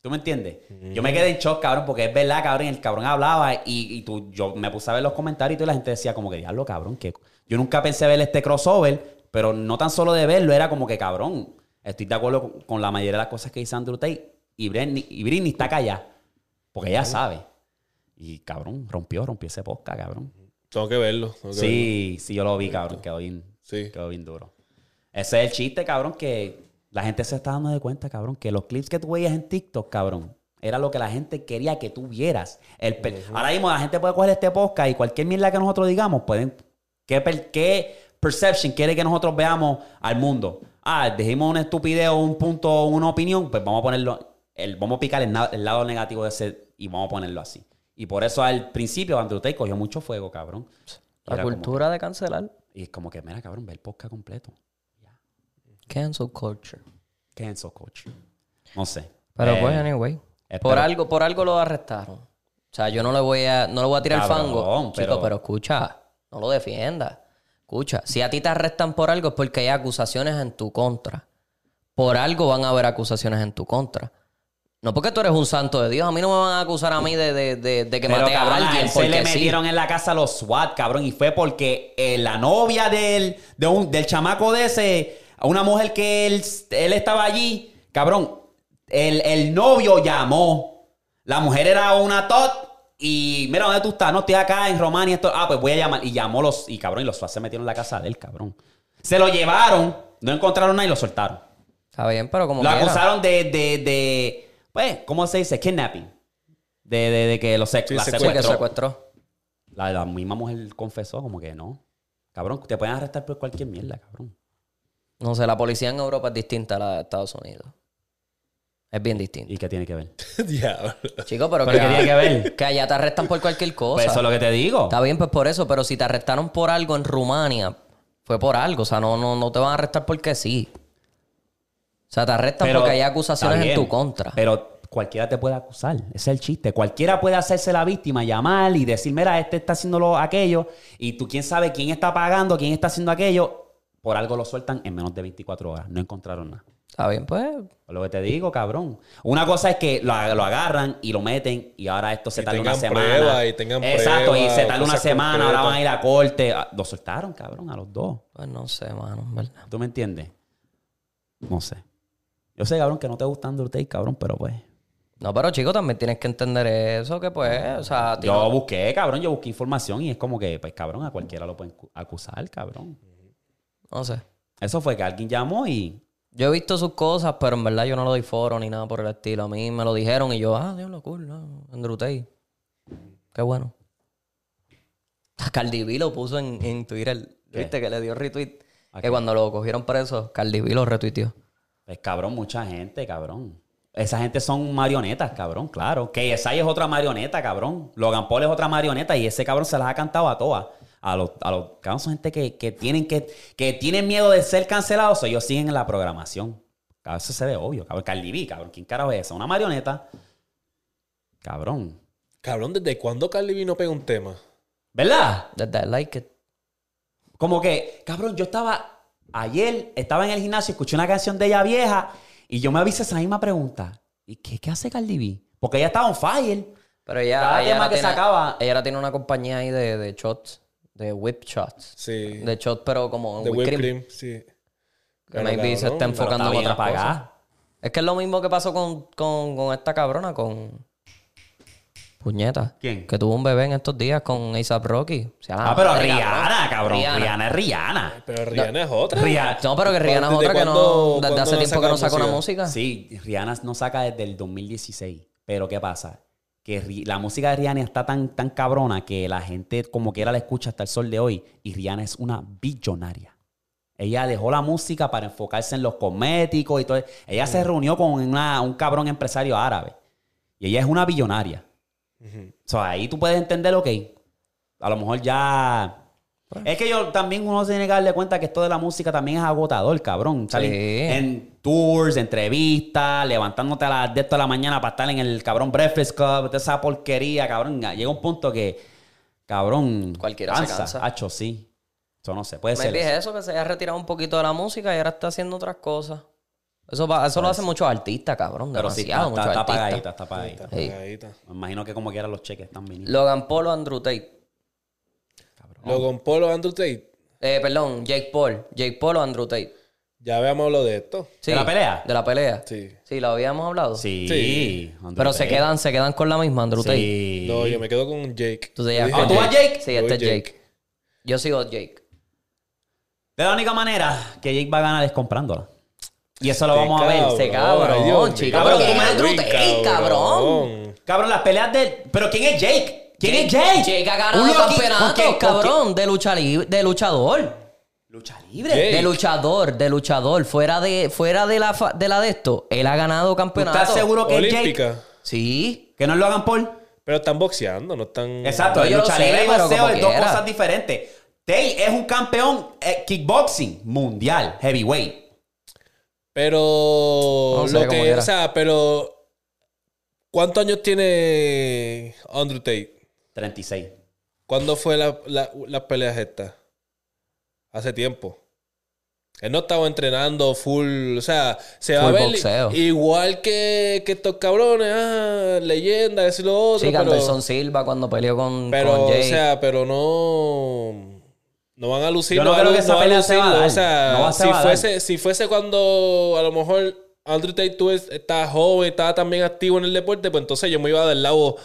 S1: ¿Tú me entiendes? Yo me quedé en shock, cabrón, porque es verdad, cabrón, el cabrón hablaba y, y tú, yo me puse a ver los comentarios y toda la gente decía como que, diablo, cabrón, que yo nunca pensé ver este crossover, pero no tan solo de verlo, era como que, cabrón, estoy de acuerdo con, con la mayoría de las cosas que dice Andrew Tate y Britney, y Britney está callada, porque ella sabe. Y, cabrón, rompió, rompió ese posca, cabrón.
S3: Tengo que verlo. tengo que verlo.
S1: Sí, sí, yo lo vi, cabrón. Quedó bien,
S3: Sí.
S1: quedó bien duro. Ese es el chiste, cabrón, que la gente se está dando de cuenta, cabrón, que los clips que tú veías en TikTok, cabrón, era lo que la gente quería que tú vieras. El per- Ahora mismo la gente puede coger este podcast y cualquier mierda que nosotros digamos, pueden... ¿Qué, per- qué perception quiere que nosotros veamos al mundo? Ah, dijimos una estupidez o un punto o una opinión, pues vamos a ponerlo... El, vamos a picar el, na- el lado negativo de ese y vamos a ponerlo así. Y por eso al principio Andrew Tate cogió mucho fuego, cabrón. Y
S2: La
S1: era como
S2: cultura de cancelar.
S1: y es como que, mira, cabrón, ve el podcast completo.
S2: Cancel culture.
S1: Cancel culture. No sé.
S2: Pero
S1: Eh,
S2: pues, anyway.
S1: espero-
S2: Por algo, por algo lo arrestaron. O sea, yo no le voy a, no le voy a tirar
S1: Cabrón,
S2: fango.
S1: pero-
S2: Chico, pero escucha, no lo defienda. Escucha, si a ti te arrestan por algo es porque hay acusaciones en tu contra. Por algo van a haber acusaciones en tu contra. No porque tú eres un santo de Dios. A mí no me van a acusar a mí de, de- de- de que
S1: Pero,
S2: maté
S1: cabrón,
S2: a
S1: a
S2: alguien
S1: él se
S2: porque
S1: le
S2: sí.
S1: metieron en la casa los SWAT, cabrón, y fue porque eh, la novia del, de un- del chamaco de ese, a una mujer que él, él estaba allí, cabrón, el, el novio llamó. La mujer era una tot. Y mira, ¿dónde tú estás? No, estoy acá en Romania. Esto... Ah, pues voy a llamar. Y llamó los. Y cabrón, y los SWAT se metieron en la casa de él, cabrón. Se lo llevaron, no encontraron nada y lo soltaron.
S2: Está bien, pero como
S1: Lo
S2: quiera.
S1: acusaron de, de, de, pues, ¿cómo se dice? Kidnapping. De, de, de que lo sec-
S3: Sí,
S1: la
S3: secuestro.
S2: Sí, que
S1: secuestró.
S2: secuestró.
S1: La, la misma mujer confesó como que no. Cabrón, te pueden arrestar por cualquier mierda, cabrón.
S2: No sé, la policía en Europa es distinta a la de Estados Unidos. Es bien distinta.
S1: ¿Y qué tiene que ver?
S3: Diablo.
S2: Chico, pero,
S1: Pero
S2: que,
S1: ¿qué tiene que ver?
S2: que allá te arrestan por cualquier cosa.
S1: Pues eso es lo que te digo.
S2: Está bien, pues por eso, pero si te arrestaron por algo en Rumania, fue por algo. O sea, no, no, no te van a arrestar porque sí. O sea, te arrestan porque hay acusaciones
S1: está
S2: en
S1: bien,
S2: tu contra.
S1: Pero cualquiera te puede acusar. Ese es el chiste. Cualquiera puede hacerse la víctima, llamar y decir, mira, este está haciéndolo aquello. Y tú quién sabe quién está pagando, quién está haciendo aquello. Por algo lo sueltan en menos de 24 horas. No encontraron nada.
S2: Está bien, pues.
S1: Lo que te digo, cabrón. Una cosa es que lo, lo agarran y lo meten y ahora esto se
S3: Y
S1: tarda una
S3: tengan
S1: semana.
S3: pruebas, y tengan
S1: Exacto, y
S3: pruebas,
S1: se tarda una
S3: cosas
S1: semana, ahora
S3: concretas.
S1: van a ir a corte. Ah, Lo soltaron, cabrón, a los dos.
S2: Pues no sé, mano, en verdad.
S1: ¿Tú me entiendes? No sé. Yo sé, cabrón, que no te gusta Undertale, cabrón, pero pues.
S2: No, pero chico, también tienes que entender eso, que pues, o sea, a ti
S1: Yo
S2: no-
S1: busqué, cabrón, yo busqué información y es como que, pues, cabrón, a cualquiera lo pueden cu- acusar, cabrón.
S2: no sé.
S1: Eso fue que alguien llamó y.
S2: Yo he visto sus cosas, pero en verdad yo no le doy foro ni nada por el estilo. A mí me lo dijeron y yo, ah, Dios lo cool, no, Andrew Tate. Qué bueno. Cardi B lo puso en, en Twitter, ¿viste? Que le dio retweet.
S1: ¿A
S2: Que
S1: qué?
S2: cuando lo cogieron preso, Cardi B lo retuiteó.
S1: Pues cabrón, mucha gente, cabrón. Esa gente son marionetas, cabrón, claro. Que es otra marioneta, cabrón. Logan Paul es otra marioneta y ese cabrón se las ha cantado a todas. A los, a los cabrón, son gente que, que tienen que, que tienen miedo de ser cancelados, o ellos siguen en la programación. Cabrón, eso se ve obvio, cabrón. Cardi B, cabrón, ¿quién carajo es esa? Una marioneta. Cabrón.
S3: Cabrón, ¿desde cuándo Carly B no pega un tema?
S1: ¿Verdad?
S2: Desde el like it.
S1: Como que, cabrón, yo estaba ayer, estaba en el gimnasio, escuché una canción de ella vieja y yo me avisé esa misma pregunta. ¿Y qué, qué hace Cardi B? Porque ella estaba on fire.
S2: Pero ella,
S1: Cada
S2: ella,
S1: tema
S2: ahora
S1: que
S2: tiene,
S1: sacaba-
S2: ella ahora tiene una compañía ahí de, de shots, de whip shots.
S3: Sí.
S2: De shots, pero como
S3: De
S2: whipped
S3: whipped
S2: cream.
S3: cream, sí.
S2: Que maybe se está
S3: cabrón,
S1: Pero está
S2: enfocando en
S1: bien
S2: otras cosas.
S1: apagada.
S2: Es que es lo mismo que pasó con, con, con esta cabrona, con. Puñeta.
S1: ¿Quién?
S2: Que tuvo un bebé en estos días con A$AP Rocky. O sea,
S1: Ah, pero
S2: madre,
S1: Rihanna, cabrón. Rihanna,
S2: Rihanna.
S1: es Rihanna.
S3: Pero Rihanna es otra.
S1: Rihanna.
S2: No, pero que Rihanna es
S3: ¿Desde
S2: otra que
S3: cuándo-
S2: no. Desde
S3: cuándo
S2: hace
S3: no
S2: tiempo que no
S3: saca
S2: saca una música.
S1: Sí, Rihanna no saca desde el 2016. Pero ¿qué pasa? Que Ri- la música de Rihanna está tan, tan cabrona que la gente como quiera la escucha hasta el sol de hoy. Y Rihanna es una billonaria. Ella dejó la música para enfocarse en los cosméticos y todo. Ella se reunió con una- un cabrón empresario árabe. Y ella es una billonaria.
S3: Ujú.
S1: O sea, ahí tú puedes entender, ok. A lo mejor ya.
S2: Pues.
S1: Es que yo también uno tiene que darle cuenta que esto de la música también es agotador, cabrón. Salir
S2: Sí.
S1: En tours, entrevistas, levantándote a las 10 de la mañana para estar en el cabrón Breakfast Club, toda esa porquería, cabrón. Llega un punto que, cabrón.
S2: Cualquiera se cansa.
S1: Hacho, sí. Eso no se puede
S2: Me
S1: ser.
S2: dije eso, que se haya retirado un poquito de la música y ahora está haciendo otras cosas. Eso, va- eso lo hacen muchos artistas, cabrón.
S1: Pues Pero sí, está,
S2: Demasiado,
S1: está,
S2: muchos
S1: está
S2: artistas.
S1: apagadita, está apagadita.
S2: Sí.
S3: Cagadita.
S1: Me imagino que como quiera los cheques están viniendo.
S2: Logan Paul o Andrew Tate.
S3: Logan Paul o Andrew Tate.
S2: Eh, perdón, Jake Paul. Jake Paul o Andrew Tate.
S3: Ya veamos lo de esto.
S2: Sí.
S1: ¿De la pelea?
S2: De la pelea.
S3: Sí.
S2: Sí, lo habíamos hablado.
S1: Sí.
S3: Sí.
S1: Andrew
S2: Pero se
S1: Tate.
S2: quedan, se quedan con la misma, Andrew Tate.
S1: Sí.
S3: No, yo me quedo con Jake.
S2: Tú te llevas
S1: Ah,
S2: con
S1: ¿tú vas Jake?
S2: Sí, este
S3: Voy
S2: es Jake.
S3: Jake.
S2: Yo sigo Jake.
S1: De la única manera que Jake va a ganar es comprándola. Y eso lo
S3: Este
S1: vamos a ver.
S2: cabrón. cabrón,
S3: Dios mío.
S2: chica, pero
S1: tú me
S2: Andrew Tate, cabrón.
S1: Cabrón, las peleas de... ¿Pero quién es Jake? ¿Quién es Jake?
S2: Jake ha ganado
S1: Un loqui-
S2: campeonatos,
S1: ¿con qué- con
S2: cabrón. De lucha libre, de luchador.
S1: qué? Lucha libre.
S3: Jake.
S2: De luchador, de luchador. Fuera de, fuera de la fa- de la de esto, él ha ganado
S1: ¿Tú
S2: campeonatos.
S1: estás seguro que es Jake?
S3: Olímpica.
S2: Sí.
S1: Que no lo hagan por...
S3: Pero están boxeando, no están.
S1: Exacto,
S2: No,
S1: el
S2: yo lo
S1: lucha
S2: sé,
S1: libre y
S2: pero
S1: boxeo
S2: como
S1: es dos
S2: quiera.
S1: cosas diferentes. Tay es un campeón eh, kickboxing mundial, heavyweight.
S3: Pero.
S2: No sé
S3: lo
S2: cómo
S3: que.
S2: era.
S3: O sea, pero. ¿Cuántos años tiene Andrew Tate?
S1: 36.
S3: ¿Cuándo fue la, la- las peleas estas? Hace tiempo. Él no estaba entrenando full, o sea, se va a
S2: Full
S3: ver
S2: boxeo.
S3: igual que, que estos cabrones, ah, leyenda, eso y lo otro,
S2: Sí,
S3: pero,
S2: Anderson Silva cuando peleó con,
S3: pero
S2: con
S3: o
S2: Jake.
S3: sea, pero no no van a lucir,
S1: Yo no
S3: van a
S1: creo
S3: lu-
S1: que esa
S3: van
S1: pelea se va a
S3: lucir,
S1: dar.
S3: o sea,
S1: No va- se
S3: si
S1: va a dar.
S3: fuese si fuese cuando a lo mejor Andrew Tate tú es- estaba joven, estaba también activo en el deporte, pues entonces yo me iba del lado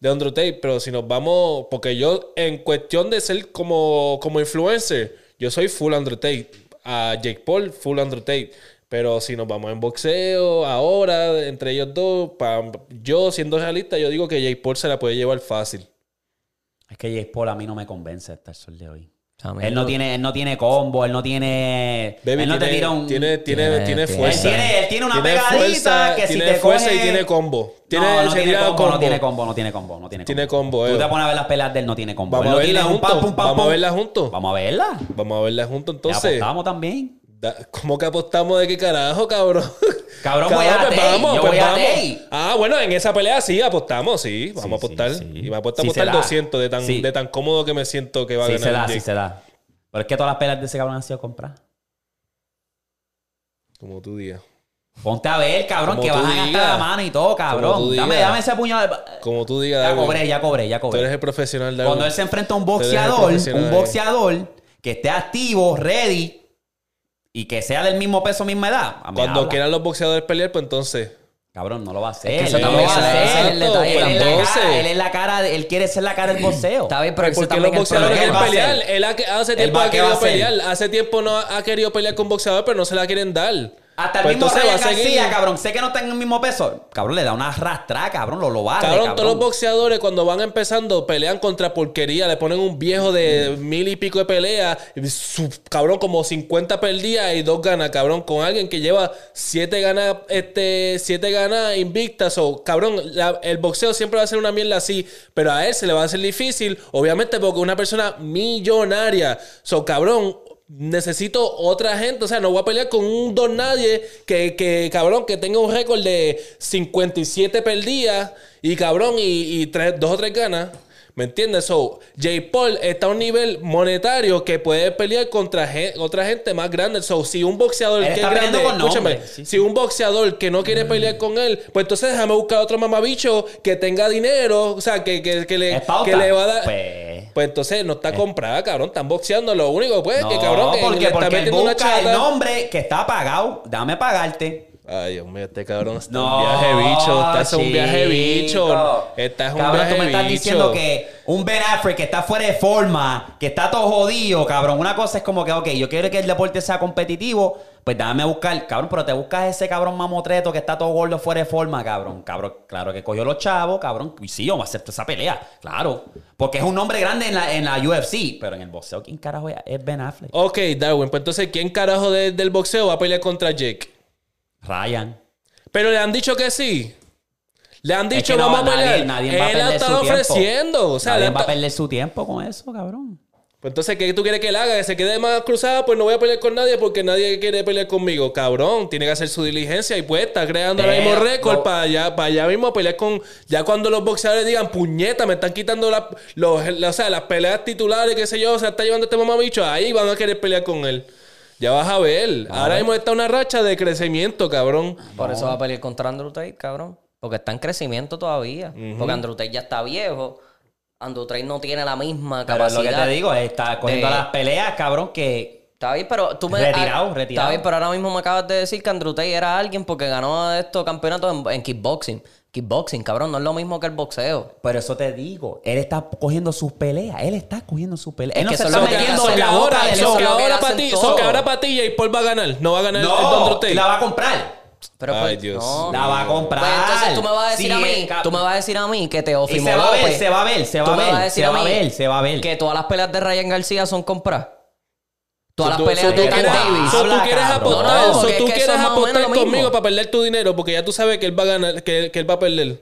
S3: de Andrew Tate, pero si nos vamos, porque yo en cuestión de ser como, como influencer, yo soy full Andrew Tate, a Jake Paul full Andrew Tate, pero si nos vamos en boxeo ahora entre ellos dos, pa- yo siendo realista, yo digo que Jake Paul se la puede llevar fácil.
S1: Es que Jake Paul a mí no me convence hasta el sol de hoy.
S2: A mí
S1: Él no tiene, él no tiene combo, él no tiene.
S3: Baby,
S1: él no
S3: tiene,
S1: te tira un.
S3: tiene, tiene,
S2: Tiene-
S3: tiene
S2: tiene-
S3: fuerza.
S1: Él tiene- él tiene una pegadita que si
S3: tiene
S1: te
S3: fuerza
S1: coge-
S3: y tiene combo. Tiene,
S1: no, no
S3: se
S1: tiene
S3: tira
S1: combo, no tiene combo, no tiene combo, no tiene combo.
S3: Tiene combo,
S1: Tú
S3: eh.
S1: te pones a ver las peleas de él, no tiene combo.
S3: Vamos
S1: Él
S3: a
S1: no
S3: verla
S1: tiene un
S3: juntos.
S1: pam, pum, pam,
S3: Vamos a
S1: pum.
S3: verla juntos.
S1: Vamos a verla.
S3: Vamos a verla juntos
S1: Le
S3: entonces.
S1: apostamos también.
S3: Da- ¿Cómo que apostamos de qué carajo, cabrón?
S1: Cabrón, voy a
S3: pues
S1: Tey,
S3: vamos,
S1: yo
S3: pues
S1: voy a
S3: vamos.
S1: Tey.
S3: Ah, bueno, en esa pelea sí apostamos, sí. Vamos a apostar.
S1: sí, sí.
S3: Y me apuesta a
S1: Sí se
S3: apostar
S1: da.
S3: 200 de tan,
S1: Sí.
S3: de tan cómodo que me siento que va a
S1: Sí
S3: ganar.
S1: se da,
S3: Jake.
S1: sí se da. Pero es que todas las peleas de ese cabrón han sido compradas.
S3: Como tu día.
S1: Ponte a ver, cabrón,
S3: Como
S1: que
S3: tú
S1: vas a gastar
S3: digas.
S1: la mano y todo,
S3: tú
S1: cabrón. Dame,
S3: digas.
S1: dame ese puñado. de-
S3: Como tú digas,
S1: Ya
S3: Darwin.
S1: cobré, ya cobré, ya
S3: Tú
S1: cobré.
S3: eres el profesional, Darwin.
S1: Cuando él se enfrenta a un
S3: eres el
S1: boxeador,
S3: profesional eh.
S1: un
S3: ahí.
S1: boxeador que esté activo, ready y que sea del mismo peso, misma edad. a mí
S3: Cuando
S1: habla.
S3: quieran los boxeadores pelear, pues entonces...
S1: Cabrón, no lo va a hacer.
S2: que
S1: no
S2: eso
S1: lo
S2: también
S1: va a
S2: se le-
S1: hacer.
S2: ese es el detalle
S1: Él es la
S3: también.
S1: cara, él es la cara, de- él quiere ser la cara del boxeo.
S2: Está bien, pero ese
S3: Porque los
S2: también es el
S3: boxeadores
S1: problema.
S3: quieren
S1: ¿Qué va a
S3: pelear.
S1: hacer?
S3: Él ha, que- hace
S1: ¿Él
S3: tiempo
S1: va-
S3: ha
S1: qué va a
S3: querido
S1: hacer?
S3: pelear. Hace tiempo no ha ha querido pelear con boxeador, pero no se la quieren dar.
S1: Hasta el
S3: Pues
S1: mismo
S3: entonces
S1: Ryan
S3: va a seguir.
S1: García, cabrón. Sé que no está en el mismo peso. Cabrón, le da una arrastrada, cabrón. Lo lo barre,
S3: Cabrón,
S1: cabrón.
S3: todos los boxeadores cuando van empezando pelean contra porquería, le ponen un viejo de mil y pico de peleas, y su- cabrón, como 50 perdidas y dos ganas, cabrón, con alguien que lleva siete ganas, este, siete ganas invictas, o cabrón, la- el boxeo siempre va a ser una mierda así, pero a él se le va a hacer difícil, obviamente porque es una persona millonaria, so cabrón, Necesito otra gente. O sea, no voy a pelear con un don nadie que, que, cabrón, que tenga un récord de 57 perdidas y cabrón, y, y tres, dos o tres ganas. ¿Me entiendes? So, J. Paul está a un nivel monetario que puede pelear contra gen- otra gente más grande. So, si un boxeador
S1: Él
S3: que
S1: está
S3: es grande,
S1: peleando con
S3: escúchame,
S1: nombres. Sí, Mm.
S3: si un boxeador que no quiere pelear con él, pues entonces déjame buscar otro mamabicho que tenga dinero, o sea, que, que, que le,
S1: Es pauta.
S3: que le va a dar.
S1: Pues-
S3: Pues entonces no está comprada, cabrón. Están boxeando. Lo único, pues,
S1: No,
S3: que cabrón, que le
S1: porque,
S3: está
S1: porque él
S3: metiendo una
S1: busca el
S3: chata.
S1: nombre que está pagado. Dame pagarte.
S3: Ay, Dios mío, este cabrón está
S1: No,
S3: un viaje bicho. Estás un viaje bicho.
S1: chico.
S3: Estás un
S1: cabrón,
S3: viaje
S1: tú me estás
S3: bicho.
S1: diciendo que un Ben Affleck que está fuera de forma, que está todo jodido, cabrón. Una cosa es como que, ok, yo quiero que el deporte sea competitivo, pues dame a buscar, cabrón, pero te buscas ese cabrón mamotreto que está todo gordo fuera de forma, cabrón. Cabrón, claro que cogió los chavos, cabrón. Y sí, yo me acepto esa pelea, claro. Porque es un nombre grande en la, en la UFC, pero en el boxeo, ¿quién carajo es Ben Affleck?
S3: Ok, Darwin, pues entonces, ¿quién carajo de- del boxeo va a pelear contra Jake?
S1: Ryan.
S3: Pero le han dicho que sí. Le han dicho,
S1: Es que no,
S3: vamos a
S1: nadie-
S3: pelear.
S1: nadie va a
S3: Él
S1: perder
S3: ha estado
S1: su tiempo.
S3: ofreciendo. O sea,
S1: Nadie
S3: le han
S1: va a
S3: ta-
S1: perder su tiempo con eso, cabrón.
S3: Pues entonces, ¿qué tú quieres que él haga? ¿Que se quede más cruzada? Pues no voy a pelear con nadie porque nadie quiere pelear conmigo. Cabrón, tiene que hacer su diligencia y pues está creando ahora mismo
S1: Pero,
S3: récord
S1: Eh, no.
S3: para allá, para allá mismo pelear con. Ya cuando los boxeadores digan, puñeta, me están quitando la- los, la- o sea, las peleas titulares, qué sé yo, se está llevando este mamabicho, ahí van a querer pelear con él. Ya vas a ver. Ahora mismo está una racha de crecimiento, cabrón.
S2: Por eso va a pelear contra Andrew Tate, cabrón. Porque está en crecimiento todavía. Porque Andrew Tate ya está viejo. Andrew Tate no tiene la misma
S1: Pero es
S2: capacidad.
S1: lo que te digo, está cogiendo
S2: de-
S1: las peleas, cabrón, que
S2: Está bien, pero tú me...
S1: Retirado,
S2: ah,
S1: retirado.
S2: Está bien, pero ahora mismo me acabas de decir que Andrew Tate era alguien porque ganó estos campeonatos en, en kickboxing. Kickboxing, cabrón, no es lo mismo que el boxeo.
S1: Pero eso te digo, él está cogiendo sus peleas. Él está cogiendo sus peleas. Él no
S2: que
S1: se
S2: eso
S1: está
S2: es lo que-
S1: metiendo
S2: eso
S1: en
S2: es
S1: la
S2: lo que
S1: boca
S2: ahora-
S1: del
S2: eso es
S1: otro.
S2: lo
S3: ahora
S2: hacen
S3: para ti,
S2: todo.
S3: que ahora para ti Jay Paul va a ganar. No va a ganar el Andrew
S1: No,
S3: Tate.
S1: la va a comprar.
S2: Pero
S3: Ay,
S2: pues,
S3: Dios.
S2: no.
S1: La va a comprar.
S2: Pues entonces tú me vas a decir
S1: Sí,
S2: a
S1: es
S2: mí,
S1: cap-
S2: tú me vas a decir a mí que
S1: Y
S2: Teófimo
S1: se va a ver,
S2: López-
S1: se va a ver, se
S2: tú
S1: va a
S2: me vas
S1: ver,
S2: decir
S1: se va a
S2: mí
S1: ver, se va a ver.
S2: Que todas las peleas de Ryan García son compras.
S3: So,
S2: Todas
S3: tú-
S2: las
S3: so,
S2: peleas
S3: tú
S2: de
S3: quieres,
S2: Cat Davis.
S3: so, tú
S1: Habla,
S3: quieres
S1: cabrón.
S2: No,
S3: apostar,
S2: porque
S3: so,
S2: es
S3: tú
S2: que
S3: quieres
S2: eso es más o menos
S3: apostar
S2: lo mismo.
S3: conmigo para perder tu dinero porque ya tú sabes que él va a ganar, que, que él va a perder.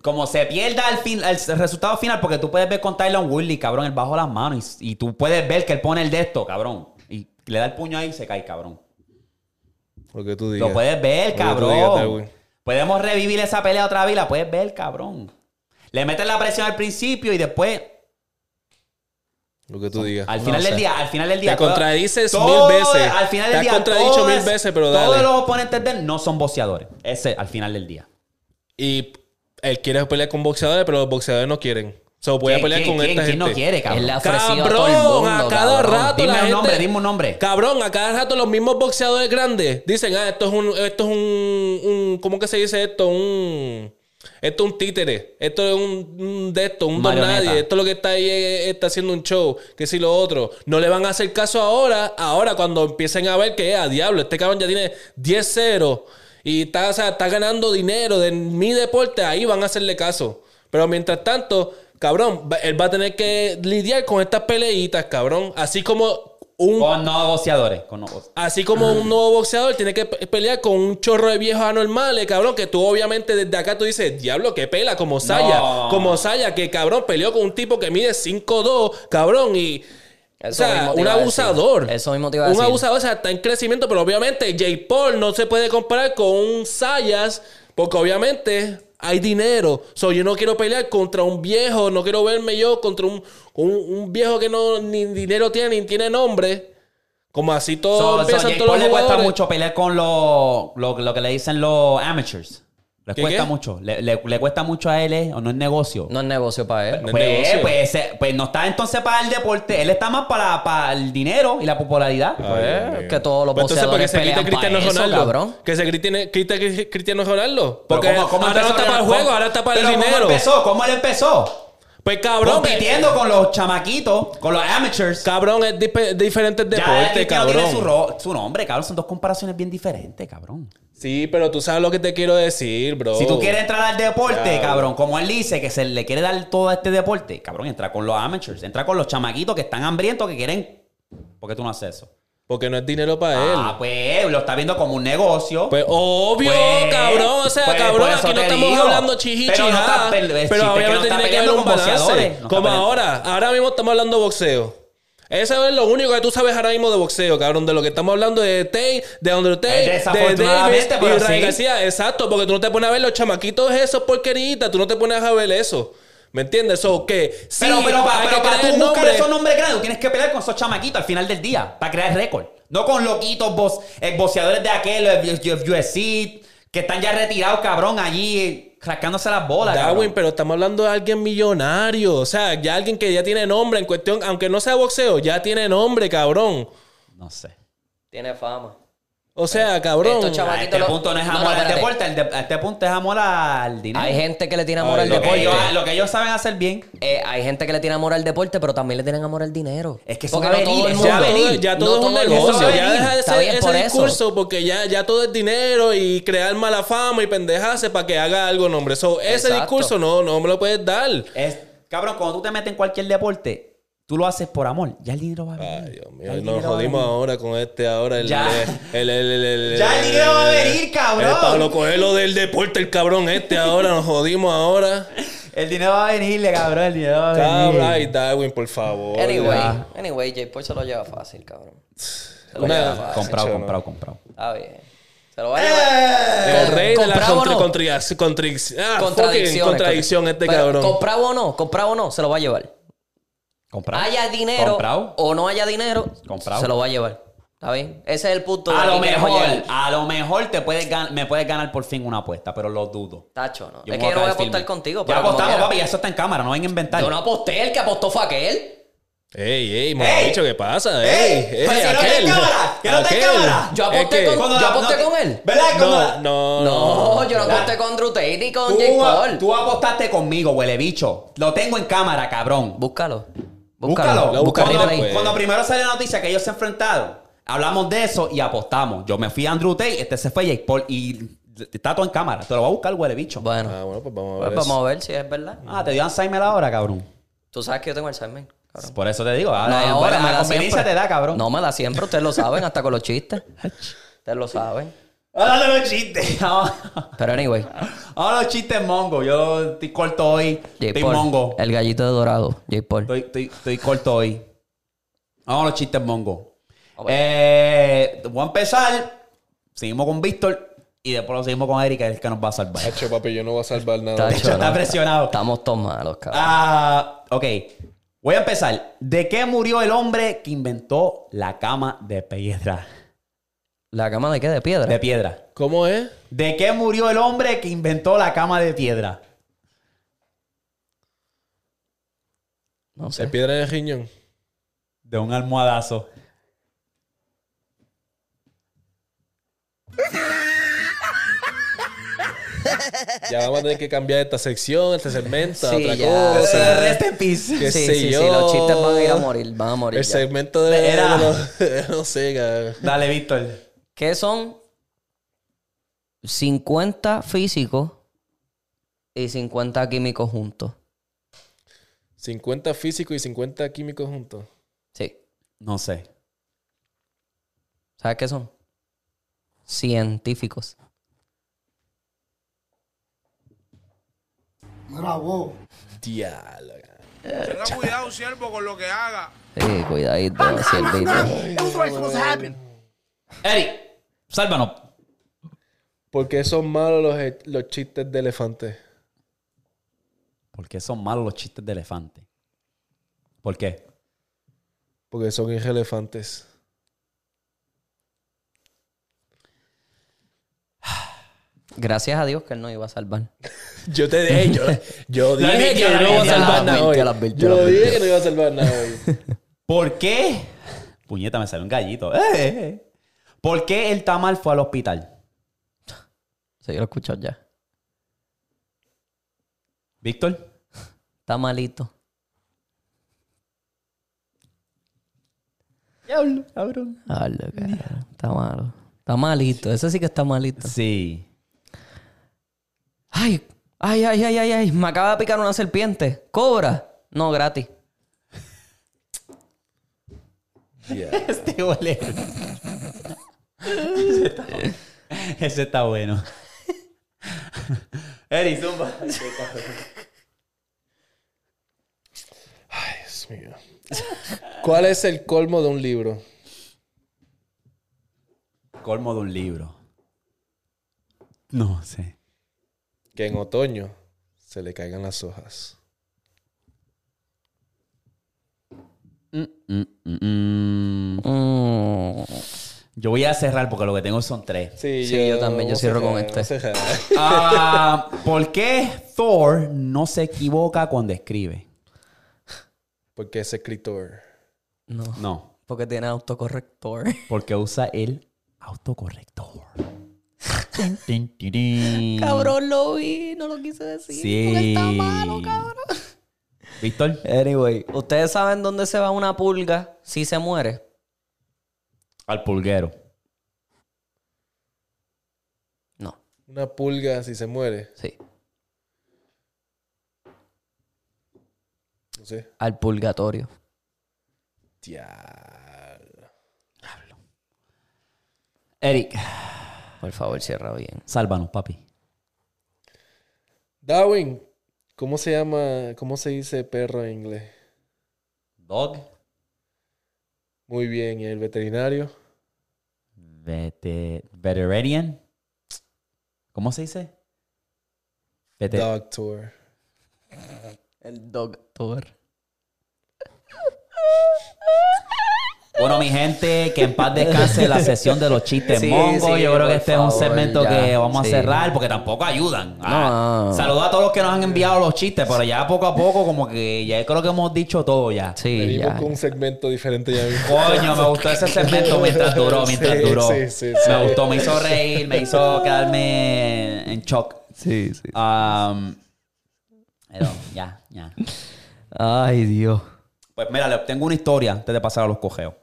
S1: Como se pierda el, fin- el resultado final, porque tú puedes ver con Tyron Woodley, cabrón, él bajo las manos y, y tú puedes ver que él pone el de esto, cabrón. Y le da el puño ahí y se cae, cabrón.
S3: Lo que tú
S1: Lo puedes ver,
S3: Lo que tú digas,
S1: cabrón.
S3: Darwin.
S1: Podemos revivir esa pelea otra vez y la puedes ver, cabrón. Le meten la presión al principio y después,
S3: Lo que tú digas.
S1: al final del día, al final del día.
S3: Te
S1: todo-
S3: contradices
S1: todo-
S3: mil veces.
S1: Al final del
S3: Te has
S1: día.
S3: contradicho
S1: todas-
S3: mil veces, pero dale.
S1: Todos los oponentes de él no son boxeadores. Ese, al final del día.
S3: Y él quiere pelear con boxeadores, pero los boxeadores no quieren. So, voy a
S1: ¿Quién-
S3: pelear
S1: quién-
S3: con
S1: quién-
S3: esta
S1: quién no
S3: gente.
S1: quiere, cabrón?
S2: Él la-
S3: Cabrón,
S2: ofrecido a todo el mundo,
S3: a cada
S2: cabrón.
S3: rato
S1: Dime
S3: la
S1: un
S3: gente,
S1: nombre, dime un nombre.
S3: Cabrón, a cada rato los mismos boxeadores grandes dicen, ah, esto es un, esto es un, un- ¿cómo que se dice esto? Un, esto es un títere, esto es un, un de esto, un don
S1: Marioneta.
S3: nadie, esto es lo que está ahí, eh, está haciendo un show, que si lo otro. No le van a hacer caso ahora, ahora cuando empiecen a ver que, ah, diablo, este cabrón ya tiene 10-0 y está, o sea, está ganando dinero de mi deporte, ahí van a hacerle caso. Pero mientras tanto, cabrón, va- él va a tener que lidiar con estas peleitas, cabrón. Así como un
S1: Con no boxeadores. Con no boxeadores.
S3: Así como un nuevo boxeador tiene que pe- pelear con un chorro de viejos anormales, cabrón, que tú obviamente desde acá tú dices, diablo, que pela, como Saya,
S1: No.
S3: como Saya, que cabrón peleó con un tipo que mide 5'2, cabrón, y...
S2: Eso
S3: o sea,
S2: mismo te
S3: un
S2: iba a decir.
S3: abusador.
S2: Eso mismo te iba a
S3: Un
S2: decir.
S3: abusador, o sea, está en crecimiento, pero obviamente Jay Paul no se puede comparar con un Sayas, porque obviamente hay dinero. So, yo no quiero pelear contra un viejo, no quiero verme yo contra un, un, un viejo que no ni dinero tiene ni tiene nombre. Como así todo
S1: So, so,
S3: empiezan
S1: Jake
S3: todos
S1: Paul
S3: los
S1: le cuesta
S3: jugadores.
S1: mucho pelear con lo, lo, lo que le dicen los amateurs. Le
S3: ¿Qué,
S1: cuesta
S3: qué?
S1: mucho. Le, le- le cuesta mucho a él, eh, o no es negocio.
S2: No es negocio para él.
S3: No es
S1: Pues,
S3: negocio.
S1: pues, eh, pues no está entonces para el deporte. Él está más para, para el dinero y la popularidad.
S2: Pues, que todos los
S3: Pues entonces, ¿por qué
S2: boxeadores
S3: se grita
S2: pelean
S3: Cristiano
S2: pa' eso,
S3: Ronaldo?
S2: cabrón.
S3: Que se grite, grite Cristiano Ronaldo.
S1: Pero
S3: Porque
S1: ¿cómo- cómo
S3: ahora no
S1: empezó
S3: está
S1: él?
S3: para el juego, ahora está para el
S1: Pero
S3: dinero.
S1: ¿Cómo él empezó? ¿Cómo él empezó?
S3: Pues cabrón,
S1: Compitiendo con los chamaquitos, con los amateurs.
S3: Cabrón, es dipe- diferentes
S1: Ya
S3: deportes,
S1: Cristiano tiene su,
S3: cabrón.
S1: ro- su nombre, cabrón. Son dos comparaciones bien diferentes, cabrón.
S3: Sí, pero tú sabes lo que te quiero decir, bro.
S1: Si tú quieres entrar al deporte,
S3: Ya.
S1: cabrón, como él dice que se le quiere dar todo a este deporte, cabrón, entra con los amateurs, entra con los chamaquitos que están hambrientos, que quieren... ¿Por qué tú no haces eso?
S3: Porque no es dinero para
S1: Ah,
S3: él.
S1: pues lo está viendo como un negocio.
S3: Pues obvio,
S1: Pues,
S3: cabrón. O sea,
S1: pues,
S3: cabrón,
S1: por eso
S3: aquí no
S1: te
S3: estamos
S1: digo.
S3: hablando chichi,
S1: Pero no
S3: chijá.
S1: está pele- el chiste es
S3: Pero
S1: que no
S3: obviamente
S1: está
S3: tiene que haber
S1: peleando
S3: un
S1: con boxeadores, no
S3: balance.
S1: está
S3: Como
S1: peleando.
S3: ahora. Ahora mismo estamos hablando boxeo. Eso es lo único que tú sabes ahora mismo de boxeo, cabrón. De lo que estamos hablando de Tate, de Andrew Tate,
S1: Eh,
S3: de Davis
S1: desafortunadamente,
S3: y
S1: pero
S3: Ryan
S1: sí.
S3: García. Exacto, porque tú no te pones a ver los chamaquitos esos porqueritas. Tú no te pones a ver eso. ¿Me entiendes? O que sí,
S1: pero, pero, pa-
S3: hay
S1: pero
S3: que
S1: para
S3: creer
S1: tú buscar
S3: nombres.
S1: esos nombres grandes, tú tienes que pelear con esos chamaquitos al final del día para crear récord. No con loquitos, box- eh, boxeadores de aquel, eh, UFC, que están ya retirados, cabrón, allí eh, rascándose las bolas.
S3: Darwin,
S1: cabrón.
S3: Ah, pero estamos hablando de alguien millonario. O sea, ya alguien que ya tiene nombre en cuestión, aunque no sea boxeo, ya tiene nombre, cabrón.
S1: No sé.
S2: Tiene fama.
S3: O sea, cabrón.
S2: Estos chavales-
S1: A este
S2: lo-
S1: punto no es
S2: No, no,
S1: amor al
S2: espérate.
S1: deporte, el de- a este punto es amor al dinero.
S2: Hay gente que le tiene amor
S3: Ay,
S2: al
S3: lo
S1: lo, que
S2: deporte.
S1: ellos, lo que ellos saben hacer bien.
S2: Eh, hay gente que le tiene amor al deporte, pero también le tienen amor al dinero.
S1: Es que eso
S2: Porque
S1: va a
S2: no todo
S1: venir,
S2: el
S1: eso va
S3: ya
S1: a
S2: mundo.
S1: venir.
S3: todo, ya
S2: No
S3: todo es un
S2: todo el mundo
S3: negocio.
S1: va a
S3: Ya
S1: venir.
S3: deja de
S2: Está
S3: ser
S2: bien
S3: ese
S2: por eso.
S3: discurso porque ya, ya todo es dinero y crear mala fama y pendejarse para que haga algo, nombre. So, ese
S2: Exacto.
S3: discurso no, no me lo puedes dar.
S1: Es, cabrón, cuando tú te metes en cualquier deporte, tú lo haces por amor. Ya el dinero va a venir.
S3: Ay, Dios mío,
S1: Ya el
S3: nos
S1: dinero va a
S3: jodimos
S1: venir.
S3: ahora con este ahora. El,
S1: Ya.
S3: el, el, el, el- el-
S1: Ya el dinero va a venir, cabrón.
S3: El Pablo Coelho del deporte, el cabrón este ahora, nos jodimos ahora.
S1: El dinero va a venirle, cabrón. El dinero va a venir.
S3: Cabrón, ay, Darwin, por favor.
S2: Anyway, anyway, J. Paul se lo lleva fácil, cabrón. Se lo
S3: Una-
S2: lleva fácil.
S1: Comprado,
S3: Chacho, no.
S1: comprado, comprado.
S2: Está bien. Se lo va a llevar.
S1: Eh,
S3: El
S2: Con-
S3: rey de la ah,
S2: ¿comprado o no?
S3: contradicción.
S2: eh, Contradicciones,
S3: Contradicción este
S2: Pero,
S3: cabrón.
S2: Comprado o no, comprado o no, se lo va a llevar.
S1: Comprado.
S2: Haya dinero
S1: Comprado.
S2: o no haya dinero,
S1: Comprado.
S2: se lo va a llevar. Está bien. Ese es el punto de
S1: A lo
S2: aquí que
S1: mejor,
S2: joder.
S1: a lo mejor te puedes gan- me puedes ganar por fin una apuesta, pero lo dudo.
S2: Tacho, no.
S1: Yo me
S2: es que yo
S1: traer
S2: no voy a
S1: firme.
S2: apostar contigo.
S1: Ya
S2: pero como
S1: apostamos,
S2: quiera.
S1: papi, ya eso está en cámara, no vayan a inventar.
S2: Yo no aposté, el que apostó fue aquel.
S3: Ey, ey, mamabicho, ¿qué pasa? Ey, ey,
S1: pero si no está en
S3: aquel.
S1: cámara, que no está en
S3: aquel.
S1: cámara.
S2: Yo aposté
S3: Es que-
S2: con- yo aposté con él.
S1: ¿Verdad? Cuando la-
S3: No, no,
S2: No, yo no
S1: ¿verdad?
S2: aposté con Drew Tate ni con
S1: Tú,
S2: Jake
S1: a-
S2: Paul.
S1: tú apostaste conmigo, huele bicho. Lo tengo en cámara, cabrón.
S2: Búscalo.
S1: Búscalo.
S2: Búscalo. Búscalo.
S1: Cuando,
S2: ahí.
S3: pues.
S1: cuando primero sale la noticia que ellos se enfrentaron, hablamos de eso y apostamos. Yo me fui a Andrew Tate, este se fue a Jake Paul y está todo en cámara. Te lo va a buscar, huele bicho.
S2: Bueno,
S3: Ah, bueno, pues vamos a
S2: pues
S3: ver.
S2: vamos a ver si es verdad.
S1: Ah, te dio Alzheimer ahora, cabrón.
S2: Tú sabes que yo tengo Alzheimer. Cabrón.
S1: Por eso te digo,
S2: No,
S1: ahora, ahora la conveniencia te da, cabrón.
S2: No me da siempre, ustedes lo saben, hasta con los chistes. Ustedes lo saben.
S1: Ahora Ah, los chistes. Ahora
S2: Pero anyway,
S1: ahora los chistes mongo. Yo estoy corto hoy.
S2: J.
S1: Estoy
S2: Paul,
S1: mongo.
S2: el gallito de dorado, J. Paul.
S1: Estoy, estoy, estoy corto hoy. Vamos a los chistes mongo. Eh, voy a empezar. Seguimos con Víctor. Y después lo seguimos con Erika, el que nos va a salvar.
S3: Tacho, papi, yo no voy a salvar nada.
S2: Tacho,
S1: está
S2: no.
S1: presionado.
S2: Estamos todos malos, cabrón.
S1: Ah, ok. Voy a empezar. ¿De qué murió el hombre que inventó la cama de piedra?
S2: ¿La cama de qué? ¿De piedra?
S1: De piedra.
S3: ¿Cómo es?
S1: ¿De qué murió el hombre que inventó la cama de piedra?
S2: No
S3: Se
S2: sé.
S3: piedra en el riñón.
S1: De un almohadazo.
S3: Ya vamos a tener que cambiar esta sección, este segmento,
S2: Sí,
S3: otra
S2: ya.
S3: cosa.
S1: Eh, rest in peace.
S3: qué
S2: sí,
S3: sé
S2: sí,
S3: yo.
S2: sí, los chistes van a ir a morir, van a morir.
S3: El
S2: ya.
S3: segmento de...
S1: Era.
S3: de los- no sé, cabrón.
S1: Dale, Víctor.
S2: ¿Qué son 50 físicos y 50 químicos juntos?
S3: 50 físicos y 50 químicos juntos.
S2: Sí.
S1: No sé.
S2: ¿Sabes qué son? Científicos.
S3: Diablo, cabrón.
S6: Tenga cuidado, siervo, con lo que haga.
S2: Sí, cuidadito, siervito.
S1: Eric, sálvanos.
S3: ¿Por qué son malos los, e- los chistes de elefante?
S1: ¿Por qué son malos los chistes de elefante? ¿Por qué?
S3: Porque son irrelefantes.
S2: Gracias a Dios que él no iba a salvar.
S3: Yo te dije, yo, yo
S1: La
S3: dije
S1: advirtió, la
S3: que no iba
S1: advirtió,
S3: a
S1: la
S3: salvar
S2: advirtió,
S3: nada hoy.
S2: la advirtió, la
S3: Yo dije que
S2: advirtió.
S3: no iba a salvar nada hoy.
S1: ¿Por qué? Puñeta, me salió un gallito. Eh, eh, eh. ¿Por qué el tamal fue al hospital?
S2: Sí, lo escucho ya.
S1: Víctor.
S2: Está malito.
S1: Diablo, cabrón.
S2: Ay, lo que- Está malo. Está malito. Ese sí que está malito.
S1: Sí.
S2: Ay, ay, ay, ay, ay, ay. Me acaba de picar una serpiente. ¿Cobra? No, gratis.
S3: Ya.
S1: Este huele. Ese está bueno. Ese está bueno. Eric, zumba.
S3: Ay, Dios mío. ¿Cuál es el colmo de un libro?
S1: Colmo de un libro. No sé.
S3: Que en otoño se le caigan las hojas.
S1: Mm, mm, mm.
S2: Mm.
S1: Yo voy a cerrar porque lo que tengo son tres.
S3: Sí,
S2: Sí, yo también, yo
S3: vamos
S2: cierro
S3: a
S2: con
S3: cerrar,
S2: este.
S3: vamos a cerrar.
S1: Ah, ¿Por qué Thor no se equivoca cuando escribe?
S3: Porque es escritor.
S2: No.
S1: No,
S2: Porque tiene autocorrector. Mm.
S1: porque usa el autocorrector.
S2: Cabrón, lo vi, no lo quise decir.
S1: Sí.
S2: Porque está malo, cabrón.
S1: Víctor,
S2: Anyway, ¿ustedes saben dónde se va una pulga si se muere?
S1: al pulguero.
S2: No,
S3: Una pulga si se muere.
S2: sí.
S3: No sé.
S2: Al purgatorio.
S3: Diablo.
S1: Eric,
S2: Por favor, cierra bien.
S1: sálvanos, papi.
S3: Darwin, ¿cómo se llama, cómo se dice perro en inglés?
S1: Dog.
S3: Muy bien, ¿y el veterinario?
S1: Vete, veterinarian. ¿Cómo se dice? Vete-
S3: Doctor.
S2: El doctor.
S1: Bueno, mi gente, que en paz descanse la sesión de los chistes
S2: Sí,
S1: mongo.
S2: sí,
S1: Yo creo
S2: por
S1: que este es un
S2: favor,
S1: segmento
S2: ya,
S1: que vamos
S2: sí.
S1: a cerrar porque tampoco ayudan.
S2: No, no, no.
S1: Saludos a todos los que nos han enviado los chistes, pero ya poco a poco, como que ya creo que hemos dicho todo ya.
S2: Sí,
S3: Venimos
S2: ya.
S3: con un segmento diferente ya mismo.
S1: Coño, me gustó ese segmento mientras duró, mientras
S3: Sí,
S1: duró.
S3: sí, sí, sí.
S1: Me gustó, me hizo reír, me hizo quedarme en shock.
S2: Sí, sí.
S1: Um, pero ya, ya.
S2: Ay, Dios.
S1: Pues mira, le tengo una historia antes de pasar a los cojeos.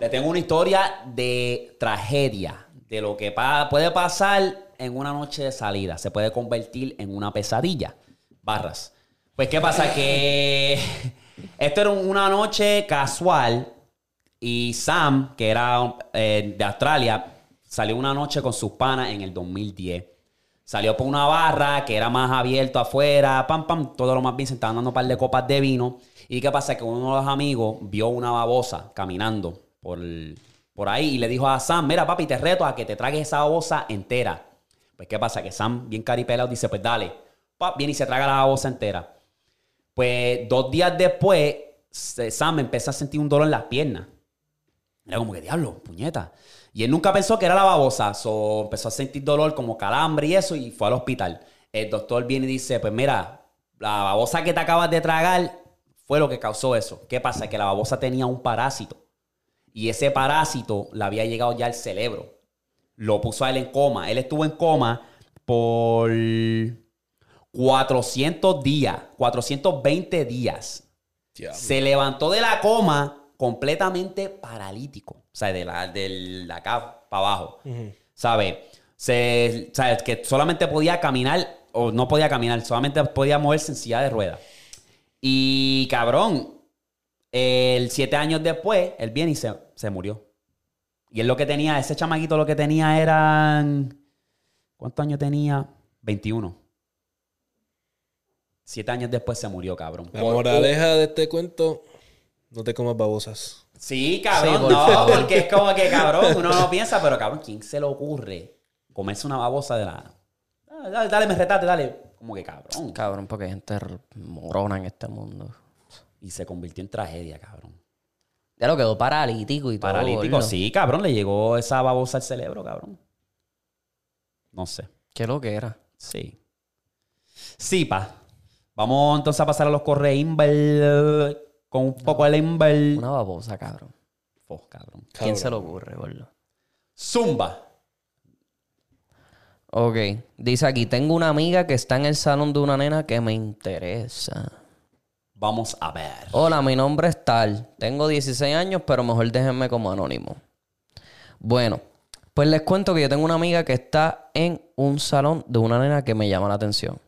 S1: Le tengo una historia de tragedia, de lo que pa- puede pasar en una noche de salida. Se puede convertir en una pesadilla. Barras. Pues, ¿qué pasa? Que esto era una noche casual y Sam, que era eh, de Australia, salió una noche con sus panas en el 2010. Salió por una barra que era más abierto afuera, pam, pam, todo lo más bien, se estaban dando un par de copas de vino. ¿Y qué pasa? Que uno de los amigos vio una babosa caminando por, por ahí y le dijo a Sam, mira papi, te reto a que te tragues esa babosa entera. Pues ¿qué pasa? Que Sam, bien caripelado, dice, pues dale. Pap, viene y se traga la babosa entera. Pues dos días después, se- Sam empezó a sentir un dolor en las piernas. Era como que diablo, puñeta. Y él nunca pensó que era la babosa. So, empezó a sentir dolor como calambre y eso y fue al hospital. El doctor viene y dice, pues mira, la babosa que te acabas de tragar fue lo que causó eso. ¿Qué pasa? Que la babosa tenía un parásito. Y ese parásito le había llegado ya al cerebro. Lo puso a él en coma. Él estuvo en coma por 400 días, 420 días.
S3: Diablo.
S1: Se levantó de la coma completamente paralítico. O sea, de la, de la acá para abajo. ¿Sabes? Se, ¿sabes? Que solamente podía caminar, o no podía caminar, solamente podía moverse en silla de ruedas. Y cabrón, el siete años después, él viene y se, se murió. Y él lo que tenía, ese chamaquito lo que tenía eran. ¿Cuántos años tenía? 21. Siete años después se murió, cabrón.
S3: La moraleja de este cuento, no te comas babosas.
S1: Sí, cabrón,
S2: Sí, por
S1: no,
S2: favor.
S1: porque es como que, cabrón, uno no piensa, pero cabrón, ¿quién se le ocurre comerse una babosa de la. Ah, Dale, dale, me retate, dale. Como que cabrón.
S2: Cabrón, porque hay gente r- morona en este mundo.
S1: Y se convirtió en tragedia, cabrón.
S2: Ya lo quedó paralítico y todo.
S1: Paralítico,
S2: gordo.
S1: sí, cabrón, le llegó esa babosa al cerebro, cabrón. No sé.
S2: Qué lo que era.
S1: Sí. Sí, pa. Vamos entonces a pasar a los correimbel con un poco el imbel.
S2: Una babosa, cabrón.
S1: Oh, cabrón.
S2: ¿Quién se le ocurre, boludo?
S1: Zumba.
S2: Ok, dice aquí, tengo una amiga que está en el salón de una nena que me interesa.
S1: Vamos a ver.
S2: Hola, mi nombre es Tal. Tengo 16 años, pero mejor déjenme como anónimo. Bueno, pues les cuento que yo tengo una amiga que está en un salón de una nena que me llama la atención.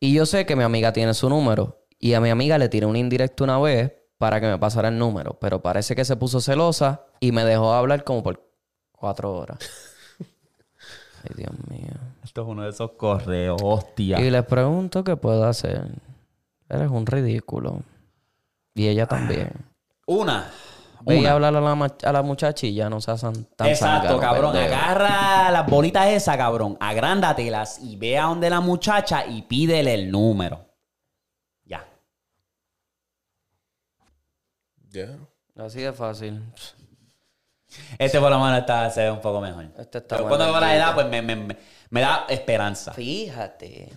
S2: Y yo sé que mi amiga tiene su número. Y a mi amiga le tiré un indirecto una vez para que me pasara el número. Pero parece que se puso celosa y me dejó hablar como por cuatro horas. Ay, Dios mío.
S1: Esto es uno de esos correos, hostia.
S2: Y les pregunto qué puedo hacer. Eres un ridículo. Y ella también.
S1: Una.
S2: Ve a
S1: Una.
S2: hablar a la, mach- a la muchacha y ya no seas tan, tan
S1: Exacto,
S2: zángano,
S1: cabrón.
S2: pendejo.
S1: Agarra las bolitas esas, cabrón. Agrándatelas y ve a donde la muchacha y pídele el número. Ya.
S3: Ya.
S2: Así de fácil.
S1: Este por lo menos está, se ve un poco mejor.
S2: Este está
S1: Pero
S2: bueno,
S1: cuando veo la
S2: bendito.
S1: edad, pues me, me- me- me da esperanza.
S2: Fíjate.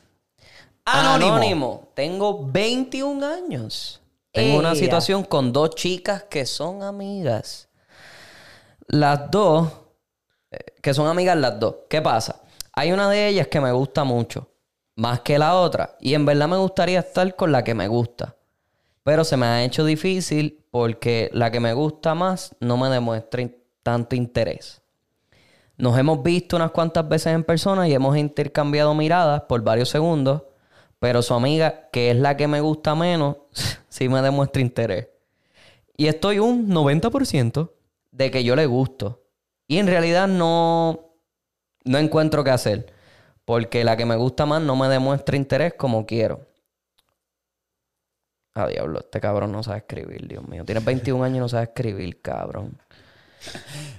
S1: Anónimo.
S2: Anónimo. Tengo 21 años. Tengo una
S1: Ea.
S2: situación con dos chicas que son amigas. Las dos, eh, que son amigas las dos. ¿Qué pasa? Hay una de ellas que me gusta mucho, más que la otra. Y en verdad me gustaría estar con la que me gusta. Pero se me ha hecho difícil porque la que me gusta más no me demuestra in- tanto interés. Nos hemos visto unas cuantas veces en persona y hemos intercambiado miradas por varios segundos, pero su amiga, que es la que me gusta menos, sí me demuestra interés. Y estoy un 90% de que yo le gusto. Y en realidad no, no encuentro qué hacer, porque la que me gusta más no me demuestra interés como quiero. Ah, diablo, este cabrón no sabe escribir, Dios mío. Tienes 21 años y no sabe escribir, cabrón.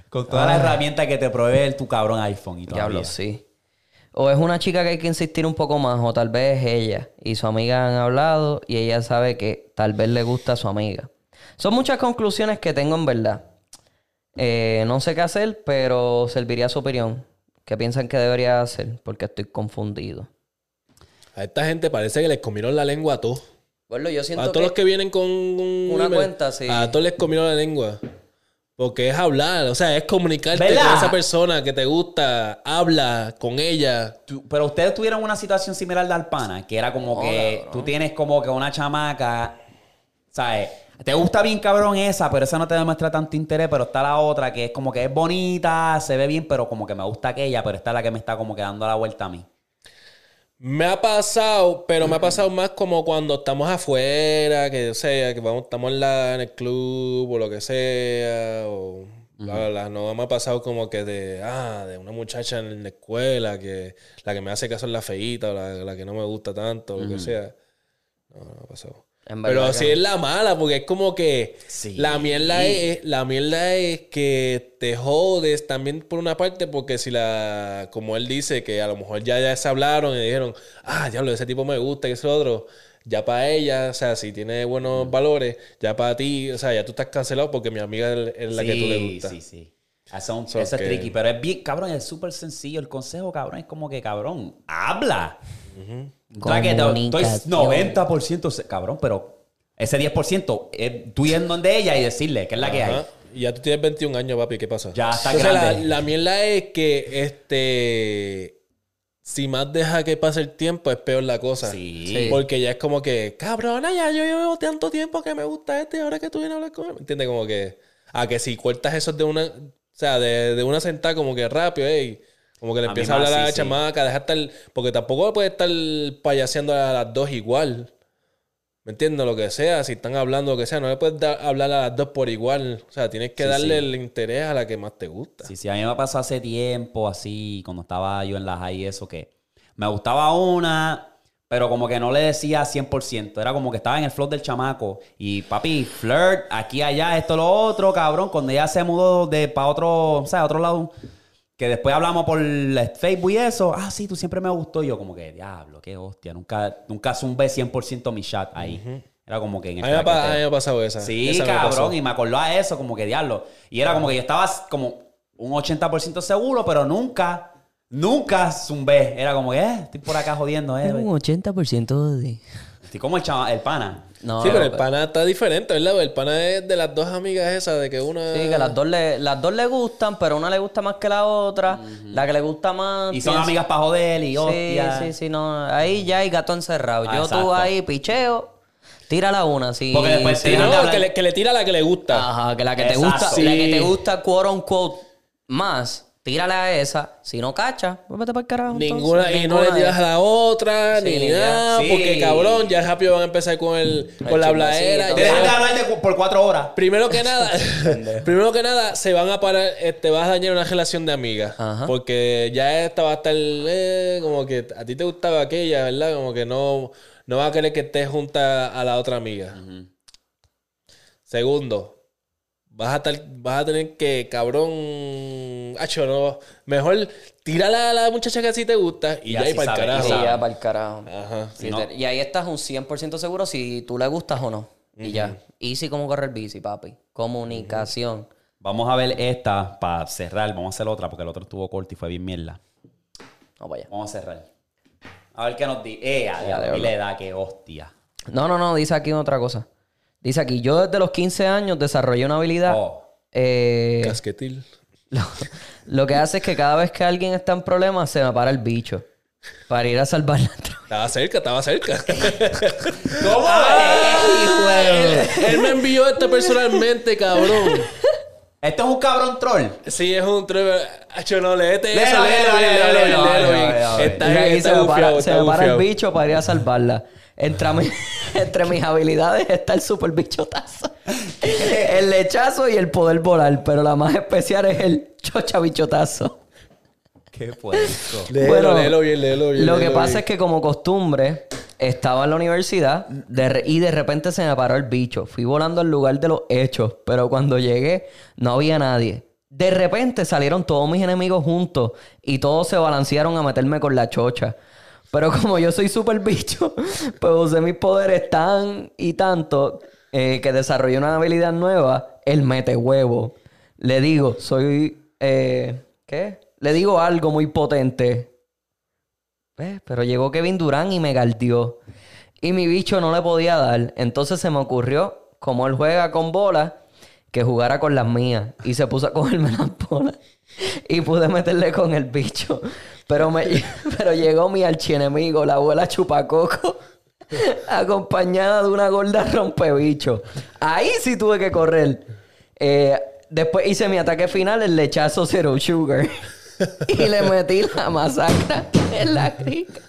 S1: Con todas las herramientas que te provee el- tu cabrón iPhone y todavía.
S2: Diablo, sí. O es una chica que hay que insistir un poco más, o tal vez es ella y su amiga han hablado y ella sabe que tal vez le gusta a su amiga. Son muchas conclusiones que tengo en verdad. Eh, no sé qué hacer, pero serviría su opinión. ¿Qué piensan que debería hacer? Porque estoy confundido.
S3: A esta gente parece que les comieron la lengua a todos.
S2: Bueno, yo siento
S3: A todos los que vienen con un
S2: Una
S3: email,
S2: cuenta, sí.
S3: A todos les comieron la lengua. Porque es hablar, o sea, es comunicarte
S1: ¿Verdad?
S3: con esa persona que te gusta, habla con ella.
S1: Tú- pero ustedes tuvieron una situación similar de Alpana, que era como que tú tienes como que una chamaca, ¿sabes? Te gusta bien cabrón esa, pero esa no te demuestra tanto interés, pero está la otra que es como que es bonita, se ve bien, pero como que me gusta aquella, pero esta es la que me está como que dando la vuelta a mí.
S3: Me ha pasado, pero me ha pasado más como cuando estamos afuera, que o sea, que vamos, estamos en, la- en el club o lo que sea, o bla, bla, bla. No me ha pasado como que de, ah, de una muchacha en la escuela, que la que me hace caso es la feíta, o la, la que no me gusta tanto, lo que sea. No, no me ha pasado.
S2: En verdad
S3: Pero
S2: que
S3: sí
S2: no.
S3: es la mala, porque es como que
S1: Sí.
S3: la mierda es, la mierda es que te jodes también por una parte, porque si la, como él dice, que a lo mejor ya, ya se hablaron y dijeron, ah, diablo, ese tipo me gusta, que es otro. Ya para ella, o sea, si tiene
S2: Mm.
S3: buenos valores, ya para ti, o sea, ya tú estás cancelado porque mi amiga es la que tú le gusta.
S1: Sí, sí. Eso, es un-
S3: So
S1: eso
S3: que-
S1: es tricky, pero es bien, cabrón, es súper sencillo. El consejo, cabrón, es como que, cabrón, habla. O sea, que te- estoy
S4: Comunicación.
S1: 90%, se- cabrón, pero ese 10% es tú yendo donde ella y decirle que es la que hay.
S3: Ajá. Y ya tú tienes 21 años, papi, ¿qué pasa?
S1: Ya está
S3: Entonces, la,
S1: grande.
S3: la mierda es que, este, si más deja que pase el tiempo, es peor la cosa.
S1: Sí.
S2: Sí.
S3: Porque ya es como que, cabrona, ya yo llevo tanto tiempo que me gusta este y ahora que tú vienes a hablar con él. ¿Entiendes? Como que, a que si cortas eso de una, o sea, de, de una sentada como que rápido, ey. Como que le
S1: A mí
S3: empieza a hablar
S1: más,
S3: a la
S1: sí, sí.
S3: chamaca, deja estar, porque tampoco puede estar payaseando a las dos igual. ¿Me entiendes? Lo que sea, si están hablando lo que sea, no le puedes dar- hablar a las dos por igual. O sea, tienes que darle
S1: sí.
S3: el interés a la que más te gusta.
S1: Sí, sí, a mí me pasó hace tiempo, así, cuando estaba yo en la high y eso, que me gustaba una, pero como que no le decía 100%. Era como que estaba en el flow del chamaco. Y papi, flirt, aquí, allá, esto, lo otro, cabrón. Cuando ella se mudó de para otro, o sea, a otro lado, que después hablamos por el Facebook y eso. Ah, sí, tú siempre me gustó. Y yo como que, diablo, qué hostia. Nunca, nunca zumbé 100% mi chat ahí. Era como que en el
S3: A mí, me ha, pa-
S1: traqueteo.
S3: a mí me ha pasado esa.
S1: Sí,
S3: Esa me pasó.
S1: cabrón, y me acordó a eso, como que diablo. Y era como que yo estaba como un 80% seguro, pero nunca, nunca zumbé. Era como que, eh, estoy por acá jodiendo, eh.
S4: Un 80% de...
S1: Estoy como el, chava- el pana.
S2: No,
S3: sí, pero el
S2: pero-
S3: pana está diferente, ¿verdad? El pana es de las dos amigas esas, de que una...
S2: Sí, que las dos, le, las dos le gustan, pero una le gusta más que la otra. La que le gusta más.
S1: Y son
S2: piensa-
S1: amigas para joder y
S2: Sí,
S1: hostia.
S2: sí, sí, no. Ahí ya hay gato encerrado.
S1: Ah,
S2: Yo tú
S1: exacto.
S2: ahí picheo, tira la una, sí.
S1: Porque después
S2: sí.
S1: te
S3: No,
S1: dejan de hablar.
S3: que le, que le tira a la que le gusta.
S2: Ajá, que la que te
S1: Exacto.
S2: gusta,
S1: Sí.
S2: la que te gusta quote unquote más, tírale a esa. Si no cacha, pues vete para el carajo. entonces.
S3: Ninguna, y no
S2: Ninguna
S3: le
S2: de
S3: tiras a
S2: esas.
S3: la otra,
S2: Sí,
S3: ni
S2: ya.
S3: nada,
S1: Sí.
S3: porque cabrón, ya rápido van a empezar con el, con la
S2: chismecito.
S3: bladera.
S1: Te dejan de hablar de cu- por cuatro horas.
S3: Primero que nada, primero que nada, se van a parar, eh, te vas a dañar una relación de amigas.
S2: Ajá.
S3: Porque ya esta va a estar eh, como que a ti te gustaba aquella, ¿verdad? Como que no, no va a querer que estés junta a la otra amiga. Segundo, vas a estar, vas a tener que, cabrón, acho, no, mejor tírala a la muchacha que así te gusta y,
S1: Y
S3: ya y
S1: así
S3: para el
S1: sabe, y
S3: carajo.
S2: Sí,
S1: sabe.
S2: ya para el carajo.
S1: Eh,
S3: Ajá.
S2: Sí, te- Y ahí estás un 100% seguro si tú le gustas o no. Y ya. Easy como correr bici, papi. Comunicación.
S1: Vamos a ver esta para cerrar. Vamos a hacer otra porque el otro estuvo corto y fue bien mierda.
S2: No, vaya.
S1: Vamos a cerrar. A ver qué nos dice. Eh, diablo, y le da que hostia.
S2: No, no, no, dice aquí otra cosa. Dice aquí, yo desde los 15 años desarrollé una habilidad.
S1: Oh.
S2: eh,
S3: Casquetil.
S2: lo, lo que hace es que cada vez que alguien está en problemas se me para el bicho para ir a salvar la tra-
S3: Estaba cerca, estaba cerca.
S1: ¿Cómo? eh,
S3: él, él me envió esto personalmente, cabrón.
S1: Esto es un cabrón troll.
S3: Sí, es un trailer. Acho, no, léete
S1: Léelo,
S3: eso, léelo,
S1: léelo,
S3: léelo,
S1: léelo,
S3: léelo,
S1: léelo,
S3: léelo.
S1: léelo,
S3: Está
S2: Dice
S3: bien,
S2: aquí,
S3: está
S2: se me para,
S3: bufiado,
S2: se
S3: está
S2: me para el
S3: bufiado.
S2: bicho para ir a salvarla. Entre, mi- entre mis habilidades está el super bichotazo, el lechazo y el poder volar, pero la más especial es el chocha bichotazo.
S1: Qué puerco.
S3: Léelo, léelo bien, léelo bien,
S2: Lo que
S3: léelo
S2: pasa
S3: bien.
S2: es que como costumbre, estaba en la universidad de re- y de repente se me paró el bicho. Fui volando al lugar de los hechos, pero cuando llegué no había nadie. De repente salieron todos mis enemigos juntos y todos se balancearon a meterme con la chocha. Pero como yo soy super bicho, pues usé mis poderes tan y tanto eh, que desarrolló una habilidad nueva, el mete huevo. Le digo, soy. eh, ¿Qué? Le digo algo muy potente. Eh, pero llegó Kevin Durán y me galdió. Y mi bicho no le podía dar. Entonces se me ocurrió, como él juega con bolas, que jugara con las mías. Y se puso a cogerme las bolas. Y pude meterle con el bicho. Pero, me, pero llegó mi archienemigo, la abuela Chupacoco. acompañada de una gorda rompebicho. Ahí sí tuve que correr. Eh, después hice mi ataque final, el lechazo Zero Sugar. y le metí la masacre en la crica.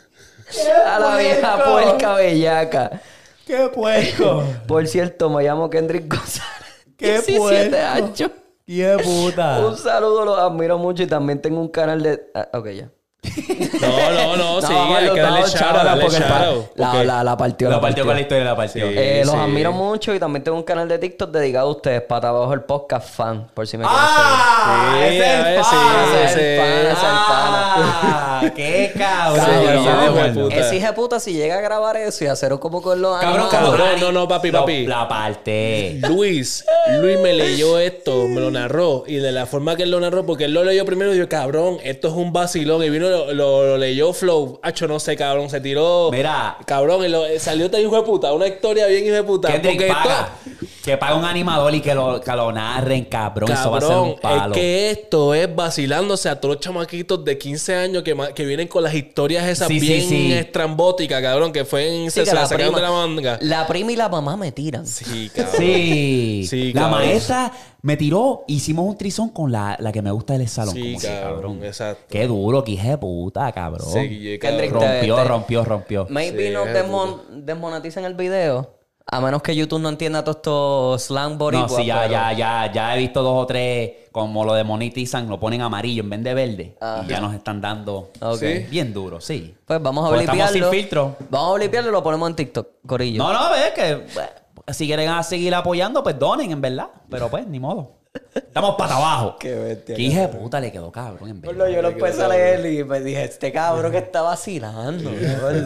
S2: A la vieja puerca bellaca.
S5: ¡Qué puerco!
S2: Por cierto, me llamo Kendrick González.
S5: ¡Qué
S2: 17
S5: puerco!
S2: años.
S5: ¡Qué puta!
S2: Un saludo, los admiro mucho y también tengo un canal de. ah, ok, ya.
S3: No, no, no, sí,
S2: vamos a
S3: hay
S2: los
S3: que darle
S2: dados,
S3: shout out,
S2: chaval,
S3: darle
S2: porque el pa-
S3: shout out,
S2: la-
S3: porque-
S2: La la partió.
S1: La partió con la historia, la partió.
S3: Sí.
S2: Eh, los admiro mucho y también tengo un canal de TikTok dedicado a ustedes, para abajo el podcast fan, por si me quieren
S1: ¡Ah!
S3: Sí,
S1: ¡Ese
S3: a ver,
S1: es el
S3: sí,
S1: pana!
S2: seguir.
S3: ese-
S2: el pana, es el pana.
S1: ¡Ah! ¡Qué cabrón!
S3: Sí,
S1: Cabrón,
S3: sí,
S1: cabrón.
S3: hijo de puta.
S2: Ese hijo de puta si llega a grabar eso y hacer como con los
S1: Cabrón,
S2: animales.
S3: Cabrón,
S1: cabrón.
S3: no, no, papi,
S1: Lo-
S3: papi.
S1: La parte.
S3: Luis, Luis me leyó esto, me lo narró. Y de la forma que él lo narró, porque él lo leyó primero y yo, cabrón, esto es un vacilón. Y vino, lo, lo- lo leyó Flow. Hacho, no sé, cabrón, se tiró.
S1: Mira.
S3: Cabrón, y lo- eh, salió tan hijo de puta. Una historia bien hijo de puta.
S1: Kendrick
S3: porque
S1: paga.
S3: esto-
S1: Que paga un animador y que lo, que lo narren, cabrón. Eso va a ser
S3: Cabrón,
S1: un palo.
S3: es que esto es vacilándose a todos los chamaquitos de 15 años que, ma- que vienen con las historias esas
S1: Sí, sí,
S3: bien
S1: sí.
S3: estrambóticas, cabrón, que fue
S2: Sí,
S3: en, se,
S2: que
S3: se la sacaron de la manga.
S2: la prima y la mamá me tiran.
S3: Sí, cabrón.
S1: Sí.
S3: Sí,
S1: la
S3: cabrón.
S1: maestra me tiró. Hicimos un trizón con la, la que me gusta del salón.
S3: Sí,
S1: como que,
S3: cabrón,
S1: cabrón.
S3: exacto.
S1: Qué duro, que hija de puta, cabrón.
S3: Sí, Guille,
S2: Kendrick,
S3: cabrón.
S1: rompió,
S2: Te- te-
S1: rompió, rompió.
S2: Maybe
S3: Sí,
S2: no
S3: hijo de
S2: desmon- desmonetizan el video. A menos que YouTube no entienda todos estos slang boricuas.
S1: no, sí, ya,
S2: pero-
S1: ya, ya, ya he visto dos o tres como lo demonetizan, lo ponen amarillo en vez de verde. Y ya nos están dando
S2: Ah. Ok.
S1: Sí. bien duro, sí.
S2: Pues vamos a
S1: Pues estamos
S2: blipearlo.
S1: sin filtro.
S2: Vamos a blipearlo y lo ponemos en TikTok, Corillo.
S1: No, no, es que bueno, si quieren a seguir apoyando, pues donen, en verdad. Pero pues, ni modo. Estamos para abajo. Qué bestia. Que hija de puta le quedó cabrón, en verdad.
S2: yo lo empecé a leer y me dije, este cabrón que está vacilando.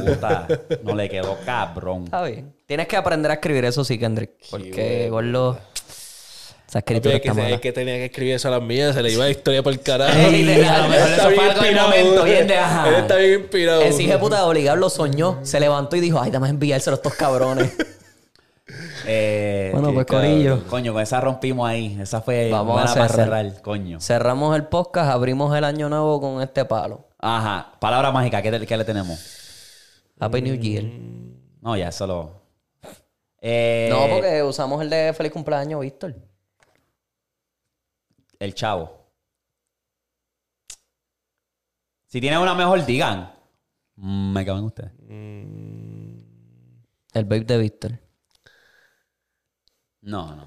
S1: Puta, no le quedó cabrón.
S2: Está bien. Tienes que aprender a escribir eso sí, Kendrick. Porque con los... Esa
S3: Papi,
S2: escritura
S3: es que,
S2: está
S3: se-
S2: mala.
S3: es que tenía que escribir eso a las mías, se le iba la historia por el carajo.
S1: Ey, a lo mejor eso
S3: Está bien
S1: fue algo de
S3: inspirado,
S1: momento,
S3: güey.
S1: bien de, ajá.
S3: Él está bien inspirado.
S2: Ese hijo de puta de obligado lo soñó. Se levantó y dijo, ay, dame enviárselo a estos cabrones.
S1: Eh,
S2: Bueno,
S1: qué
S2: pues,
S1: cabrón.
S2: corillo.
S1: Coño, con esa rompimos ahí. Esa fue
S2: Vamos
S1: buena
S2: a
S1: para
S2: cerrar.
S1: cerrar, coño.
S2: Cerramos el podcast, abrimos el año nuevo con este palo.
S1: Ajá. Palabra mágica, ¿qué, te- qué le tenemos?
S2: Happy New Year.
S1: No, ya, eso lo. Eh,
S2: No, porque usamos el de feliz cumpleaños, Víctor.
S1: El chavo. Si tienen una mejor, digan. Mm, Me cago en ustedes.
S2: El babe de Víctor.
S1: No, no.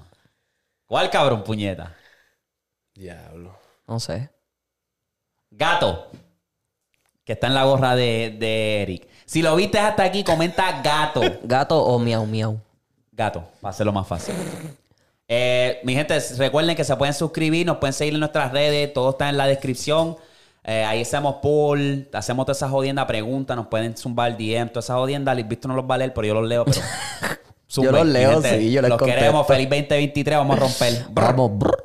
S1: ¿Cuál cabrón, puñeta?
S3: Diablo.
S2: No sé.
S1: Gato. Que está en la gorra de, de Eric. Si lo viste hasta aquí, comenta gato.
S2: Gato o miau miau.
S1: Gato, para hacerlo más fácil. Eh, mi gente, recuerden que se pueden suscribir, nos pueden seguir en nuestras redes, todo está en la descripción. Eh, ahí hacemos poll, hacemos toda esa jodienda pregunta, nos pueden zumbar DM, toda esa jodienda. Visto no los va a leer, pero yo los leo, pero. Zumben,
S2: Yo los
S1: mi
S2: leo, sí, yo les
S1: Los queremos,
S2: contesto.
S1: feliz 2023, vamos a romper.
S2: Vamos. brr.